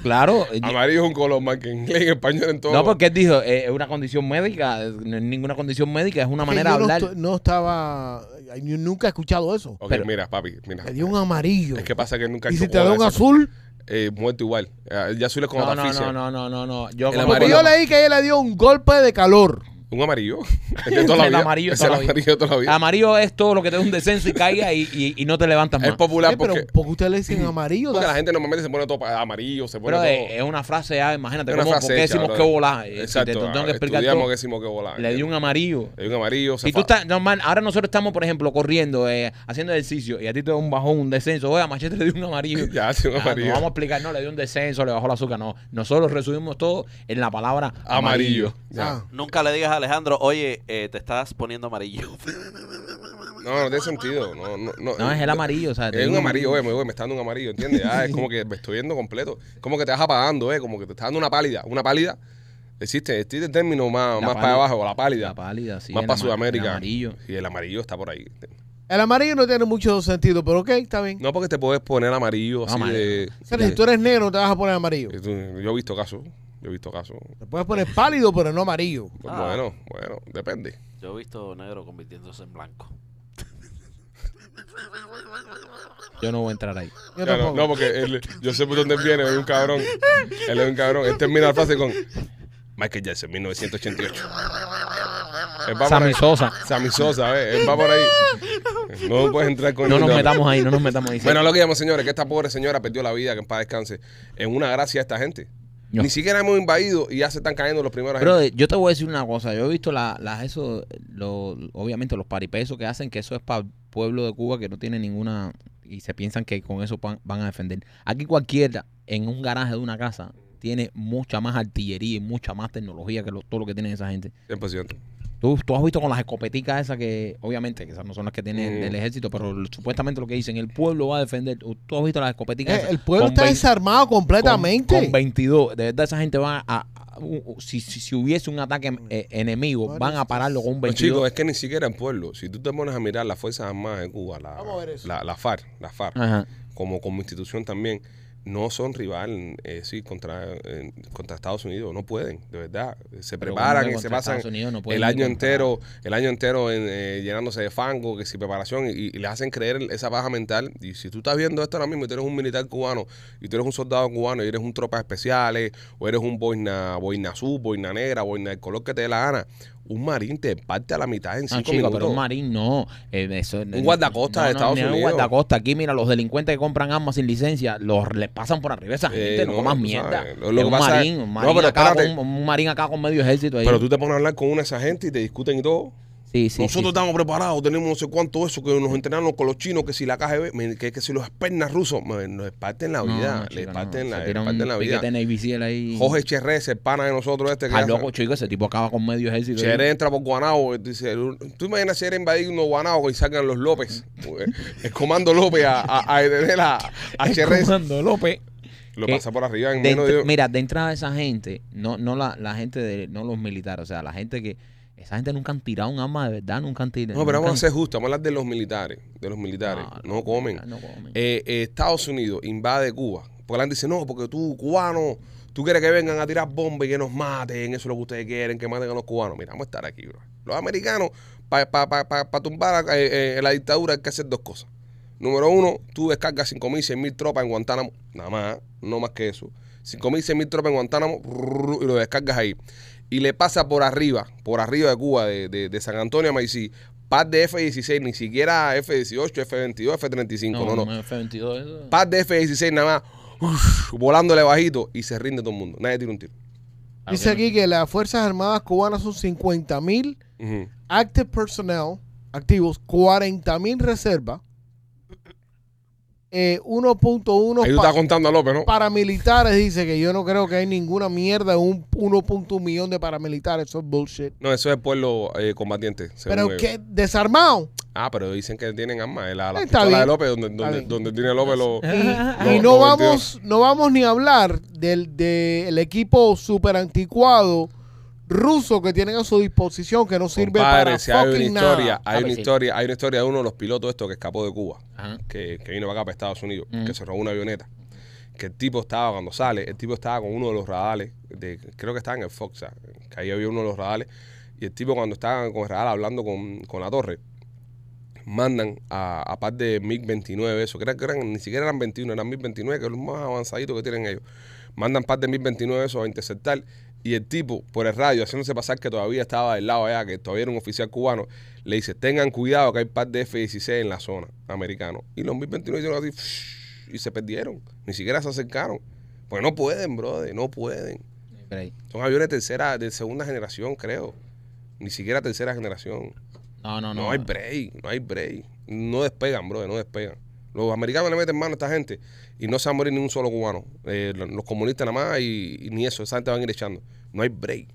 Speaker 2: Claro.
Speaker 1: Amarillo es un color más que en inglés, en español, en todo.
Speaker 2: No, porque él dijo, eh, es una condición médica, eh, no es ninguna condición médica, es una
Speaker 3: Que
Speaker 2: manera de
Speaker 3: yo no
Speaker 2: hablar.
Speaker 3: estoy- No, estaba. Yo nunca he escuchado eso.
Speaker 1: Ok,
Speaker 2: pero-
Speaker 1: mira, papi, mira.
Speaker 3: Le dio un amarillo.
Speaker 1: Oh. Es que pasa que él nunca
Speaker 3: Y si
Speaker 1: hizo
Speaker 3: te da
Speaker 1: bola
Speaker 3: un
Speaker 1: de esa-
Speaker 3: azul.
Speaker 1: Eh, muerto igual. Eh, Ya azul es como
Speaker 2: No, no,
Speaker 1: ataficia.
Speaker 2: no, no, no, no, no. Yo
Speaker 1: El
Speaker 2: conozco-
Speaker 3: Porque
Speaker 1: amarillo
Speaker 3: yo leí que ella le dio un golpe de calor.
Speaker 1: Un
Speaker 2: [LAUGHS]
Speaker 1: amarillo. Es de toda la
Speaker 2: El
Speaker 1: vida.
Speaker 2: amarillo
Speaker 1: es
Speaker 2: toda
Speaker 1: el
Speaker 2: la vida.
Speaker 1: amarillo toda la vida.
Speaker 2: Amarillo es todo lo que te da un descenso y caiga y, y- y no te levantas
Speaker 1: Es
Speaker 2: más.
Speaker 1: popular
Speaker 3: Eh, pero
Speaker 1: porque,
Speaker 3: ¿por qué usted le dicen amarillo?
Speaker 1: porque la
Speaker 3: That's-
Speaker 1: gente normalmente se pone todo pa- amarillo, se pone
Speaker 2: Pero
Speaker 1: todo.
Speaker 2: es, es una frase, ah, imagínate,
Speaker 1: Es una
Speaker 2: ¿cómo,
Speaker 1: frase
Speaker 2: ¿por qué
Speaker 1: hecha,
Speaker 2: decimos
Speaker 1: bro.
Speaker 2: que volar?
Speaker 1: Exacto. ah,
Speaker 2: te, tengo que explicar
Speaker 1: estudiamos
Speaker 2: todo.
Speaker 1: que decimos que volar.
Speaker 2: Le dio un amarillo.
Speaker 1: Le dio un amarillo. se
Speaker 2: Si tú
Speaker 1: fa-
Speaker 2: estás, no, man, ahora nosotros estamos, por ejemplo, corriendo, eh, haciendo ejercicio, y a ti te da un bajón, un descenso, oye, a Machete le dio un amarillo.
Speaker 1: [LAUGHS] Ya, sí, un
Speaker 2: Ah, no
Speaker 1: amarillo.
Speaker 2: vamos a explicar, no, le dio un descenso, le bajó el azúcar, no. Nosotros resumimos todo en la palabra amarillo.
Speaker 1: amarillo. Ya.
Speaker 3: Ah.
Speaker 4: Nunca le digas a Alejandro, oye, eh, te estás poniendo amarillo. [LAUGHS]
Speaker 1: No, no tiene sentido. No, no, no.
Speaker 2: No, es el amarillo, o sea, te
Speaker 1: Es un
Speaker 2: digo-
Speaker 1: amarillo, oye, me, oye, me está dando un amarillo, ¿entiendes? Ah, es como que me estoy viendo completo. Como que te vas apagando, ¿eh? Como que te está dando una pálida. Una pálida. Existe, existe el término más,
Speaker 2: La
Speaker 1: más para
Speaker 2: pálida.
Speaker 1: abajo, la pálida.
Speaker 2: La pálida, sí.
Speaker 1: más
Speaker 2: el
Speaker 1: para
Speaker 2: ama-
Speaker 1: Sudamérica.
Speaker 2: el amarillo.
Speaker 1: Y el amarillo está por ahí.
Speaker 3: El amarillo no tiene mucho sentido, pero ok, está bien.
Speaker 1: No porque te puedes poner amarillo así
Speaker 2: Amarillo.
Speaker 1: de.
Speaker 3: O sea, si tú eres negro, no te vas a poner amarillo.
Speaker 1: Yo he visto casos. Yo he visto casos. Pues
Speaker 3: Te puedes poner pálido, pero no amarillo.
Speaker 4: Ah.
Speaker 1: Bueno, bueno, depende.
Speaker 4: Yo he visto negro convirtiéndose en blanco.
Speaker 2: Yo no voy a entrar ahí.
Speaker 3: Yo
Speaker 1: Ya no,
Speaker 3: tampoco.
Speaker 1: no, porque él- yo sé por dónde él viene, él es un cabrón. Él es un cabrón. Él termina la frase con Michael Jackson, 1988. Él va por
Speaker 2: Sammy
Speaker 1: ahí.
Speaker 2: Sosa.
Speaker 1: Sammy Sosa, ¿ves? Él va por ahí. No puedes entrar con
Speaker 2: No
Speaker 1: él,
Speaker 2: nos
Speaker 1: dale.
Speaker 2: metamos ahí, no nos metamos ahí.
Speaker 1: Bueno, lo que llamo, señores, que esta pobre señora perdió la vida, que en paz descanse, en una gracia a esta gente.
Speaker 2: No.
Speaker 1: Ni siquiera hemos invadido y ya se están cayendo los primeros.
Speaker 2: Bro,
Speaker 1: agentes.
Speaker 2: yo te voy a decir una cosa. Yo he visto la- las eso, lo- obviamente los paripesos que hacen, que eso es para el pueblo de Cuba que no tiene ninguna. Y se piensan que con eso pan- van a defender. Aquí cualquiera, en un garaje de una casa, tiene mucha más artillería y mucha más tecnología que lo- todo lo que tiene esa gente.
Speaker 1: 100%.
Speaker 2: ¿Tú, tú has visto con las escopeticas esas que, obviamente, que esas no son las que tiene el,
Speaker 1: Mm.
Speaker 2: el ejército, pero l- supuestamente lo que dicen, el pueblo va a defender. ¿Tú has visto las escopeticas?
Speaker 3: Eh,
Speaker 2: esas?
Speaker 3: el pueblo
Speaker 2: Con
Speaker 3: está
Speaker 2: 20
Speaker 3: desarmado completamente.
Speaker 2: con, con 22. De verdad, esa gente va a. a- u- u- si, si, si hubiese un ataque eh, enemigo, van a pararlo con un
Speaker 1: Los Pues chicos,
Speaker 2: 22.
Speaker 1: es que ni siquiera en pueblo. Si tú te pones a mirar las Fuerzas Armadas de Cuba, la,
Speaker 3: Vamos a ver eso.
Speaker 1: la, la FARC, la FARC,
Speaker 2: Ajá.
Speaker 1: como, como institución también, no son rival eh, sí, contra, eh, contra Estados Unidos, no pueden, de verdad. Se preparan y se pasan el año entero, el año entero en, eh, llenándose de fango, que si preparación, y, y les hacen creer esa baja mental. Y si tú estás viendo esto ahora mismo y tú eres un militar cubano, y tú eres un soldado cubano, y eres un tropa especiales, o eres un boina, boina azul, boina negra, boina del color que te dé la gana, un marín te parte a la mitad en
Speaker 2: No,
Speaker 1: cinco
Speaker 2: Ah, chico,
Speaker 1: minutos.
Speaker 2: pero un marín no. Eh, eso-
Speaker 1: Un guardacosta de Estados
Speaker 2: ni un
Speaker 1: Unidos.
Speaker 2: guardacosta. Aquí, mira, los delincuentes que compran armas sin licencia, los les pasan por arriba a esa gente.
Speaker 1: Eh,
Speaker 2: no
Speaker 1: no,
Speaker 2: comas
Speaker 1: tú
Speaker 2: mierda.
Speaker 1: sabes. Lo-
Speaker 2: Es
Speaker 1: lo que
Speaker 2: un,
Speaker 1: pasa es-
Speaker 2: marín, un,
Speaker 1: No,
Speaker 2: marín
Speaker 1: pero
Speaker 2: acá con,
Speaker 1: espérate.
Speaker 2: un marín acá con medio ejército ahí.
Speaker 1: Pero tú te pones a hablar con una esa gente y te discuten y todo.
Speaker 2: sí, sí,
Speaker 1: Nosotros
Speaker 2: sí, sí.
Speaker 1: estamos preparados, tenemos no sé cuánto eso, que nos entrenaron con los chinos, que si la KGB, me- que, que si los espernas rusos, me- nos parten la vida,
Speaker 2: No, no,
Speaker 1: les
Speaker 2: chico,
Speaker 1: parten
Speaker 2: no.
Speaker 1: la,
Speaker 2: Se
Speaker 1: les
Speaker 2: tira un
Speaker 1: parten la vida.
Speaker 2: piquete Navy Seal ahí.
Speaker 1: Jorge Cherrés, el pana de nosotros este que
Speaker 2: Al
Speaker 1: hace-
Speaker 2: loco, chico, ese tipo acaba con medio ejército. ahí.
Speaker 1: Cherrés entra por Guanabo, dice, tú imaginas si era invadido unos Guanabo y sacan los López, pues, el comando López a, a, a detener a, a
Speaker 2: [LAUGHS] El
Speaker 1: Cherrés,
Speaker 2: comando López.
Speaker 1: lo
Speaker 2: que
Speaker 1: pasa por arriba en
Speaker 2: de
Speaker 1: menos
Speaker 2: entr-
Speaker 1: de...
Speaker 2: Mira, de entrada esa gente, no, no la, la gente de, no los militares, o sea, la gente que, esa gente nunca han tirado un arma de verdad, nunca han tirado.
Speaker 1: No, pero
Speaker 2: nunca
Speaker 1: vamos a
Speaker 2: han-
Speaker 1: ser justos, vamos a hablar de los militares, de los militares, no,
Speaker 2: los
Speaker 1: comen.
Speaker 2: militares No comen.
Speaker 1: Eh, eh, Estados Unidos invade Cuba. Porque la gente dice, no, porque tú, cubano, tú quieres que vengan a tirar bombas y que nos maten, eso es lo que ustedes quieren, que maten a los cubanos. Mira, vamos a estar aquí, bro. Los americanos, para tumbar eh, eh, la dictadura hay que hacer dos cosas. Número uno, tú descargas 5.000, 6.000 tropas en Guantánamo, nada más, no más que eso. 5.000, 6.000 tropas en Guantánamo rrrr, y lo descargas ahí. Y le pasa por arriba, por arriba de Cuba, de, de- de San Antonio a Maicí, par de F-16, ni siquiera F-18, F-22, F-35, no, no.
Speaker 2: un F-22 eso- Ah,
Speaker 1: Paz de F-16 nada más, uf, volándole bajito y se rinde todo el mundo. Nadie tira un tiro.
Speaker 2: Claro
Speaker 3: Dice
Speaker 2: que [LAUGHS] no.
Speaker 3: aquí que las Fuerzas Armadas cubanas son 50 mil
Speaker 1: Ujú.
Speaker 3: active personnel activos, 40 mil reservas, eh, 1.1
Speaker 1: Ahí tú
Speaker 3: pa-
Speaker 1: estás contando a López, ¿no?
Speaker 3: paramilitares. Dice que yo no creo que hay ninguna mierda, un 1.1 millón de paramilitares. Eso es bullshit.
Speaker 1: No, eso es el pueblo eh, combatiente. según
Speaker 3: Pero
Speaker 1: ellos.
Speaker 3: que desarmado.
Speaker 1: Ah, pero dicen que tienen armas. eh, La, la
Speaker 3: Está
Speaker 1: pistola
Speaker 3: bien.
Speaker 1: de López, donde, donde,
Speaker 3: bien. Eh,
Speaker 1: donde tiene López los. Lo-
Speaker 3: y no
Speaker 1: lo
Speaker 3: vamos, no vamos ni a hablar del, del equipo super anticuado ruso que tienen a su disposición que no sirve para
Speaker 1: Compadre, si hay una
Speaker 3: fucking nada.
Speaker 1: historia,
Speaker 2: Ah,
Speaker 1: hay una
Speaker 2: pues sí.
Speaker 1: historia, hay una historia de uno de los pilotos estos que escapó de Cuba,
Speaker 2: Ajá.
Speaker 1: que, que vino para acá para Estados Unidos,
Speaker 2: Mm.
Speaker 1: que se robó una avioneta. Que el tipo estaba, cuando sale, el tipo estaba con uno de los radares, de, creo que estaba en el Foxa, que ahí había uno de los radares, y el tipo cuando estaba con el radar hablando con, con la torre, mandan a, a par de MiG-29, eso, que, eran, que eran- ni siquiera eran 21, eran MiG-29, que es los más avanzaditos que tienen ellos. Mandan par de MiG-29 eso a interceptar y el tipo, por el radio, haciéndose pasar que todavía estaba del lado allá, que todavía era un oficial cubano, le dice, tengan cuidado que hay par de F-16 en la zona, americano. Y los MiG-29 hicieron así, "Fush", y se perdieron, ni siquiera se acercaron. Pues no pueden, brother, no pueden.
Speaker 2: Increíble.
Speaker 1: Son aviones tercera, de segunda generación, creo. Ni siquiera tercera generación.
Speaker 2: No, no, no.
Speaker 1: No hay break, no hay break. No despegan, brother, no despegan. Los americanos le meten mano a esta gente y no se va a morir ni un solo cubano. Eh, lo- los comunistas nada más y, y ni eso, esa gente van a ir echando. No hay break.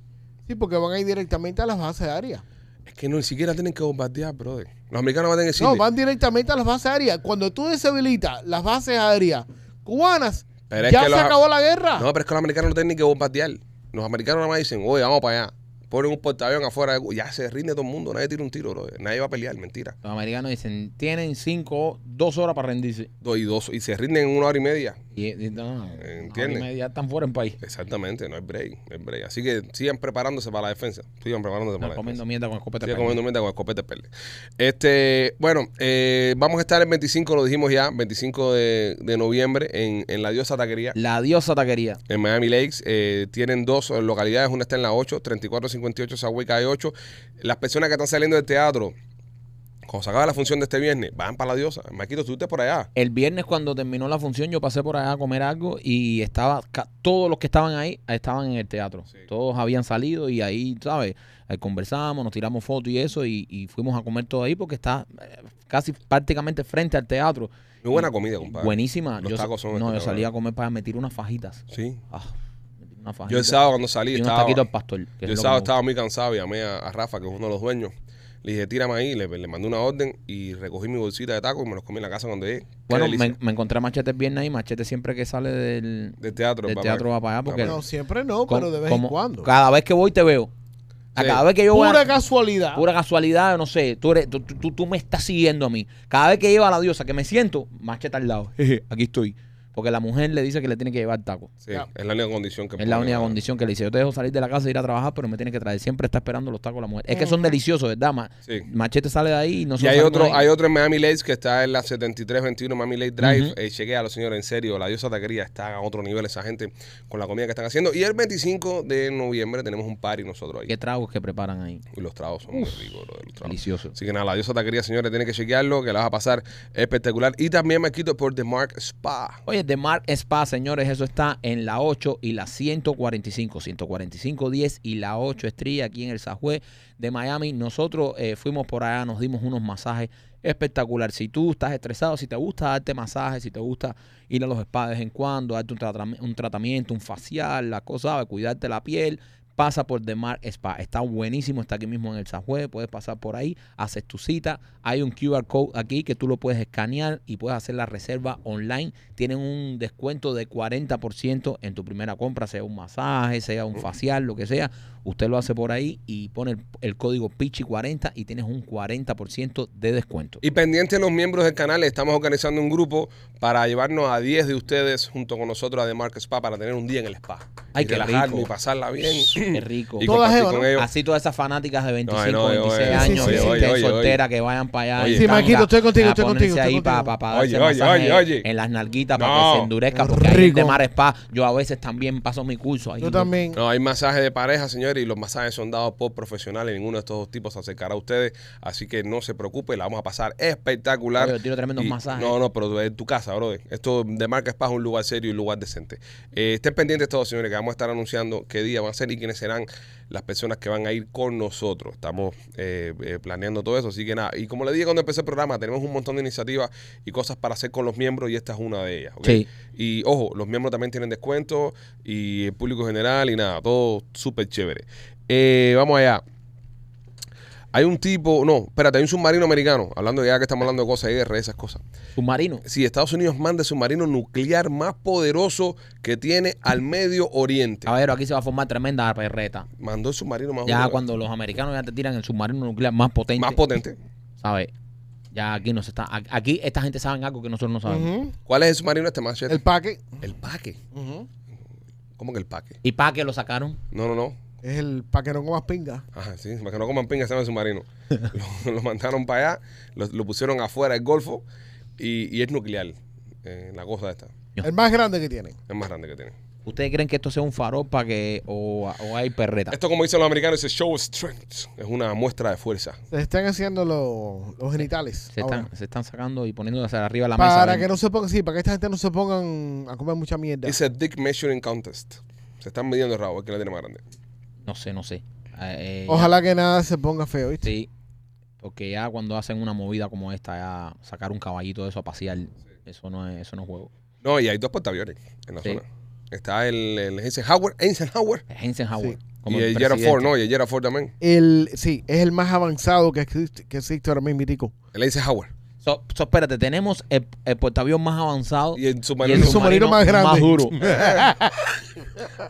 Speaker 3: Sí, porque van a ir directamente a las bases aéreas.
Speaker 1: Es que no, ni siquiera tienen que bombardear, brother. Los americanos van a decir,
Speaker 3: No, van directamente a las bases aéreas. Cuando tú deshabilitas las bases aéreas cubanas,
Speaker 1: Pero es
Speaker 3: ya
Speaker 1: que
Speaker 3: se
Speaker 1: los-
Speaker 3: acabó la guerra.
Speaker 1: no, pero es que los americanos no tienen ni que bombardear. Los americanos nada más dicen, oye, vamos para allá. Ponen un portaavión afuera, de Cuba. ya se rinde todo el mundo, nadie tira un tiro, brother. Nadie va a pelear, mentira.
Speaker 2: Los americanos dicen, tienen cinco, dos horas para rendirse.
Speaker 1: Do- Y, dos, y se rinden en una hora y media.
Speaker 2: Y, y no,
Speaker 1: Entiende.
Speaker 2: ahora y media Ya están fuera del país.
Speaker 1: Exactamente, no hay break, no hay break. Así que sigan preparándose para la defensa. Sigan preparándose para
Speaker 2: Están
Speaker 1: la
Speaker 2: comiendo
Speaker 1: defensa.
Speaker 2: mierda con escopeta.
Speaker 1: Sigan
Speaker 2: de
Speaker 1: comiendo mierda con escopeta de perle. Este, bueno, eh, vamos a estar el 25, lo dijimos ya, 25 de, de noviembre en, en la diosa taquería.
Speaker 2: perro. La diosa taquería.
Speaker 1: En Miami Lakes eh, tienen dos eh, localidades, una está en la 8, 3458 Southway Calle 8. Las personas que están saliendo del teatro, cuando se acaba la función de este viernes, van para la diosa. Maquito, tú estés por allá.
Speaker 2: El viernes cuando terminó la función yo pasé por allá a comer algo y estaba ca- todos los que estaban ahí estaban en el teatro. Todos habían salido y ahí, ¿sabes? Eh, Conversamos, nos tiramos fotos y eso y, y fuimos a comer todo ahí porque está eh, casi prácticamente frente al teatro.
Speaker 1: Muy buena comida, compadre.
Speaker 2: Buenísima.
Speaker 1: Los
Speaker 2: yo, sa-
Speaker 1: tacos son
Speaker 2: no, yo
Speaker 1: espectaculares.
Speaker 2: salí a comer para me tiré unas fajitas.
Speaker 1: Sí.
Speaker 2: Ah, me tiré unas fajitas.
Speaker 1: Yo el sábado cuando salí
Speaker 2: y unos
Speaker 1: estaba...
Speaker 2: taquitos al pastor. que
Speaker 1: Yo
Speaker 2: es lo que
Speaker 1: sábado
Speaker 2: me gusta.
Speaker 1: estaba muy cansado, llamé a, a Rafa, que es uno de los dueños. Le dije, tírame ahí, le, le mandé una orden y recogí mi bolsita de tacos y me los comí en la casa cuando llegué. Qué
Speaker 2: Bueno,
Speaker 1: delicia.
Speaker 2: me, me encontré a Machete el viernes ahí. Machete siempre que sale del,
Speaker 1: Del teatro.
Speaker 2: del
Speaker 1: papá.
Speaker 2: teatro va para allá porque...
Speaker 1: Papá.
Speaker 3: No, siempre no,
Speaker 2: com-
Speaker 3: Oh, pero de vez en
Speaker 2: como-
Speaker 3: cuando.
Speaker 2: Cada vez que voy te veo. A
Speaker 1: Sí.
Speaker 2: cada vez que yo voy... a-
Speaker 3: Pura casualidad.
Speaker 2: Pura casualidad, no sé. Tú, eres, tú, tú- tú- tú me estás siguiendo a mí. Cada vez que lleva a la diosa que me siento, macheta al lado. [LAUGHS] Jeje, aquí estoy. Porque la mujer le dice que le tiene que llevar taco.
Speaker 1: Sí,
Speaker 3: Ya.
Speaker 1: es la única condición que
Speaker 2: Es la
Speaker 1: pone,
Speaker 2: única
Speaker 1: ¿no?
Speaker 2: condición que le dice. Yo te dejo salir de la casa e ir a trabajar, pero me tienes que traer. Siempre está esperando los tacos la mujer. Es que son deliciosos, ¿verdad? Ma-
Speaker 1: Sí.
Speaker 2: Machete sale de ahí y
Speaker 1: Y
Speaker 2: nosotros
Speaker 1: hay
Speaker 2: salimos
Speaker 1: otro,
Speaker 2: de ahí.
Speaker 1: hay otro en Miami Lakes que está en la 7321 Miami Lake Drive.
Speaker 2: Ujú.
Speaker 1: Eh, chequea a los señores, en serio, la diosa taquería está a otro nivel esa gente con la comida que están haciendo. Y el 25 de noviembre tenemos un party nosotros ahí.
Speaker 2: ¿Qué tragos que preparan ahí?
Speaker 1: Y los tragos son muy ricos, bro, los tragos.
Speaker 2: Delicioso.
Speaker 1: Así que nada, la diosa taquería, señores, tienen que chequearlo, que la vas a pasar espectacular. Y también me quito por The Mark Spa.
Speaker 2: Oye, The Mark Spa, señores, eso está en la 8 y la 145, 145, 10 y la 8 estrella aquí en el Sajue de Miami. Nosotros eh, fuimos por allá, nos dimos unos masajes espectacular. Si tú estás estresado, si te gusta darte masajes, si te gusta ir a los spas de vez en cuando, darte un, tratam- un tratamiento, un facial, la cosa, ¿sabes? cuidarte la piel, pasa por The Mark Spa. Está buenísimo, está aquí mismo en el Sajue. Puedes pasar por ahí, haces tu cita. Hay un QR code aquí que tú lo puedes escanear y puedes hacer la reserva online. Tienen un descuento de 40% en tu primera compra, sea un masaje, sea un facial, lo que sea. Usted lo hace por ahí y pone el, el código PICHI40 y tienes un 40% de descuento.
Speaker 1: Y pendiente los miembros del canal, estamos organizando un grupo para llevarnos a 10 de ustedes junto con nosotros a The Mark Spa para tener un día en el spa.
Speaker 2: Ay,
Speaker 1: y
Speaker 2: qué
Speaker 1: relajarnos
Speaker 2: rico.
Speaker 1: y pasarla bien.
Speaker 2: Qué rico.
Speaker 1: [CLEARS THROAT] Y
Speaker 3: Toda
Speaker 1: compartir
Speaker 3: jeva,
Speaker 1: con
Speaker 3: ¿no?
Speaker 1: ellos.
Speaker 2: Así todas esas fanáticas de 25,
Speaker 1: No, no,
Speaker 2: 26
Speaker 1: oye,
Speaker 2: años,
Speaker 3: oye,
Speaker 2: que
Speaker 3: oye,
Speaker 2: estén
Speaker 1: oye,
Speaker 2: solteras, que vayan para allá.
Speaker 1: Oye.
Speaker 2: en
Speaker 1: Sí,
Speaker 2: tanga,
Speaker 3: Marquito, estoy contigo,
Speaker 2: a
Speaker 3: estoy
Speaker 2: ponerse
Speaker 3: contigo, estoy
Speaker 2: ahí para
Speaker 3: contigo.
Speaker 1: Oye,
Speaker 2: darse
Speaker 1: oye,
Speaker 2: masaje
Speaker 1: oye, oye.
Speaker 2: en las nalguitas para
Speaker 1: No.
Speaker 2: que se endurezcan, porque ahí en
Speaker 3: Rico.
Speaker 2: de mar spa, yo a veces también paso mi curso ahí.
Speaker 3: Yo también.
Speaker 1: No, hay masajes de pareja, señores, y los masajes son dados por profesionales. Ninguno de estos dos tipos se acercará a ustedes. Así que no se preocupe, la vamos a pasar espectacular.
Speaker 2: Oye, yo tiro tremendos
Speaker 1: Y-
Speaker 2: masajes.
Speaker 1: No, no, pero en tu casa, brother. Esto de Marca Spa es un lugar serio y un lugar decente. Eh, estén pendientes todos, señores, que vamos a estar anunciando qué día van a ser y quiénes serán las personas que van a ir con nosotros. Estamos eh, eh, planeando todo eso, así que nada. Y como le dije cuando empecé el programa, tenemos un montón de iniciativas y cosas para hacer con los miembros y esta es una de ellas. ¿ok?
Speaker 2: Sí.
Speaker 1: Y ojo, los miembros también tienen descuento y el público general y nada, todo súper chévere. Eh, vamos allá. Hay un tipo, no, espérate, hay un submarino americano, hablando ya que estamos hablando de cosas de guerra, esas cosas.
Speaker 2: Submarino.
Speaker 1: Si Estados Unidos manda el submarino nuclear más poderoso que tiene al Medio Oriente.
Speaker 2: Caballero, aquí se va a formar tremenda perreta.
Speaker 1: Mandó el submarino más
Speaker 2: Ah. Ya
Speaker 1: poderoso.
Speaker 2: cuando los americanos ya te tiran el submarino nuclear más potente,
Speaker 1: más potente.
Speaker 2: ¿sabes? Ya aquí nos está, aquí esta gente sabe algo que nosotros no sabemos.
Speaker 3: Ujú.
Speaker 1: ¿Cuál es el submarino este machete?
Speaker 3: El paque.
Speaker 1: El paque.
Speaker 3: Ujú.
Speaker 1: ¿Cómo que el paque?
Speaker 2: ¿Y para qué lo sacaron?
Speaker 1: No, no, no.
Speaker 3: Es el paquerón con más pinga.
Speaker 1: Ajá, sí, para que no coman pingas, se llama el
Speaker 2: [LAUGHS]
Speaker 1: submarino. lo, lo mandaron para allá, lo, lo pusieron afuera del Golfo y, y es nuclear. eh, la cosa esta.
Speaker 2: Yo.
Speaker 3: El más grande que tienen.
Speaker 1: Es más grande que tiene.
Speaker 2: ¿Ustedes creen que esto sea un farol para que o, o hay perreta?
Speaker 1: Esto, como dicen los americanos, es show strength. Es una muestra de fuerza.
Speaker 3: Se están haciendo los- los genitales.
Speaker 2: Se
Speaker 3: ahora.
Speaker 2: están, se están sacando y poniendo hacia arriba de la mesa.
Speaker 3: Ah, Para
Speaker 2: ven.
Speaker 3: que no se pongan, sí, para que esta gente no se pongan a comer mucha mierda.
Speaker 1: It's a dick measuring contest. Se están midiendo el rabo, el que la tiene más grande.
Speaker 2: No sé, no sé. Eh, eh,
Speaker 3: Ojalá que nada se ponga feo,
Speaker 2: ya-
Speaker 3: ¿viste?
Speaker 2: sí. Porque ya cuando hacen una movida como esta, ya sacar un caballito de eso a pasear, eso no es, eso no es juego.
Speaker 1: No, y hay dos portaaviones en la
Speaker 2: Sí.
Speaker 1: zona. Está el, el Eisenhower, Eisenhower
Speaker 2: Eisenhower. como
Speaker 1: y el Gerald
Speaker 2: presidente.
Speaker 1: Ford, ¿no? Y el Gerald Ford también.
Speaker 3: El, sí, es el más avanzado que existe, que existe ahora mismo, tico.
Speaker 1: El Eisenhower.
Speaker 2: So, so, espérate, tenemos el, el portaavión más avanzado
Speaker 1: Y el
Speaker 2: Oh, y
Speaker 1: submarino.
Speaker 2: el
Speaker 3: submarino más grande.
Speaker 2: Más duro.
Speaker 1: [LAUGHS]
Speaker 3: [LAUGHS]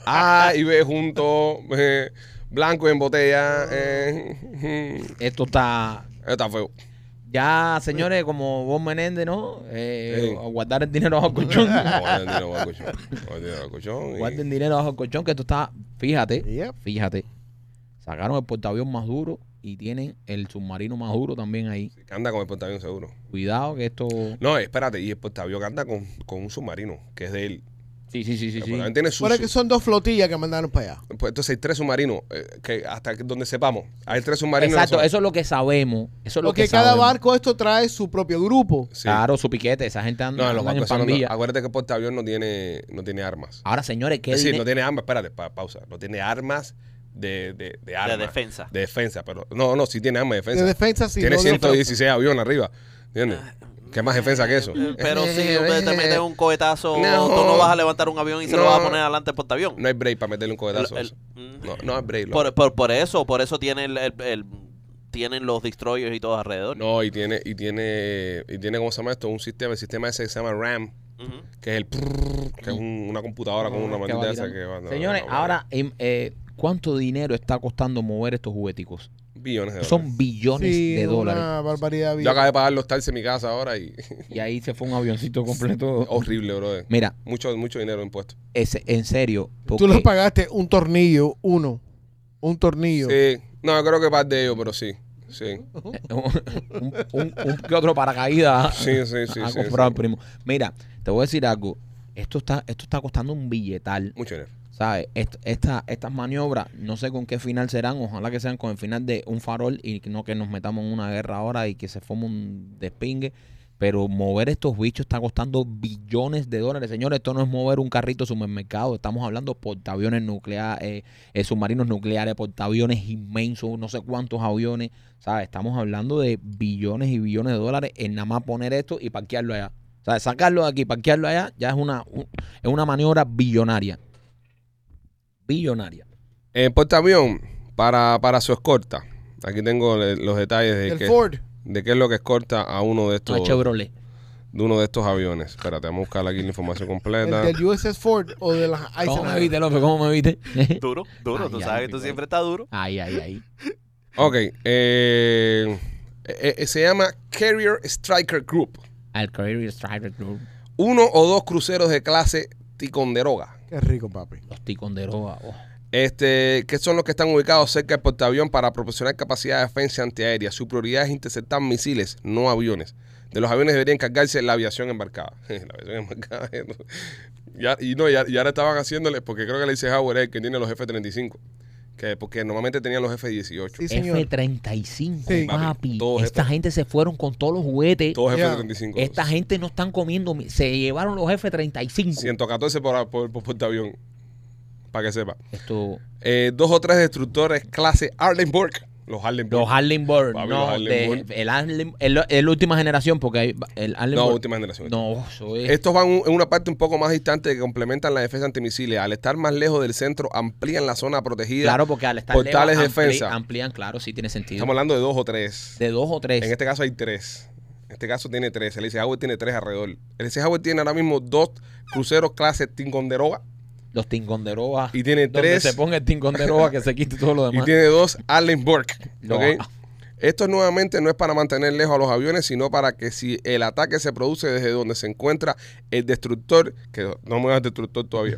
Speaker 1: A y B junto, eh, blanco en botella. eh, [LAUGHS]
Speaker 2: Esto está.
Speaker 1: está feo.
Speaker 2: Ya, señores, como vos Menéndez, ¿no? Eh,
Speaker 1: Sí.
Speaker 2: a guardar el dinero bajo
Speaker 1: [LAUGHS]
Speaker 2: el colchón.
Speaker 1: Guarden dinero bajo el colchón. Guarden dinero bajo el colchón y-
Speaker 2: Guarden dinero bajo el colchón, que esto está. Fíjate.
Speaker 3: Yep.
Speaker 2: Fíjate, sacaron el portaavión más duro y tienen el submarino más duro también ahí.
Speaker 1: Anda con el portaavión seguro.
Speaker 2: Cuidado que esto...
Speaker 1: No, espérate, y el portaavión anda con, con un submarino, que es de él.
Speaker 2: Sí, sí, sí, sí.
Speaker 1: El
Speaker 2: sí.
Speaker 1: portaavión tiene su,
Speaker 3: Ahora
Speaker 1: su-
Speaker 3: que son dos flotillas que mandaron para allá.
Speaker 1: Pues entonces hay tres submarinos, eh, que hasta que- donde sepamos. Hay tres submarinos. en la
Speaker 2: Exacto,
Speaker 1: zona.
Speaker 2: eso es lo que sabemos. Eso es lo
Speaker 3: Porque
Speaker 2: que
Speaker 3: cada
Speaker 2: sabemos.
Speaker 3: barco esto trae su propio grupo.
Speaker 1: Sí.
Speaker 2: Claro, su piquete, esa gente anda,
Speaker 1: No, en los
Speaker 2: andan en
Speaker 1: barcos eso no-
Speaker 2: pandilla.
Speaker 1: Acuérdate que el portaavión no tiene, no tiene armas.
Speaker 2: Ahora, señores, ¿qué
Speaker 1: Es decir,
Speaker 2: dine-
Speaker 1: no tiene armas, espérate, pa- pausa. No tiene armas de, de, de armas.
Speaker 4: defensa.
Speaker 1: De defensa, pero. No, no, sí tiene armas de defensa.
Speaker 3: De defensa, sí.
Speaker 1: tiene
Speaker 3: no de ofensa.
Speaker 1: 116 aviones arriba. ¿Entiendes? ¿Qué más defensa que eso?
Speaker 4: Ah, Eh, Pero si usted te mete un cohetazo,
Speaker 1: No.
Speaker 4: tú no vas a levantar un avión y se lo
Speaker 1: No.
Speaker 4: vas a poner adelante del portaavión.
Speaker 1: No hay break para meterle un cohetazo. a
Speaker 4: El-
Speaker 1: eso.
Speaker 4: el-
Speaker 1: no, no hay break. loco.
Speaker 4: por, por, por eso, por eso tiene el, el- el- tienen los destroyers y todo alrededor.
Speaker 1: No, y tiene, y tiene, y tiene, ¿cómo se llama esto? Un sistema, el sistema ese que se llama RAM,
Speaker 4: Ujú.
Speaker 1: que es el prrrr, que es un- una computadora con una
Speaker 2: que
Speaker 1: maldita
Speaker 2: va
Speaker 1: esa
Speaker 2: tirando.
Speaker 1: que va- no,
Speaker 2: Señores,
Speaker 1: no, no, no.
Speaker 2: ahora, em, eh, ¿cuánto dinero está costando mover estos jugueticos?
Speaker 1: Billones de dólares.
Speaker 2: Son billones
Speaker 3: Sí,
Speaker 2: de dólares.
Speaker 3: Una barbaridad.
Speaker 1: Yo acabé de pagar los taxis en mi casa ahora y [LAUGHS]
Speaker 2: Y ahí se fue un avioncito completo.
Speaker 1: horrible, brother.
Speaker 2: Mira,
Speaker 1: Mucho, mucho dinero impuesto.
Speaker 2: ese, en serio.
Speaker 3: Tú
Speaker 2: Porque
Speaker 3: le pagaste un tornillo, uno. Un tornillo.
Speaker 1: Sí. No, yo creo que par de ellos, pero sí. Sí,
Speaker 2: [LAUGHS] un, un- un que otro paracaídas
Speaker 1: sí, sí, sí.
Speaker 3: Ah,
Speaker 2: ha
Speaker 1: sí,
Speaker 2: Ah, comprado
Speaker 1: sí.
Speaker 2: el primo. Mira, te voy a decir algo. Esto está, esto está costando un billetal.
Speaker 1: Mucho dinero.
Speaker 2: ¿Sabes? Est- esta- estas maniobras, no sé con qué final serán, ojalá que sean con el final de un farol y no que nos metamos en una guerra ahora y que se forme un despingue. Pero mover estos bichos está costando billones de dólares. Señores, esto no es mover un carrito de supermercado. Estamos hablando portaaviones nucleares, eh, eh, submarinos nucleares, portaaviones inmensos, no sé cuántos aviones. ¿Sabes? Estamos hablando de billones y billones de dólares en nada más poner esto y parquearlo allá. O sea, sacarlo de aquí, parquearlo allá, ya es una, un- es una maniobra billonaria billonaria.
Speaker 1: El portaavión para, para su escorta. Aquí tengo le- los detalles de
Speaker 3: el
Speaker 1: qué,
Speaker 3: Ford.
Speaker 1: de qué es lo que escorta a uno de
Speaker 2: No
Speaker 1: estos
Speaker 2: es Chevrolet.
Speaker 1: de uno de estos aviones. Espérate, vamos a buscar aquí la información
Speaker 3: El
Speaker 1: completa.
Speaker 3: del USS Ford o de las
Speaker 2: ¿Cómo me
Speaker 3: Eisenhower.
Speaker 2: viste, López? ¿Cómo me
Speaker 1: [LAUGHS]
Speaker 2: viste?
Speaker 4: Duro, duro.
Speaker 2: Ay,
Speaker 4: tú
Speaker 2: ay,
Speaker 4: sabes que tú
Speaker 2: mi
Speaker 4: siempre estás duro.
Speaker 2: ay, ay, ay.
Speaker 1: Ok, eh, eh, eh, se llama Carrier Striker Group.
Speaker 2: Al Career Strider Group.
Speaker 1: Uno o dos cruceros de clase Ticonderoga.
Speaker 3: Qué rico, papi.
Speaker 2: Los Ticonderoga. oh.
Speaker 1: Este, que son los que están ubicados cerca del portaavión para proporcionar capacidad de defensa antiaérea. Su prioridad es interceptar misiles, no aviones. De los aviones debería encargarse la aviación embarcada. [LAUGHS] la aviación embarcada. [LAUGHS] Ya- y no, ya, y ahora estaban haciéndole, porque creo que le dice Howard es el que tiene los F-35. Que, porque normalmente tenían los F-18.
Speaker 3: Sí, señor.
Speaker 2: F-35,
Speaker 3: Sí.
Speaker 1: Papi,
Speaker 2: papi.
Speaker 1: todos
Speaker 2: Esta
Speaker 1: estos-
Speaker 2: gente se fueron con todos los juguetes.
Speaker 1: Todos
Speaker 3: Ya.
Speaker 1: F-35.
Speaker 2: Esta gente no están comiendo. mi- Se llevaron los F-35.
Speaker 1: 114 por, por, por portaavión. Para que sepa.
Speaker 2: Esto,
Speaker 1: Eh, dos o tres destructores clase Arlenburg. Los Arlenburg.
Speaker 2: los Harlem Bird.
Speaker 1: Papi, los
Speaker 2: No,
Speaker 1: Harlem
Speaker 2: de-
Speaker 1: Bird.
Speaker 2: el, Harlem- el, el última generación, porque hay, el Harlem
Speaker 1: no,
Speaker 2: Bird-
Speaker 1: última generación.
Speaker 2: No, eso es.
Speaker 1: Estos van un- en una parte un poco más distante que complementan la defensa antimisiles. Al estar más lejos del centro, amplían la zona protegida.
Speaker 2: Claro, porque al estar
Speaker 1: Portales
Speaker 2: lejos, ampli-
Speaker 1: defensa.
Speaker 2: amplían, claro, sí tiene sentido.
Speaker 1: Estamos hablando de dos o tres.
Speaker 2: De dos o tres.
Speaker 1: En este caso hay tres. En este caso tiene tres. El Eisenhower tiene tres alrededor. El Eisenhower tiene ahora mismo dos cruceros clase Ticonderoga
Speaker 2: Los Tingonderoa.
Speaker 1: y tiene
Speaker 2: Donde
Speaker 1: tres
Speaker 2: se ponga el Tingonderoa que se quite todo
Speaker 1: [LAUGHS]
Speaker 2: lo
Speaker 1: Y
Speaker 2: demás.
Speaker 1: tiene dos Allenburg.
Speaker 2: No.
Speaker 1: ¿ok? Esto nuevamente no es para mantener lejos a los aviones, sino para que si el ataque se produce desde donde se encuentra el destructor, que no muevas el destructor todavía,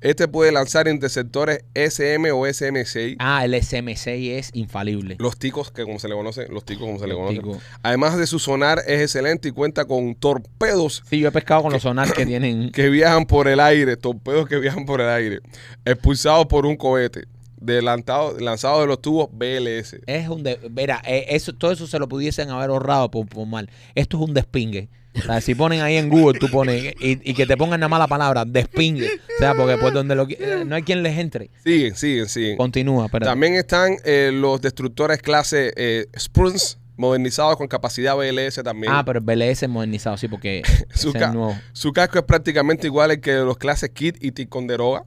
Speaker 1: este puede lanzar interceptores SM o SM6,
Speaker 2: Ah, el SM6 es infalible.
Speaker 1: los ticos, que como se le conoce, los ticos como se le
Speaker 2: Los
Speaker 1: conoce.
Speaker 2: ticos.
Speaker 1: Además de su sonar es excelente y cuenta con torpedos
Speaker 2: Sí, yo he pescado con los sonar que
Speaker 1: [COUGHS]
Speaker 2: tienen.
Speaker 1: que viajan por el aire, torpedos que viajan por el aire, expulsados por un cohete, delantado- lanzado de los tubos BLS.
Speaker 2: Es un de, verá, eh, eso, todo eso se lo pudiesen haber ahorrado por, por mal. Esto es un despingue. O sea, si ponen ahí en Google, tú pones y, y que te pongan la mala palabra, despingue. O sea, porque por donde lo qui- eh, no hay quien les entre.
Speaker 1: Siguen, siguen, siguen.
Speaker 2: Continúa, espérate.
Speaker 1: También están eh, los destructores clase eh, Spruance, modernizados con capacidad BLS también.
Speaker 2: ah, pero el BLS modernizado, sí, porque ese
Speaker 1: [LAUGHS] su,
Speaker 2: es
Speaker 1: ca-
Speaker 2: nuevo.
Speaker 1: su casco es prácticamente igual al que de los clases Kid y Ticonderoga.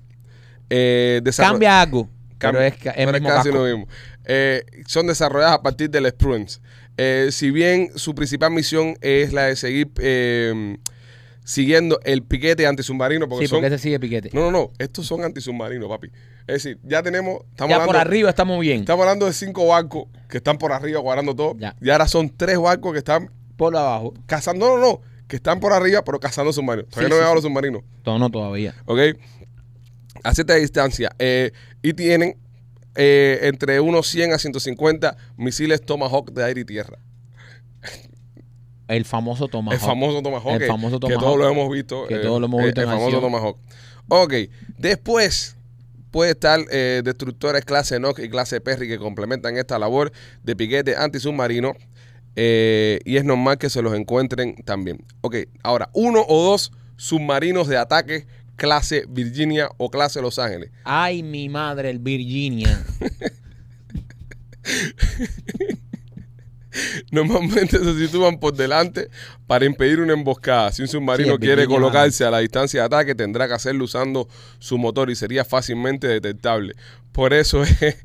Speaker 1: Eh, desarro-
Speaker 2: Cambia algo.
Speaker 1: cam-
Speaker 2: Pero es, ca- es
Speaker 1: pero es
Speaker 2: mismo
Speaker 1: casi lo
Speaker 2: casco.
Speaker 1: mismo. Eh, son desarrolladas a partir del Spruance. Eh, si bien su principal misión es la de seguir eh, siguiendo el piquete antisubmarino, porque
Speaker 2: Sí,
Speaker 1: son...
Speaker 2: porque ese sigue piquete.
Speaker 1: No, no, no, estos son antisubmarinos, papi. Es decir, ya tenemos... Estamos
Speaker 2: ya por
Speaker 1: hablando-
Speaker 2: arriba estamos bien.
Speaker 1: Estamos hablando de cinco barcos que están por arriba guardando todo.
Speaker 2: Ya.
Speaker 1: Y ahora son tres barcos que están
Speaker 2: Por abajo.
Speaker 1: cazando. No, no, no. Que están por arriba, pero cazando submarinos. Todavía
Speaker 2: Sí,
Speaker 1: no
Speaker 2: sí,
Speaker 1: he llegado
Speaker 2: sí.
Speaker 1: los submarinos.
Speaker 2: No, no todavía.
Speaker 1: ¿Ok? A cierta distancia. eh, y tienen eh, entre unos 100 a 150 misiles Tomahawk de aire y tierra.
Speaker 2: El famoso Tomahawk.
Speaker 1: El famoso Tomahawk.
Speaker 2: El
Speaker 1: que-
Speaker 2: famoso
Speaker 1: Que
Speaker 2: Tomahawk.
Speaker 1: todos lo hemos visto.
Speaker 2: Que
Speaker 1: eh,
Speaker 2: todos lo hemos
Speaker 1: eh,
Speaker 2: visto
Speaker 1: El,
Speaker 2: en
Speaker 1: famoso
Speaker 2: acción.
Speaker 1: Tomahawk. Ok. Después puede estar eh, destructores clase Nock y clase Perry que complementan esta labor de piquete antisubmarino. eh, y es normal que se los encuentren también. Ok. Ahora, uno o dos submarinos de ataque clase Virginia o clase Los Ángeles.
Speaker 2: Ay, mi madre, el Virginia.
Speaker 1: Normalmente [LAUGHS] se sitúan por delante para impedir una emboscada. Si un submarino
Speaker 2: Sí, es
Speaker 1: quiere
Speaker 2: Virginia,
Speaker 1: colocarse a la distancia de ataque, tendrá que hacerlo usando su motor y sería fácilmente detectable. Por eso [LAUGHS] es,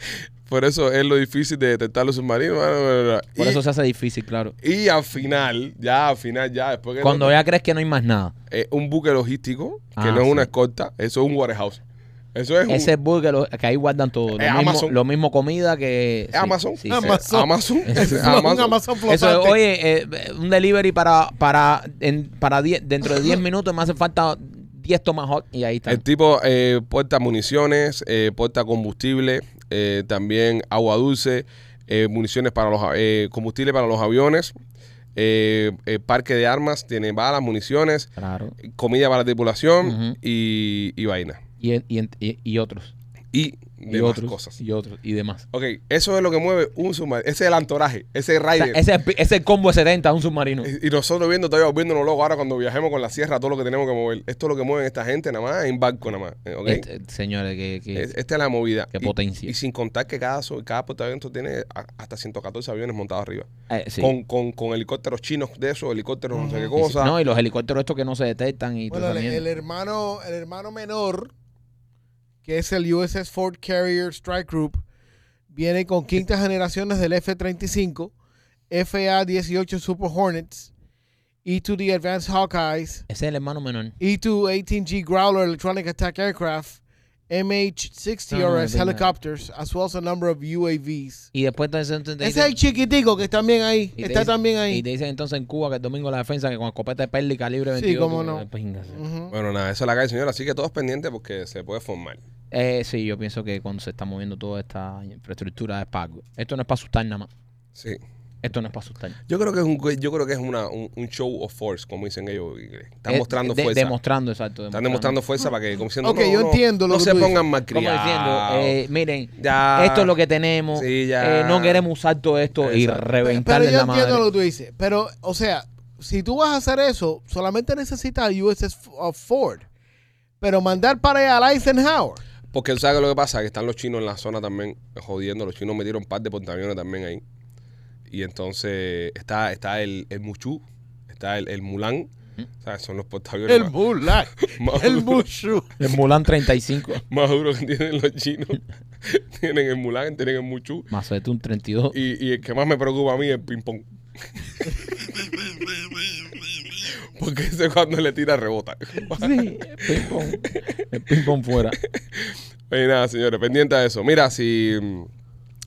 Speaker 1: por eso es lo difícil de detectar los submarinos. [LAUGHS]
Speaker 2: Por
Speaker 1: Y,
Speaker 2: eso se hace difícil, claro.
Speaker 1: y al final, ya al final, ya después que
Speaker 2: Cuando ya crees que no hay más nada.
Speaker 1: eh, un buque logístico, que
Speaker 2: Ah,
Speaker 1: no es una
Speaker 2: sí.
Speaker 1: escolta, eso es un warehouse. Eso es un-
Speaker 2: Ese burger lo- que ahí guardan todo. Lo,
Speaker 1: Es
Speaker 2: mismo,
Speaker 1: Amazon.
Speaker 2: lo mismo comida que. sí,
Speaker 1: Amazon.
Speaker 2: sí, sí.
Speaker 3: Amazon.
Speaker 1: Amazon.
Speaker 3: Es un Amazon,
Speaker 2: Eso es,
Speaker 3: flotante.
Speaker 2: oye, eh, un delivery para para en- para diez- dentro
Speaker 1: [LAUGHS]
Speaker 2: de 10 minutos me hace falta 10 tomahawk y ahí está.
Speaker 1: El tipo eh, porta municiones, eh, porta combustible, eh, también agua dulce, eh, municiones para los a- eh, combustible para los aviones, eh, eh, parque de armas, tiene balas, municiones,
Speaker 2: Claro.
Speaker 1: comida para la tripulación
Speaker 2: Ujú.
Speaker 1: y, y vaina.
Speaker 2: Y, en- y en- y- y otros.
Speaker 1: Y
Speaker 2: Y
Speaker 1: demás
Speaker 2: otros.
Speaker 1: cosas.
Speaker 2: Y otros. Y demás.
Speaker 1: Ok, eso es lo que mueve un submarino. Ese es el antoraje, ese
Speaker 2: O sea,
Speaker 1: rider.
Speaker 2: ese, es pi- ese es el combo de 70, un submarino.
Speaker 1: Y y nosotros viendo, todavía volviéndonos locos ahora cuando viajemos con la sierra, todo lo que tenemos que mover. Esto es lo que mueven esta gente nada más, en barco nada más. eh, ¿ok?
Speaker 2: Este- señores, que, que-
Speaker 1: Es- Esta es la movida.
Speaker 2: Qué
Speaker 1: Y-
Speaker 2: potencia.
Speaker 1: Y sin contar que cada, so- cada portaaviones tiene a- hasta 114 aviones montados arriba.
Speaker 2: eh, sí.
Speaker 1: Con, con, con helicópteros chinos de esos, helicópteros no sé qué
Speaker 2: Sí, sí.
Speaker 1: cosa.
Speaker 2: No, y los helicópteros estos que no se detectan y
Speaker 3: Bueno,
Speaker 2: toda
Speaker 3: el,
Speaker 2: esa
Speaker 3: el
Speaker 2: mierda.
Speaker 3: hermano, el hermano menor, que es el USS Ford Carrier Strike Group, viene con quinta generaciones del F-35, FA-18 Super Hornets, E-2D Advanced Hawkeyes,
Speaker 2: Ese es el hermano menor.
Speaker 3: E E-2-18G Growler Electronic Attack Aircraft,
Speaker 2: No, no,
Speaker 3: MH-60RS
Speaker 2: es verdad.
Speaker 3: helicopters, as well as a number of UAVs.
Speaker 2: Y después entonces, entonces,
Speaker 3: Ese es el chiquitico que está bien ahí.
Speaker 2: y te
Speaker 3: Está
Speaker 2: dicen-
Speaker 3: también
Speaker 2: Y
Speaker 3: ahí.
Speaker 2: te dicen entonces en Cuba que el domingo la defensa que con escopeta de perla y calibre
Speaker 3: Sí,
Speaker 2: 22.
Speaker 3: cómo
Speaker 2: tú-
Speaker 3: no.
Speaker 2: eh, pinga, sí.
Speaker 3: Ujú.
Speaker 1: Bueno, nada, esa es la calle, señora. Así que todos pendientes porque se puede formar.
Speaker 2: Eh, sí, yo pienso que cuando se está moviendo toda esta infraestructura es para Esto no es para asustar nada más.
Speaker 1: Sí.
Speaker 2: Esto no es para asustar.
Speaker 1: Yo creo que es un yo creo que es una, un, un show of force, como dicen ellos en inglés. Están
Speaker 2: Eh,
Speaker 1: mostrando
Speaker 2: de-
Speaker 1: fuerza.
Speaker 2: Demostrando, exacto.
Speaker 1: Están demostrando fuerza para que, como diciendo,
Speaker 3: Ok,
Speaker 1: no,
Speaker 3: yo
Speaker 1: no,
Speaker 3: entiendo lo
Speaker 1: no
Speaker 3: que
Speaker 1: se
Speaker 3: tú dices.
Speaker 1: pongan
Speaker 2: Como diciendo,
Speaker 1: malcriados.
Speaker 2: eh, miren,
Speaker 1: Ya.
Speaker 2: esto es lo que tenemos.
Speaker 1: Sí, ya.
Speaker 2: eh, no queremos usar todo esto y
Speaker 1: Exacto.
Speaker 3: Pero
Speaker 2: reventarle
Speaker 3: yo
Speaker 2: la
Speaker 3: entiendo
Speaker 2: madre.
Speaker 3: lo que tú dices. Pero, o sea, si tú vas a hacer eso, solamente necesitas USS F- uh, Ford. Pero mandar para allá al Eisenhower.
Speaker 1: Porque tú sabes lo que pasa, que están los chinos en la zona también jodiendo. Los chinos metieron un par de portaaviones también ahí. Y entonces está, está el, el Muchu, está el, el Mulan. O sea, son los portaaviones más,
Speaker 3: Mulak.
Speaker 1: [LAUGHS] más duros,
Speaker 2: [LAUGHS]
Speaker 3: Mushu.
Speaker 2: El Mulan 35.
Speaker 1: más duros que tienen los chinos. tienen el Mulan, tienen el Muchu.
Speaker 2: Macete un 32.
Speaker 1: Y, y el que más me preocupa a mí es el ping-pong. Porque ese cuando le tira rebota.
Speaker 2: Sí, ping pong. El ping pong fuera.
Speaker 1: Oye, nada, señores, pendiente a eso. Mira, si,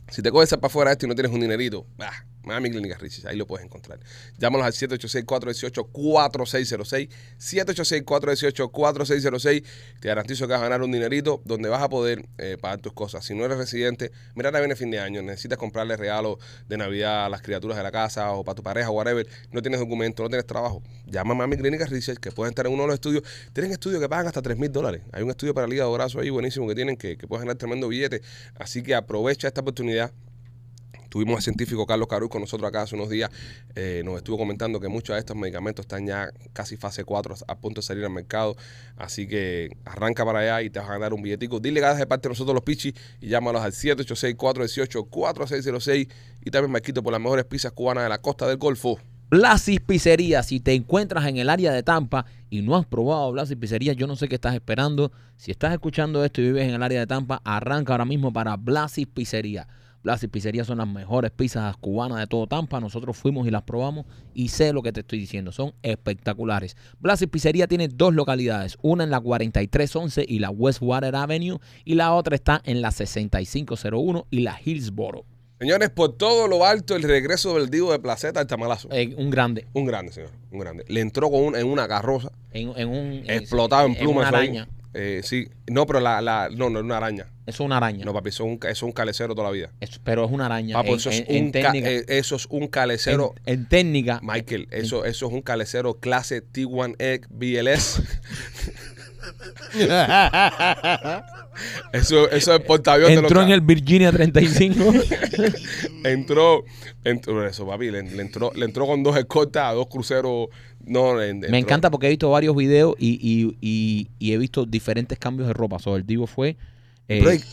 Speaker 1: si te coges para afuera esto y no tienes un dinerito, bah, Miami Clínica Richie, ahí lo puedes encontrar. Llámalos al 786-418-4606. 786-418-4606. Te garantizo que vas a ganar un dinerito donde vas a poder eh, pagar tus cosas. Si no eres residente, mira, ahora viene fin de año, necesitas comprarle regalos de Navidad a las criaturas de la casa o para tu pareja, whatever. No tienes documento, no tienes trabajo. Llama a Miami Clínica Research, que puedes estar en uno de los estudios. Tienen estudios que pagan hasta 3 mil dólares. Hay un estudio para Liga de Brazo ahí buenísimo que tienen que, que puedes ganar tremendo billete. Así que aprovecha esta oportunidad. Tuvimos al científico Carlos Caruz con nosotros acá hace unos días. Eh, nos estuvo comentando que muchos de estos medicamentos están ya casi fase 4, a punto de salir al mercado. Así que arranca para allá y te vas a ganar un billetico. Dile que hagas de parte de nosotros los pichis y llámalos al 786-418-4606. Y también me quito por las mejores pizzas cubanas de la costa del Golfo.
Speaker 2: Blasis Pizzería, si te encuentras en el área de Tampa y no has probado Blasis Pizzería, yo no sé qué estás esperando. Si estás escuchando esto y vives en el área de Tampa, arranca ahora mismo para Blasis Pizzería. Blasis Pizzería son las mejores pizzas cubanas de todo Tampa. Nosotros fuimos y las probamos y sé lo que te estoy diciendo. Son espectaculares. Blasis Pizzería tiene dos localidades. Una en la 4311 y la Westwater Avenue y la otra está en la 6501 y la Hillsboro.
Speaker 1: Señores, por todo lo alto, el regreso del Divo de Placeta al Tamalazo.
Speaker 2: Eh, un grande.
Speaker 1: Un grande, señor. Un grande. Le entró con un- en una carroza,
Speaker 2: En, en un,
Speaker 1: explotado en, plumas.
Speaker 2: una
Speaker 1: ahí.
Speaker 2: araña.
Speaker 1: Eh, sí. No, pero la, la- No, no es una araña.
Speaker 2: Es una araña.
Speaker 1: No, papi, eso es un, ca- eso es un calecero toda la vida.
Speaker 2: Es- pero es una araña.
Speaker 1: Papo,
Speaker 2: en,
Speaker 1: eso, es
Speaker 2: en- en
Speaker 1: un ca-
Speaker 2: técnica.
Speaker 1: eh, eso es un calecero.
Speaker 2: en, en técnica.
Speaker 1: Michael, eso, eso es un calecero clase T1X BLS. [LAUGHS] eso, eso es el portaavión de los
Speaker 2: Entró en
Speaker 1: ca-
Speaker 2: el
Speaker 1: [LAUGHS]
Speaker 2: Virginia 35.
Speaker 1: entró, entró eso, papi, le, le entró, le entró con dos escoltas a dos cruceros. No, le- entró-
Speaker 2: Me encanta porque he visto varios videos y, y- y- y he visto diferentes cambios de ropa. So, el Divo fue. eh,
Speaker 1: Break.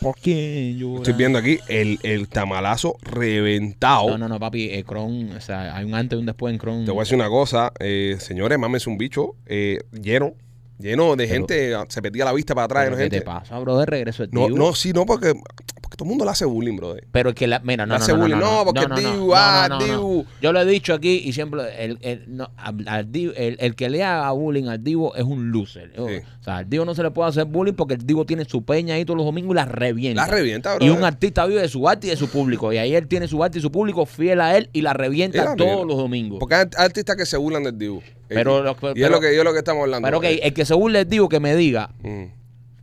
Speaker 2: ¿Por qué llora?
Speaker 1: Estoy viendo aquí el, el tamalazo reventado.
Speaker 2: No, no, no, papi. eh, Kron, o sea, hay un antes y un después en Kron.
Speaker 1: Te voy a decir una cosa, eh, señores, mames un bicho eh, lleno, lleno de
Speaker 2: Pero-
Speaker 1: gente, ah, se perdía la vista para atrás.
Speaker 2: Pero
Speaker 1: lleno de
Speaker 2: ¿Qué te
Speaker 1: gente.
Speaker 2: pasa, bro? De regreso el
Speaker 1: No,
Speaker 2: Divo.
Speaker 1: no, sí, no, porque, porque Porque todo el mundo le hace bullying, brother.
Speaker 2: Pero el que la. Mira, no,
Speaker 1: La
Speaker 2: no, no, no,
Speaker 1: cebuli-
Speaker 2: no,
Speaker 1: no,
Speaker 2: no,
Speaker 1: porque
Speaker 2: no, no,
Speaker 1: Dibu,
Speaker 2: no, no,
Speaker 1: ah,
Speaker 2: no, no.
Speaker 1: Dibu.
Speaker 2: Yo lo he dicho aquí y siempre. El, el, no, al- al Dibu- el- el que le haga bullying al Divo es un loser. O sea, al Divo no se le puede hacer bullying porque el Divo tiene su peña ahí todos los domingos y la revienta.
Speaker 1: La revienta,
Speaker 2: Y
Speaker 1: brother.
Speaker 2: un artista vive de su arte y de su público. Y ahí él tiene su arte y su público fiel a él y la revienta
Speaker 1: Y la
Speaker 2: todos
Speaker 1: mierda.
Speaker 2: los domingos.
Speaker 1: Porque hay art- artistas que se burlan del Dibu.
Speaker 2: Pero
Speaker 1: y
Speaker 2: los- pero-
Speaker 1: es lo que, y es lo que estamos hablando. eh.
Speaker 2: Pero ok, el que se burle del Divo que me diga,
Speaker 1: Mm.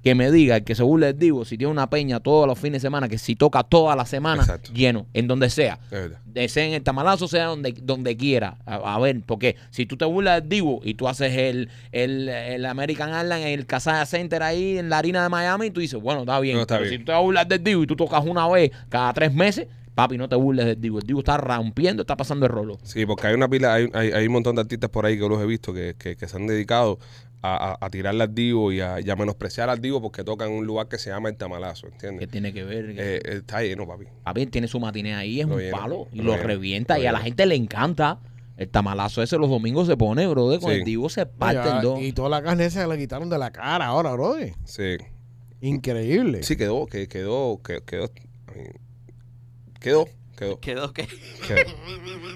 Speaker 2: que me diga, el que se burle del Divo, si tiene una peña todos los fines de semana, que si toca toda la semana,
Speaker 1: Exacto.
Speaker 2: lleno, en donde sea.
Speaker 1: Es verdad.
Speaker 2: de- sea en el tamalazo, sea donde, donde quiera. A, a ver, porque si tú te burlas del Divo y tú haces el, el, el American Airlines, el Casaya Center ahí en la harina de Miami, tú dices, bueno, está bien.
Speaker 1: No, está
Speaker 2: Pero
Speaker 1: bien.
Speaker 2: Si tú te vas a burlar del Divo y tú tocas una vez cada tres meses, papi, no te burles del Divo. El Divo está rompiendo, está pasando el rolo.
Speaker 1: Sí, porque hay una pila, hay, hay, hay un montón de artistas por ahí que yo los he visto que, que, que se han dedicado a, a, a tirarle al Divo y a, y a menospreciar al Divo porque tocan en un lugar que se llama el Tamalazo,
Speaker 2: ¿Qué
Speaker 1: ¿entiendes?
Speaker 2: tiene que ver?
Speaker 1: Eh, eh, está lleno, papi.
Speaker 2: Papi, él tiene su matiné ahí, es
Speaker 1: Lo
Speaker 2: un
Speaker 1: llena,
Speaker 2: palo. Y
Speaker 1: lo
Speaker 2: lo
Speaker 1: llena,
Speaker 2: revienta.
Speaker 1: lo
Speaker 2: y a la
Speaker 1: llena.
Speaker 2: gente le encanta. El tamalazo ese los domingos se pone, bro. Con
Speaker 1: Sí.
Speaker 2: el divo se parten
Speaker 3: Ya,
Speaker 2: dos.
Speaker 3: Y toda la carne esa la quitaron de la cara ahora, bro.
Speaker 1: Sí.
Speaker 3: Increíble.
Speaker 1: Sí, quedó, que- quedó, que- quedó, I mean, quedó, quedó,
Speaker 4: Quedó que. [LAUGHS]
Speaker 2: [LAUGHS]
Speaker 1: quedó.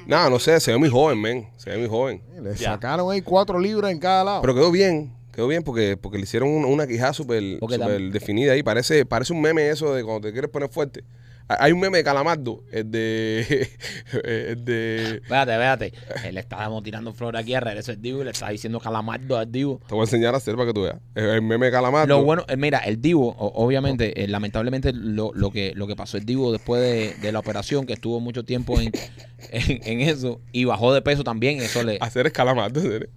Speaker 1: Nada, no sé, se ve muy joven, men. Se ve muy joven.
Speaker 3: Le
Speaker 4: Ya.
Speaker 3: sacaron ahí cuatro libras en cada
Speaker 2: [LAUGHS]
Speaker 3: lado.
Speaker 1: Pero quedó bien, quedó bien porque, porque le hicieron un- una quijada súper
Speaker 2: Porque
Speaker 1: súper
Speaker 2: tam-
Speaker 1: definida ahí. Parece, parece un meme eso de cuando te quieres poner fuerte. Ha- Hay un meme de Calamardo, el de. [LAUGHS] eh, el de.
Speaker 2: Espérate, espérate. Eh, Le estábamos tirando flores aquí al regreso del Divo y le está diciendo calamardo al Divo.
Speaker 1: Te voy a enseñar a hacer para que tú veas. El, el meme de Calamardo.
Speaker 2: Lo bueno, eh, mira, el Divo, o- obviamente, eh, lamentablemente, lo, lo que, lo que pasó el Divo después de, de la operación, que estuvo mucho tiempo en, [LAUGHS] en, en eso, y bajó de peso también, eso le.
Speaker 1: Hacer es Calamardo, en serio.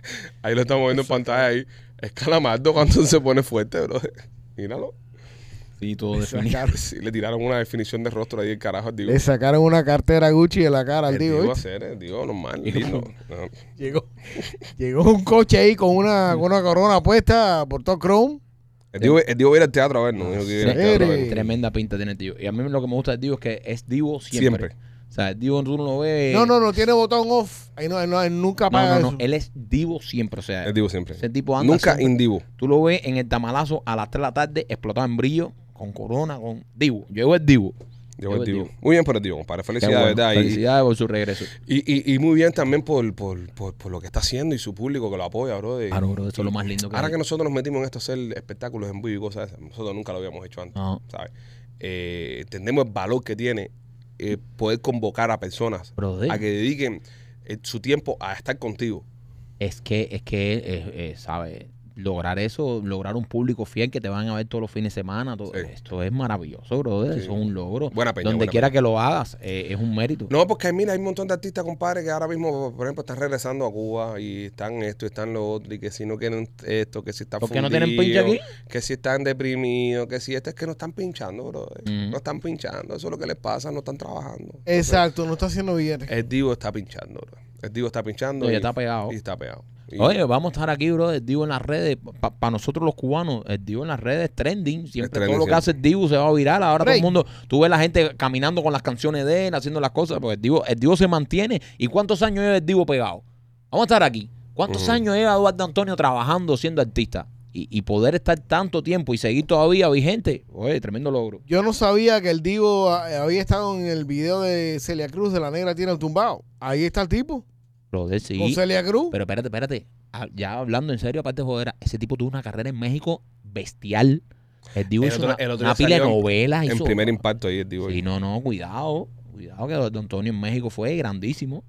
Speaker 1: [LAUGHS] Ahí lo estamos viendo en pantalla ahí. Es Calamardo cuando se pone fuerte, bro. [LAUGHS] Míralo. Ah, pues
Speaker 2: Sí, todo [LAUGHS]
Speaker 3: le,
Speaker 2: definido.
Speaker 3: sacaron,
Speaker 1: Sí, le tiraron una definición de rostro ahí el carajo al Divo.
Speaker 3: le sacaron una cartera Gucci de la cara al
Speaker 1: El Divo
Speaker 3: tío. ¿viste?
Speaker 1: hacer, el Divo normal, lindo. No.
Speaker 3: Llegó, [LAUGHS] llegó un coche ahí con una, con una corona puesta por todo Chrome.
Speaker 1: El Divo, el Divo iba a ir al teatro a ver, no. Dijo que iba a ir al teatro a ver.
Speaker 3: Sí.
Speaker 2: Tremenda pinta tiene el Divo. Y a mí lo que me gusta del Divo es que es Divo siempre.
Speaker 1: Siempre.
Speaker 2: O sea, el Divo tú no lo ves.
Speaker 3: No, no, no tiene botón off. Ahí no, ahí no- ahí nunca
Speaker 2: No,
Speaker 3: paga
Speaker 2: no, no,
Speaker 3: eso.
Speaker 2: Él es divo siempre. O sea,
Speaker 1: El Divo siempre.
Speaker 2: ese tipo anda.
Speaker 1: Nunca
Speaker 2: siempre.
Speaker 1: indivo.
Speaker 2: Tú lo ves en el tamalazo a las 3 de la tarde, explotado en brillo, con corona, con divo. Yo digo el divo.
Speaker 1: Llegó el
Speaker 2: Llegó el
Speaker 1: Divo. Muy bien por el Divo, compadre.
Speaker 2: Qué
Speaker 1: Felicidades,
Speaker 2: bueno.
Speaker 1: ¿verdad? Y,
Speaker 2: Felicidades por su regreso.
Speaker 1: y, y- y muy bien también por, por, por, por lo que está haciendo y su público que lo apoya, bro. de-
Speaker 2: Claro, Ah, bro, eso es lo más lindo que
Speaker 1: Ahora
Speaker 2: hay.
Speaker 1: que nosotros nos metimos en esto, a hacer espectáculos en vivo y cosas de esas, nosotros nunca lo habíamos hecho antes,
Speaker 2: Ajá.
Speaker 1: ¿sabes? Eh, entendemos el valor que tiene eh, poder convocar a personas
Speaker 2: Brother.
Speaker 1: a que dediquen eh, su tiempo a estar contigo.
Speaker 2: Es que, es que, eh, eh, ¿sabes? Lograr eso, lograr un público fiel que te van a ver todos los fines de semana, todo,
Speaker 1: Sí.
Speaker 2: esto es maravilloso, brother.
Speaker 1: Sí.
Speaker 2: Eso es un logro.
Speaker 1: Buena peña,
Speaker 2: Donde
Speaker 1: buena
Speaker 2: quiera que lo hagas, eh, es un mérito.
Speaker 1: No, porque mira, hay un montón de artistas, compadre, que ahora mismo, por ejemplo, están regresando a Cuba y están esto, están lo otro, y que si no quieren esto, que si están
Speaker 2: ¿Por qué no tienen pinche
Speaker 1: fundidos,
Speaker 2: aquí?
Speaker 1: Que si están deprimidos, que si esto es que no están pinchando, bro.
Speaker 2: Mm.
Speaker 1: No están pinchando, eso es lo que les pasa, no están trabajando.
Speaker 3: Eh. Exacto, no está haciendo billetes.
Speaker 1: El Divo está pinchando, bro. El Divo está pinchando.
Speaker 2: No, ya está pegado.
Speaker 1: Y está pegado. Y-
Speaker 2: Oye, vamos a estar aquí, bro, el Divo en las redes. Para nosotros los cubanos, el Divo en las redes es trending. Siempre
Speaker 1: trending,
Speaker 2: todo lo que hace el Divo se va a viral. Ahora todo
Speaker 3: Rey.
Speaker 2: el mundo, tú ves la gente caminando con las canciones de él, haciendo las cosas, porque el Divo, el Divo se mantiene. ¿Y cuántos años lleva el Divo pegado? Vamos a estar aquí. ¿Cuántos
Speaker 1: Ujú.
Speaker 2: años lleva Eduardo Antonio trabajando siendo artista? Y, y poder estar tanto tiempo y seguir todavía vigente, oye, tremendo logro.
Speaker 3: Yo no sabía que el Divo ah, había estado en el video de Celia Cruz de La Negra Tiene el Tumbado. Ahí está el tipo,
Speaker 2: Lo de sí.
Speaker 3: con Celia Cruz.
Speaker 2: Pero espérate, espérate. Ah, Ya hablando en serio, aparte de jodera, ese tipo tuvo una carrera en México bestial. El Divo
Speaker 1: El
Speaker 2: hizo
Speaker 1: otro-
Speaker 2: una,
Speaker 1: el otro
Speaker 2: una
Speaker 1: día
Speaker 2: pila de
Speaker 1: salió en-
Speaker 2: novelas.
Speaker 1: en
Speaker 2: hizo-
Speaker 1: primer impacto ahí el Divo.
Speaker 2: Sí, no, no, cuidado. Cuidado que Don Antonio en México fue grandísimo.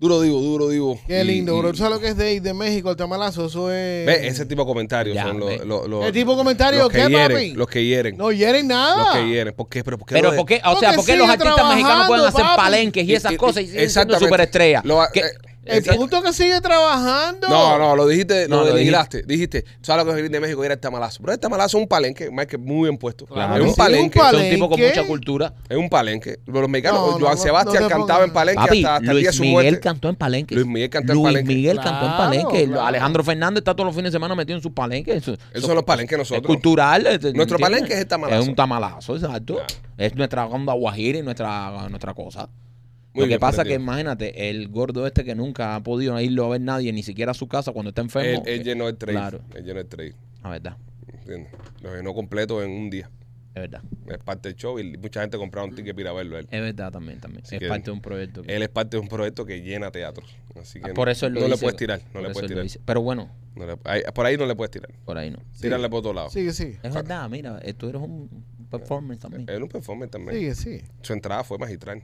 Speaker 1: Duro Divo, duro Divo.
Speaker 3: Qué
Speaker 1: Y-
Speaker 3: lindo,
Speaker 1: y-
Speaker 3: bro. ¿Tú sabes lo que es de, de México, el tamalazo? Eso es...
Speaker 1: Ve, ese tipo de comentarios
Speaker 2: Ya,
Speaker 1: son
Speaker 2: ve.
Speaker 1: los, los, los-
Speaker 3: ¿Qué tipo de comentarios?
Speaker 1: los que
Speaker 3: ¿Qué,
Speaker 1: hieren,
Speaker 3: papi?
Speaker 1: Los que hieren.
Speaker 3: No hieren nada.
Speaker 1: Los que hieren. ¿Por qué? Pero, ¿por qué
Speaker 2: Pero
Speaker 1: lo de-
Speaker 2: ¿por qué? O sea,
Speaker 3: Porque
Speaker 2: ¿por qué los
Speaker 3: sigue
Speaker 2: artistas mexicanos pueden hacer
Speaker 3: trabajando, papi.
Speaker 2: palenques y, esas cosas y siguen siendo
Speaker 1: Exactamente.
Speaker 2: superestrellas?
Speaker 1: Lo-
Speaker 2: ¿Qué?
Speaker 1: eh,
Speaker 3: El
Speaker 1: exact-
Speaker 3: punto que sigue trabajando.
Speaker 1: No, no, lo dijiste,
Speaker 2: No,
Speaker 1: lo,
Speaker 2: lo
Speaker 1: denigraste. Dijiste, ¿sabes lo que es de México? Era el tamalazo. Pero el tamalazo es un palenque, Michael, muy bien puesto.
Speaker 2: Claro.
Speaker 1: Es
Speaker 2: Sí,
Speaker 1: un
Speaker 2: un
Speaker 1: palenque.
Speaker 3: pal-
Speaker 2: Son un tipo con
Speaker 3: palenque.
Speaker 2: mucha cultura.
Speaker 1: Es un palenque. Los mexicanos,
Speaker 3: No, no,
Speaker 1: Joan
Speaker 3: no,
Speaker 1: Sebastián
Speaker 3: no te
Speaker 1: cantaba en
Speaker 3: pongas-
Speaker 1: palenque
Speaker 2: Papi,
Speaker 1: hasta, hasta el día de
Speaker 2: Luis
Speaker 1: su muerte.
Speaker 2: Miguel cantó en palenques.
Speaker 1: Luis Miguel cantó en
Speaker 2: Luis
Speaker 1: palenques.
Speaker 2: Miguel cantó en
Speaker 3: Claro,
Speaker 2: palenques.
Speaker 3: claro.
Speaker 2: Alejandro Fernández está todos los fines de semana metido en sus palenques. Eso,
Speaker 1: Esos son los palenques
Speaker 2: Es
Speaker 1: nosotros.
Speaker 2: cultural. es- ¿entiendes?
Speaker 1: Nuestro palenque es el tamalazo.
Speaker 2: Es un tamalazo, exacto.
Speaker 1: Claro.
Speaker 2: Es nuestra onda guajira y nuestra, nuestra cosa.
Speaker 1: Muy
Speaker 2: Lo que
Speaker 1: bien,
Speaker 2: pasa
Speaker 1: Fernando.
Speaker 2: que, imagínate, el gordo este que nunca ha podido irlo a ver nadie, ni siquiera a su casa cuando está
Speaker 1: Él,
Speaker 2: enfermo.
Speaker 1: él llenó el trade.
Speaker 2: Claro.
Speaker 1: Él llenó el trade.
Speaker 2: La verdad.
Speaker 1: ¿Entiendes? Lo llenó completo en un día.
Speaker 2: Es verdad.
Speaker 1: Es parte del show y mucha gente compraba un ticket para ir a verlo. a Él,
Speaker 2: Es verdad también, también.
Speaker 1: Así
Speaker 2: es
Speaker 1: que-
Speaker 2: parte de un proyecto. que-
Speaker 1: Él es parte de un proyecto que llena teatros. Así que
Speaker 2: Ah, por eso él lo
Speaker 1: no le
Speaker 2: dice,
Speaker 1: puedes tirar. No
Speaker 2: por
Speaker 1: le
Speaker 2: eso
Speaker 1: puedes
Speaker 2: él
Speaker 1: tirar.
Speaker 2: lo dice. Pero bueno,
Speaker 1: No le- ahí- por ahí no le puedes tirar.
Speaker 2: por ahí no.
Speaker 1: Tírale por otro lado.
Speaker 3: Sigue, sigue.
Speaker 2: Es verdad, mira, eh, tú eres un performance también.
Speaker 1: Era un performer también.
Speaker 3: Sigue, sigue.
Speaker 1: Su entrada fue magistral.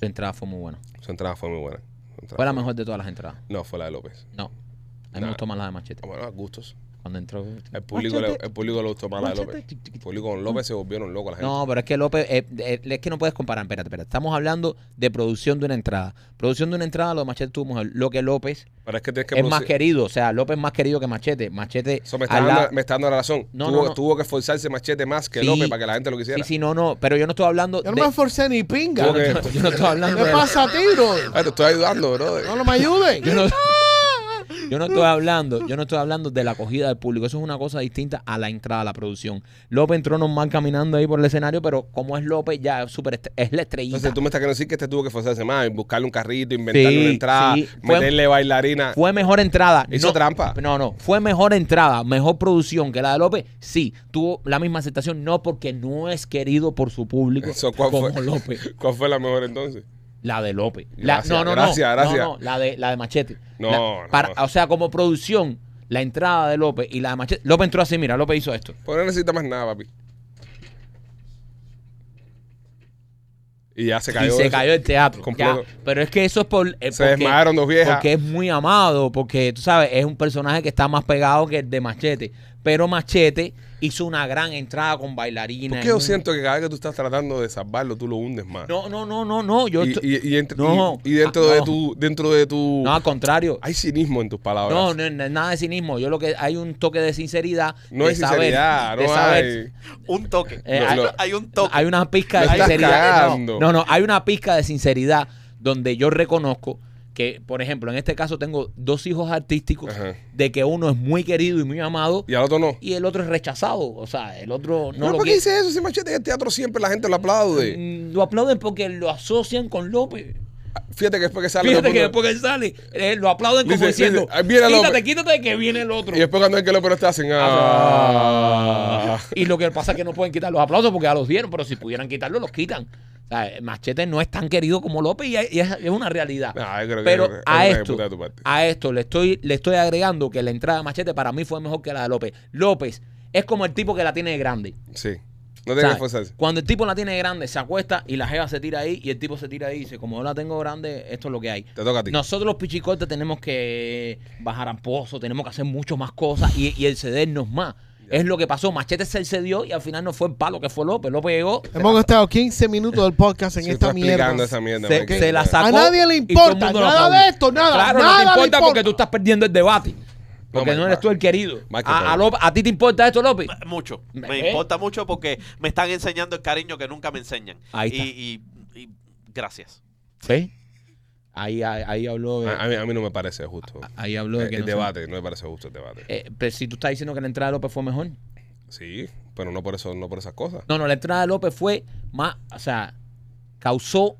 Speaker 2: Su entrada fue muy buena.
Speaker 1: Su entrada fue muy buena. Su entrada
Speaker 2: Fue la mejor de todas las entradas.
Speaker 1: No, fue la de López.
Speaker 2: No. A mí me
Speaker 1: Nah.
Speaker 2: gustó más la de Machete.
Speaker 1: Ah, Bueno, a gustos.
Speaker 2: Cuando entró.
Speaker 1: El público, le, el público le gustó más la de
Speaker 2: Machete,
Speaker 1: López.
Speaker 2: tic, tic,
Speaker 1: El
Speaker 2: tic.
Speaker 1: público con López se volvieron locos la gente.
Speaker 2: No, pero es que López, eh, eh, es que no puedes comparar, espérate, espérate. Estamos hablando de producción de una entrada. Producción de una entrada, lo de Machete tuvo mejor. Lo que López
Speaker 1: Pero es que tienes que
Speaker 2: es más
Speaker 1: producir-
Speaker 2: querido, o sea, López es más querido que Machete. Machete
Speaker 1: Eso me está,
Speaker 2: al lado-
Speaker 1: dando, me está dando la razón.
Speaker 2: No,
Speaker 1: tuvo,
Speaker 2: no, no.
Speaker 1: tuvo que esforzarse Machete más que
Speaker 2: Sí.
Speaker 1: López para que la gente lo quisiera.
Speaker 2: Sí, sí, no, no, pero yo no estoy hablando
Speaker 3: Yo
Speaker 2: de...
Speaker 3: no me esforcé ni pinga.
Speaker 2: Yo no
Speaker 1: que-
Speaker 2: estoy- [LAUGHS] yo no estoy hablando
Speaker 3: ¿Qué
Speaker 2: de...
Speaker 3: pasa a ti, bro?
Speaker 1: Ay, te estoy ayudando, bro.
Speaker 3: No lo me ayudes.
Speaker 2: Yo no, yo no estoy hablando, yo no estoy hablando de la acogida del público. Eso es una cosa distinta a la entrada, a la producción. López entró normal caminando ahí por el escenario, pero como es López, ya es súper est- es la estrellita.
Speaker 1: Entonces tú me estás queriendo decir que este tuvo que esforzarse más, buscarle un carrito, inventarle
Speaker 2: Sí,
Speaker 1: una entrada,
Speaker 2: sí. Fue-
Speaker 1: meterle bailarina.
Speaker 2: Fue mejor entrada.
Speaker 1: Hizo
Speaker 2: no,
Speaker 1: trampa.
Speaker 2: No, no. Fue mejor entrada, mejor producción que la de López. Sí, tuvo la misma aceptación. No porque no es querido por su público
Speaker 1: Eso, ¿cuál
Speaker 2: como
Speaker 1: fue?
Speaker 2: López.
Speaker 1: ¿Cuál fue la mejor entonces?
Speaker 2: La de López. La-
Speaker 1: Gracias,
Speaker 2: no, no, no.
Speaker 1: gracias,
Speaker 2: No,
Speaker 1: gracias.
Speaker 2: no, la, de, la de Machete.
Speaker 1: No,
Speaker 2: La-
Speaker 1: no,
Speaker 2: para-
Speaker 1: no.
Speaker 2: O sea, como producción, la entrada de López y la de Machete. López entró así, mira, López hizo esto.
Speaker 1: Pues no necesita más nada, papi. Y ya se cayó.
Speaker 2: y se
Speaker 1: eso.
Speaker 2: cayó el teatro.
Speaker 1: Completo.
Speaker 2: Ya, pero es que eso es por. eh,
Speaker 1: Se desmayaron dos viejas.
Speaker 2: Porque es muy amado, porque tú sabes, es un personaje que está más pegado que el de Machete. Pero Machete hizo una gran entrada con bailarina.
Speaker 1: ¿Por qué yo
Speaker 2: en-
Speaker 1: siento que cada vez que tú estás tratando de salvarlo, tú lo hundes más?
Speaker 2: No, no, no, no, no. Yo
Speaker 1: y,
Speaker 2: estoy-
Speaker 1: y- y entre-
Speaker 2: No.
Speaker 1: y- y dentro
Speaker 2: Ah,
Speaker 1: de
Speaker 2: no.
Speaker 1: tu. Dentro de tu.
Speaker 2: No, al contrario.
Speaker 1: hay cinismo en tus palabras.
Speaker 2: No, no, no, nada de cinismo. Yo lo que hay un toque de sinceridad.
Speaker 1: No
Speaker 2: de
Speaker 1: hay
Speaker 2: saber,
Speaker 1: sinceridad,
Speaker 2: de
Speaker 1: no
Speaker 2: saber.
Speaker 1: hay.
Speaker 4: Un toque.
Speaker 2: Eh,
Speaker 4: hay,
Speaker 1: lo-
Speaker 4: hay un toque.
Speaker 2: Hay una pizca
Speaker 1: Me
Speaker 2: de
Speaker 1: estás
Speaker 2: sinceridad.
Speaker 1: cagando.
Speaker 2: No, no, no, hay una pizca de sinceridad donde yo reconozco que, por ejemplo, en este caso tengo dos hijos artísticos
Speaker 1: Ajá.
Speaker 2: de que uno es muy querido y muy amado
Speaker 1: Y al otro no.
Speaker 2: y el otro es rechazado. O sea, el otro no
Speaker 1: ¿Pero ¿Por
Speaker 2: lo
Speaker 1: qué
Speaker 2: quiere.
Speaker 1: dice eso? Si machete en el teatro siempre la gente lo aplaude.
Speaker 2: Mm, Lo aplauden porque lo asocian con López.
Speaker 1: Fíjate que después que sale. todo
Speaker 2: Fíjate
Speaker 1: el
Speaker 2: que
Speaker 1: mundo-
Speaker 2: después que él sale, eh, lo aplauden como
Speaker 1: Dice-
Speaker 2: diciendo,
Speaker 1: dice, "Ahí viene López".
Speaker 2: quítate, quítate que viene el otro.
Speaker 1: Y después cuando el que lo pero está hacen. "Ah".
Speaker 2: Y lo que pasa es que no pueden quitar los aplausos porque ya los dieron, pero si pudieran quitarlo, los quitan. O sea, Machete no es tan querido como López y es, y es- es una realidad.
Speaker 1: Nah, Ah, yo creo que
Speaker 2: pero
Speaker 1: es una
Speaker 2: a
Speaker 1: hijueputa
Speaker 2: esto,
Speaker 1: de tu parte.
Speaker 2: a esto le estoy, le estoy agregando que la entrada de Machete para mí fue mejor que la de López. López es como el tipo que la tiene de grande.
Speaker 1: Sí. No tiene que
Speaker 2: ¿Sabes?
Speaker 1: esforzarse.
Speaker 2: Cuando el tipo la tiene de grande, se acuesta y la jeva se tira ahí y el tipo se tira ahí y dice, como yo la tengo grande, esto es lo que hay.
Speaker 1: Te toca a ti.
Speaker 2: Nosotros los pichicotes tenemos que bajar a pozo, tenemos que hacer mucho más cosas y, y el cedernos más. Es lo que pasó. Machete se cedió y al final no fue el palo que fue López. López llegó. se
Speaker 3: Hemos
Speaker 2: la-
Speaker 3: gastado 15 minutos del podcast en
Speaker 1: Sí,
Speaker 3: esta
Speaker 1: estoy explicando
Speaker 3: mierda.
Speaker 1: esa mierda.
Speaker 2: se,
Speaker 1: man, que-
Speaker 2: se la sacó.
Speaker 3: A nadie le
Speaker 2: y todo el
Speaker 3: importa,
Speaker 2: mundo lo
Speaker 3: nada
Speaker 2: aplaudió.
Speaker 3: de esto, nada,
Speaker 2: Claro,
Speaker 3: nada
Speaker 2: no te
Speaker 3: le
Speaker 2: importa,
Speaker 3: importa.
Speaker 2: porque tú estás perdiendo el debate. Porque
Speaker 1: Mike,
Speaker 2: no eres
Speaker 1: Mike.
Speaker 2: tú el querido.
Speaker 1: Mike, por
Speaker 2: A, a
Speaker 1: favor.
Speaker 2: López- ¿A ti te importa esto, López?
Speaker 4: Mucho. Me
Speaker 2: ¿Ves?
Speaker 4: importa mucho porque me están enseñando el cariño que nunca me enseñan.
Speaker 2: Ahí está.
Speaker 4: Y, y- y gracias.
Speaker 2: ¿Sí? Ahí, ahí, ahí habló de,
Speaker 1: A, a mí, a mí no me parece justo.
Speaker 2: ahí habló de
Speaker 1: el
Speaker 2: que
Speaker 1: el
Speaker 2: no se-
Speaker 1: debate, no me parece justo el debate.
Speaker 2: Ah, Eh, pero si tú estás diciendo que la entrada de López fue mejor.
Speaker 1: Sí, pero no por eso, no por esas cosas.
Speaker 2: No, no, la entrada de López fue más, o sea, causó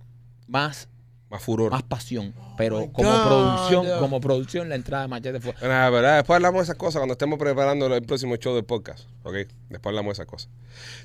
Speaker 2: más,
Speaker 1: Más furor.
Speaker 2: más pasión.
Speaker 1: Oh
Speaker 2: Pero
Speaker 3: my
Speaker 2: como
Speaker 3: God.
Speaker 2: producción, como producción, la entrada de Machete fue.
Speaker 1: Bueno, la verdad, después hablamos de esas cosas cuando estemos preparando el próximo show del podcast. ¿Ok? Después hablamos de esas cosas.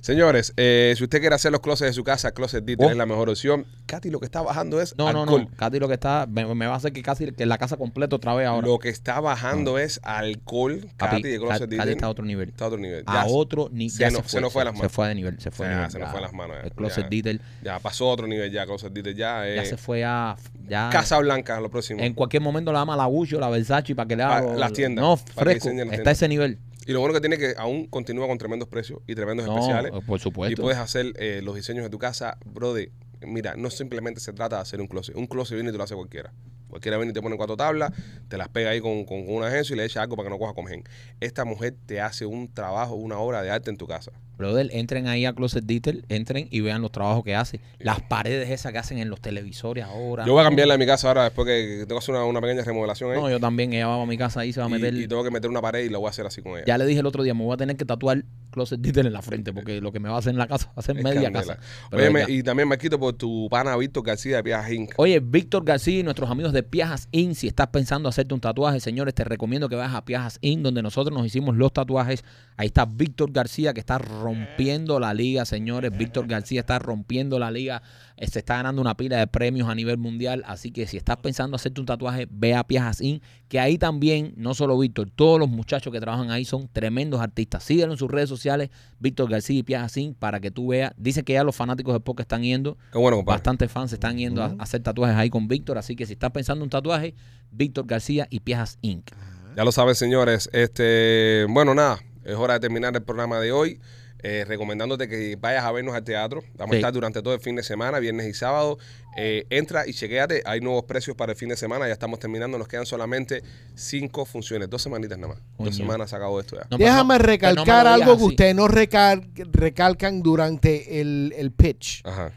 Speaker 1: Señores, eh, si usted quiere hacer los closets de su casa, Closet Dieter
Speaker 2: Oh.
Speaker 1: es la mejor opción. Katy lo que está bajando es
Speaker 2: No, no,
Speaker 1: alcohol.
Speaker 2: no. Katy lo que está, me, me va a hacer que casi que la casa completa otra vez ahora.
Speaker 1: Lo que está bajando es alcohol.
Speaker 2: Papi,
Speaker 1: Katy de
Speaker 2: Ka-
Speaker 1: Closet
Speaker 2: Katy
Speaker 1: Dieter
Speaker 2: está a otro nivel.
Speaker 1: está a otro nivel.
Speaker 2: A
Speaker 1: Ya-
Speaker 2: otro nivel.
Speaker 1: se nos- se nos fue de las manos.
Speaker 2: Se fue de nivel. Se fue de
Speaker 1: Ya,
Speaker 2: nivel,
Speaker 1: se nos
Speaker 2: ya.
Speaker 1: fue de las manos, ya.
Speaker 2: El Closet
Speaker 1: Ya.
Speaker 2: Dieter
Speaker 1: Ya pasó a otro nivel ya, Closet Dieter ya.
Speaker 2: ya
Speaker 1: eh,
Speaker 2: se fue a. Ya,
Speaker 1: Casa Blanca, lo próximo.
Speaker 2: en cualquier momento la ama la Guccio, la Versace para que le haga.
Speaker 1: Pa-
Speaker 2: los-
Speaker 1: las tiendas,
Speaker 2: No,
Speaker 1: para que
Speaker 2: fresco.
Speaker 1: diseñen las
Speaker 2: Está a
Speaker 1: tiendas.
Speaker 2: ese nivel.
Speaker 1: Y lo bueno que tiene es que aún continúa con tremendos precios y tremendos
Speaker 2: No,
Speaker 1: especiales.
Speaker 2: eh, por supuesto.
Speaker 1: Y puedes hacer eh, los diseños de tu casa, brother. Mira, no simplemente se trata de hacer un closet. Un closet viene y te lo hace cualquiera. Cualquiera viene y te pone cuatro tablas, te las pega ahí con, con, con un agencia y le echa algo para que no coja con gen. Esta mujer te hace un trabajo, una obra de arte en tu casa.
Speaker 2: Brother, entren ahí a Closet Detail, entren y vean los trabajos que hace. Las paredes esas que hacen en los televisores ahora.
Speaker 1: Yo voy a cambiarla en mi casa ahora después que que tengo que hacer una, una pequeña remodelación ahí.
Speaker 2: No, yo también. Ella va a mi casa ahí, se va a
Speaker 1: Y-
Speaker 2: meter.
Speaker 1: y, tengo que meter una pared y la voy a hacer así con ella.
Speaker 2: Ya le dije el otro día, me voy a tener que tatuar closet detail en la frente, porque lo que me va a hacer en la casa va a ser
Speaker 1: Es
Speaker 2: media
Speaker 1: candela.
Speaker 2: casa. Pero
Speaker 1: Óyeme,
Speaker 2: ya.
Speaker 1: y también Marquito por tu pana Víctor García de Piaja Inc.
Speaker 2: Oye, Víctor García y nuestros amigos de Piajas Inc. Si estás pensando hacerte un tatuaje, señores, te recomiendo que vayas a Piajas Inc. donde nosotros nos hicimos los tatuajes. Ahí está Víctor García que está rompiendo la liga, señores. Víctor García está rompiendo la liga. Eh, Se está ganando una pila de premios a nivel mundial. Así que si estás pensando hacerte un tatuaje, ve a Piajas Inc. Que ahí también, no solo Víctor, todos los muchachos que trabajan ahí son tremendos artistas. Síguenos en sus redes sociales, Víctor García y Piajas Inc. para que tú veas. Dicen que ya los fanáticos de Poca están yendo.
Speaker 1: Qué bueno, compadre.
Speaker 2: Bastantes fans están yendo a- a hacer tatuajes ahí con Víctor, así que si estás pensando un tatuaje, Víctor García y Piezas Inc.
Speaker 1: Ya lo saben, señores. Este, bueno, nada, es hora de terminar el programa de hoy. Eh, recomendándote que vayas a vernos al teatro. Vamos
Speaker 2: Sí.
Speaker 1: a estar durante todo el fin de semana, viernes y sábado. Eh, entra y chequeate. Hay nuevos precios para el fin de semana. Ya estamos terminando. Nos quedan solamente cinco funciones. Dos semanitas nada más.
Speaker 2: Coño.
Speaker 1: Dos semanas se acabó esto ya.
Speaker 2: No, pero
Speaker 3: Déjame
Speaker 2: no- pero no me lo
Speaker 3: recalcar
Speaker 2: digas
Speaker 3: algo que
Speaker 2: así.
Speaker 3: ustedes no recal- recalcan durante el, el pitch.
Speaker 1: Ajá.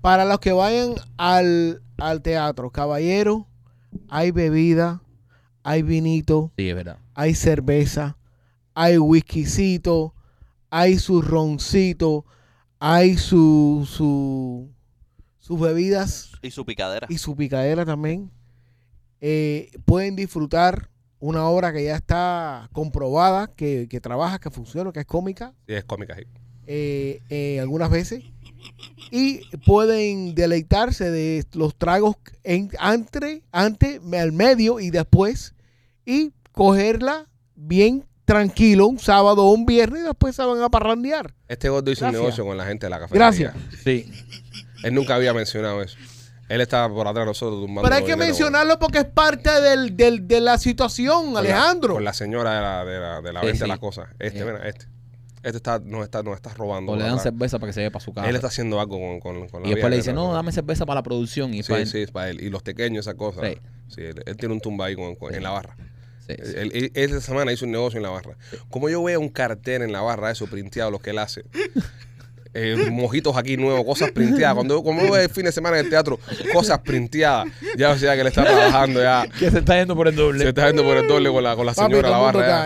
Speaker 3: Para los que vayan al, al teatro, caballero, hay bebida, hay vinito,
Speaker 2: Sí, es verdad.
Speaker 3: hay cerveza, hay whiskycito, hay su roncito, hay su, su sus bebidas
Speaker 4: Y su picadera.
Speaker 3: y su picadera también. Eh, pueden disfrutar una obra que ya está comprobada, que, que trabaja, que funciona, que es cómica
Speaker 1: Y es cómica. sí.
Speaker 3: eh, eh, algunas veces. Y pueden deleitarse de los tragos en, entre, antes, al medio y después. Y cogerla bien tranquilo un sábado o un viernes y después se van a parrandear.
Speaker 1: Este gordo hizo
Speaker 3: Gracias.
Speaker 1: un negocio con la gente de la cafetería.
Speaker 3: Gracias.
Speaker 2: Sí.
Speaker 1: Él nunca había mencionado eso. Él estaba por atrás de nosotros tumbando.
Speaker 3: Pero hay que
Speaker 1: dinero con-
Speaker 3: mencionarlo porque es parte del, del- de la situación,
Speaker 1: con la-
Speaker 3: Alejandro.
Speaker 1: Con la señora de la, de la, de la
Speaker 2: Sí,
Speaker 1: venta de
Speaker 2: sí.
Speaker 1: las cosas. Este,
Speaker 2: Eh.
Speaker 1: mira, este. Este está, nos, está, nos está robando.
Speaker 2: O le
Speaker 1: por
Speaker 2: dan
Speaker 1: atrás.
Speaker 2: cerveza para que se vaya para su casa.
Speaker 1: Él está haciendo algo con, con, con la
Speaker 2: y después
Speaker 1: vida
Speaker 2: le
Speaker 1: de
Speaker 2: dice,
Speaker 1: la-
Speaker 2: no, dame cerveza para la producción. Y
Speaker 1: Sí,
Speaker 2: para él-
Speaker 1: sí, es para él. Y los pequeños, esa cosa.
Speaker 2: Sí.
Speaker 1: Sí. él, él tiene un tumba ahí con- con- en la barra.
Speaker 2: sí, sí.
Speaker 1: Él, él- esa semana hizo un negocio en la barra. Como yo veo un cartel en la barra, eso printeado, lo que él
Speaker 2: [LAUGHS]
Speaker 1: hace. Eh, mojitos aquí nuevos, cosas printeadas. Cuando como yo veo el fin de semana en el teatro, cosas printeadas. Ya o sea que le está trabajando, ya
Speaker 2: [LAUGHS] Que se está yendo por el doble.
Speaker 1: se está yendo por el doble con la, con la
Speaker 3: Papi,
Speaker 1: señora ¿eh? a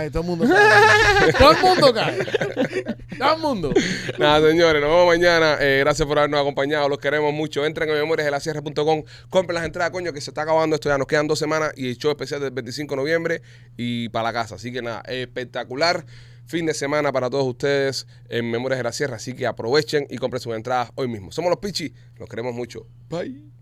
Speaker 1: la
Speaker 3: todo el mundo
Speaker 1: barra. ya.
Speaker 3: cae, todo el mundo cae. todo el mundo cae.
Speaker 1: [LAUGHS]
Speaker 3: Todo el mundo.
Speaker 1: Nada, señores, nos vemos mañana. Eh, gracias por habernos acompañado. Los queremos mucho. Entren a memoriasdelacierre.com. Compren las entradas, coño, que se está acabando esto ya. Nos quedan dos semanas y el show especial del 25 de noviembre y para la casa. Así que nada, espectacular. Fin de semana para todos ustedes en Memorias de la Sierra. Así que aprovechen y compren sus entradas hoy mismo. Somos los Pichi. Los queremos mucho. Bye.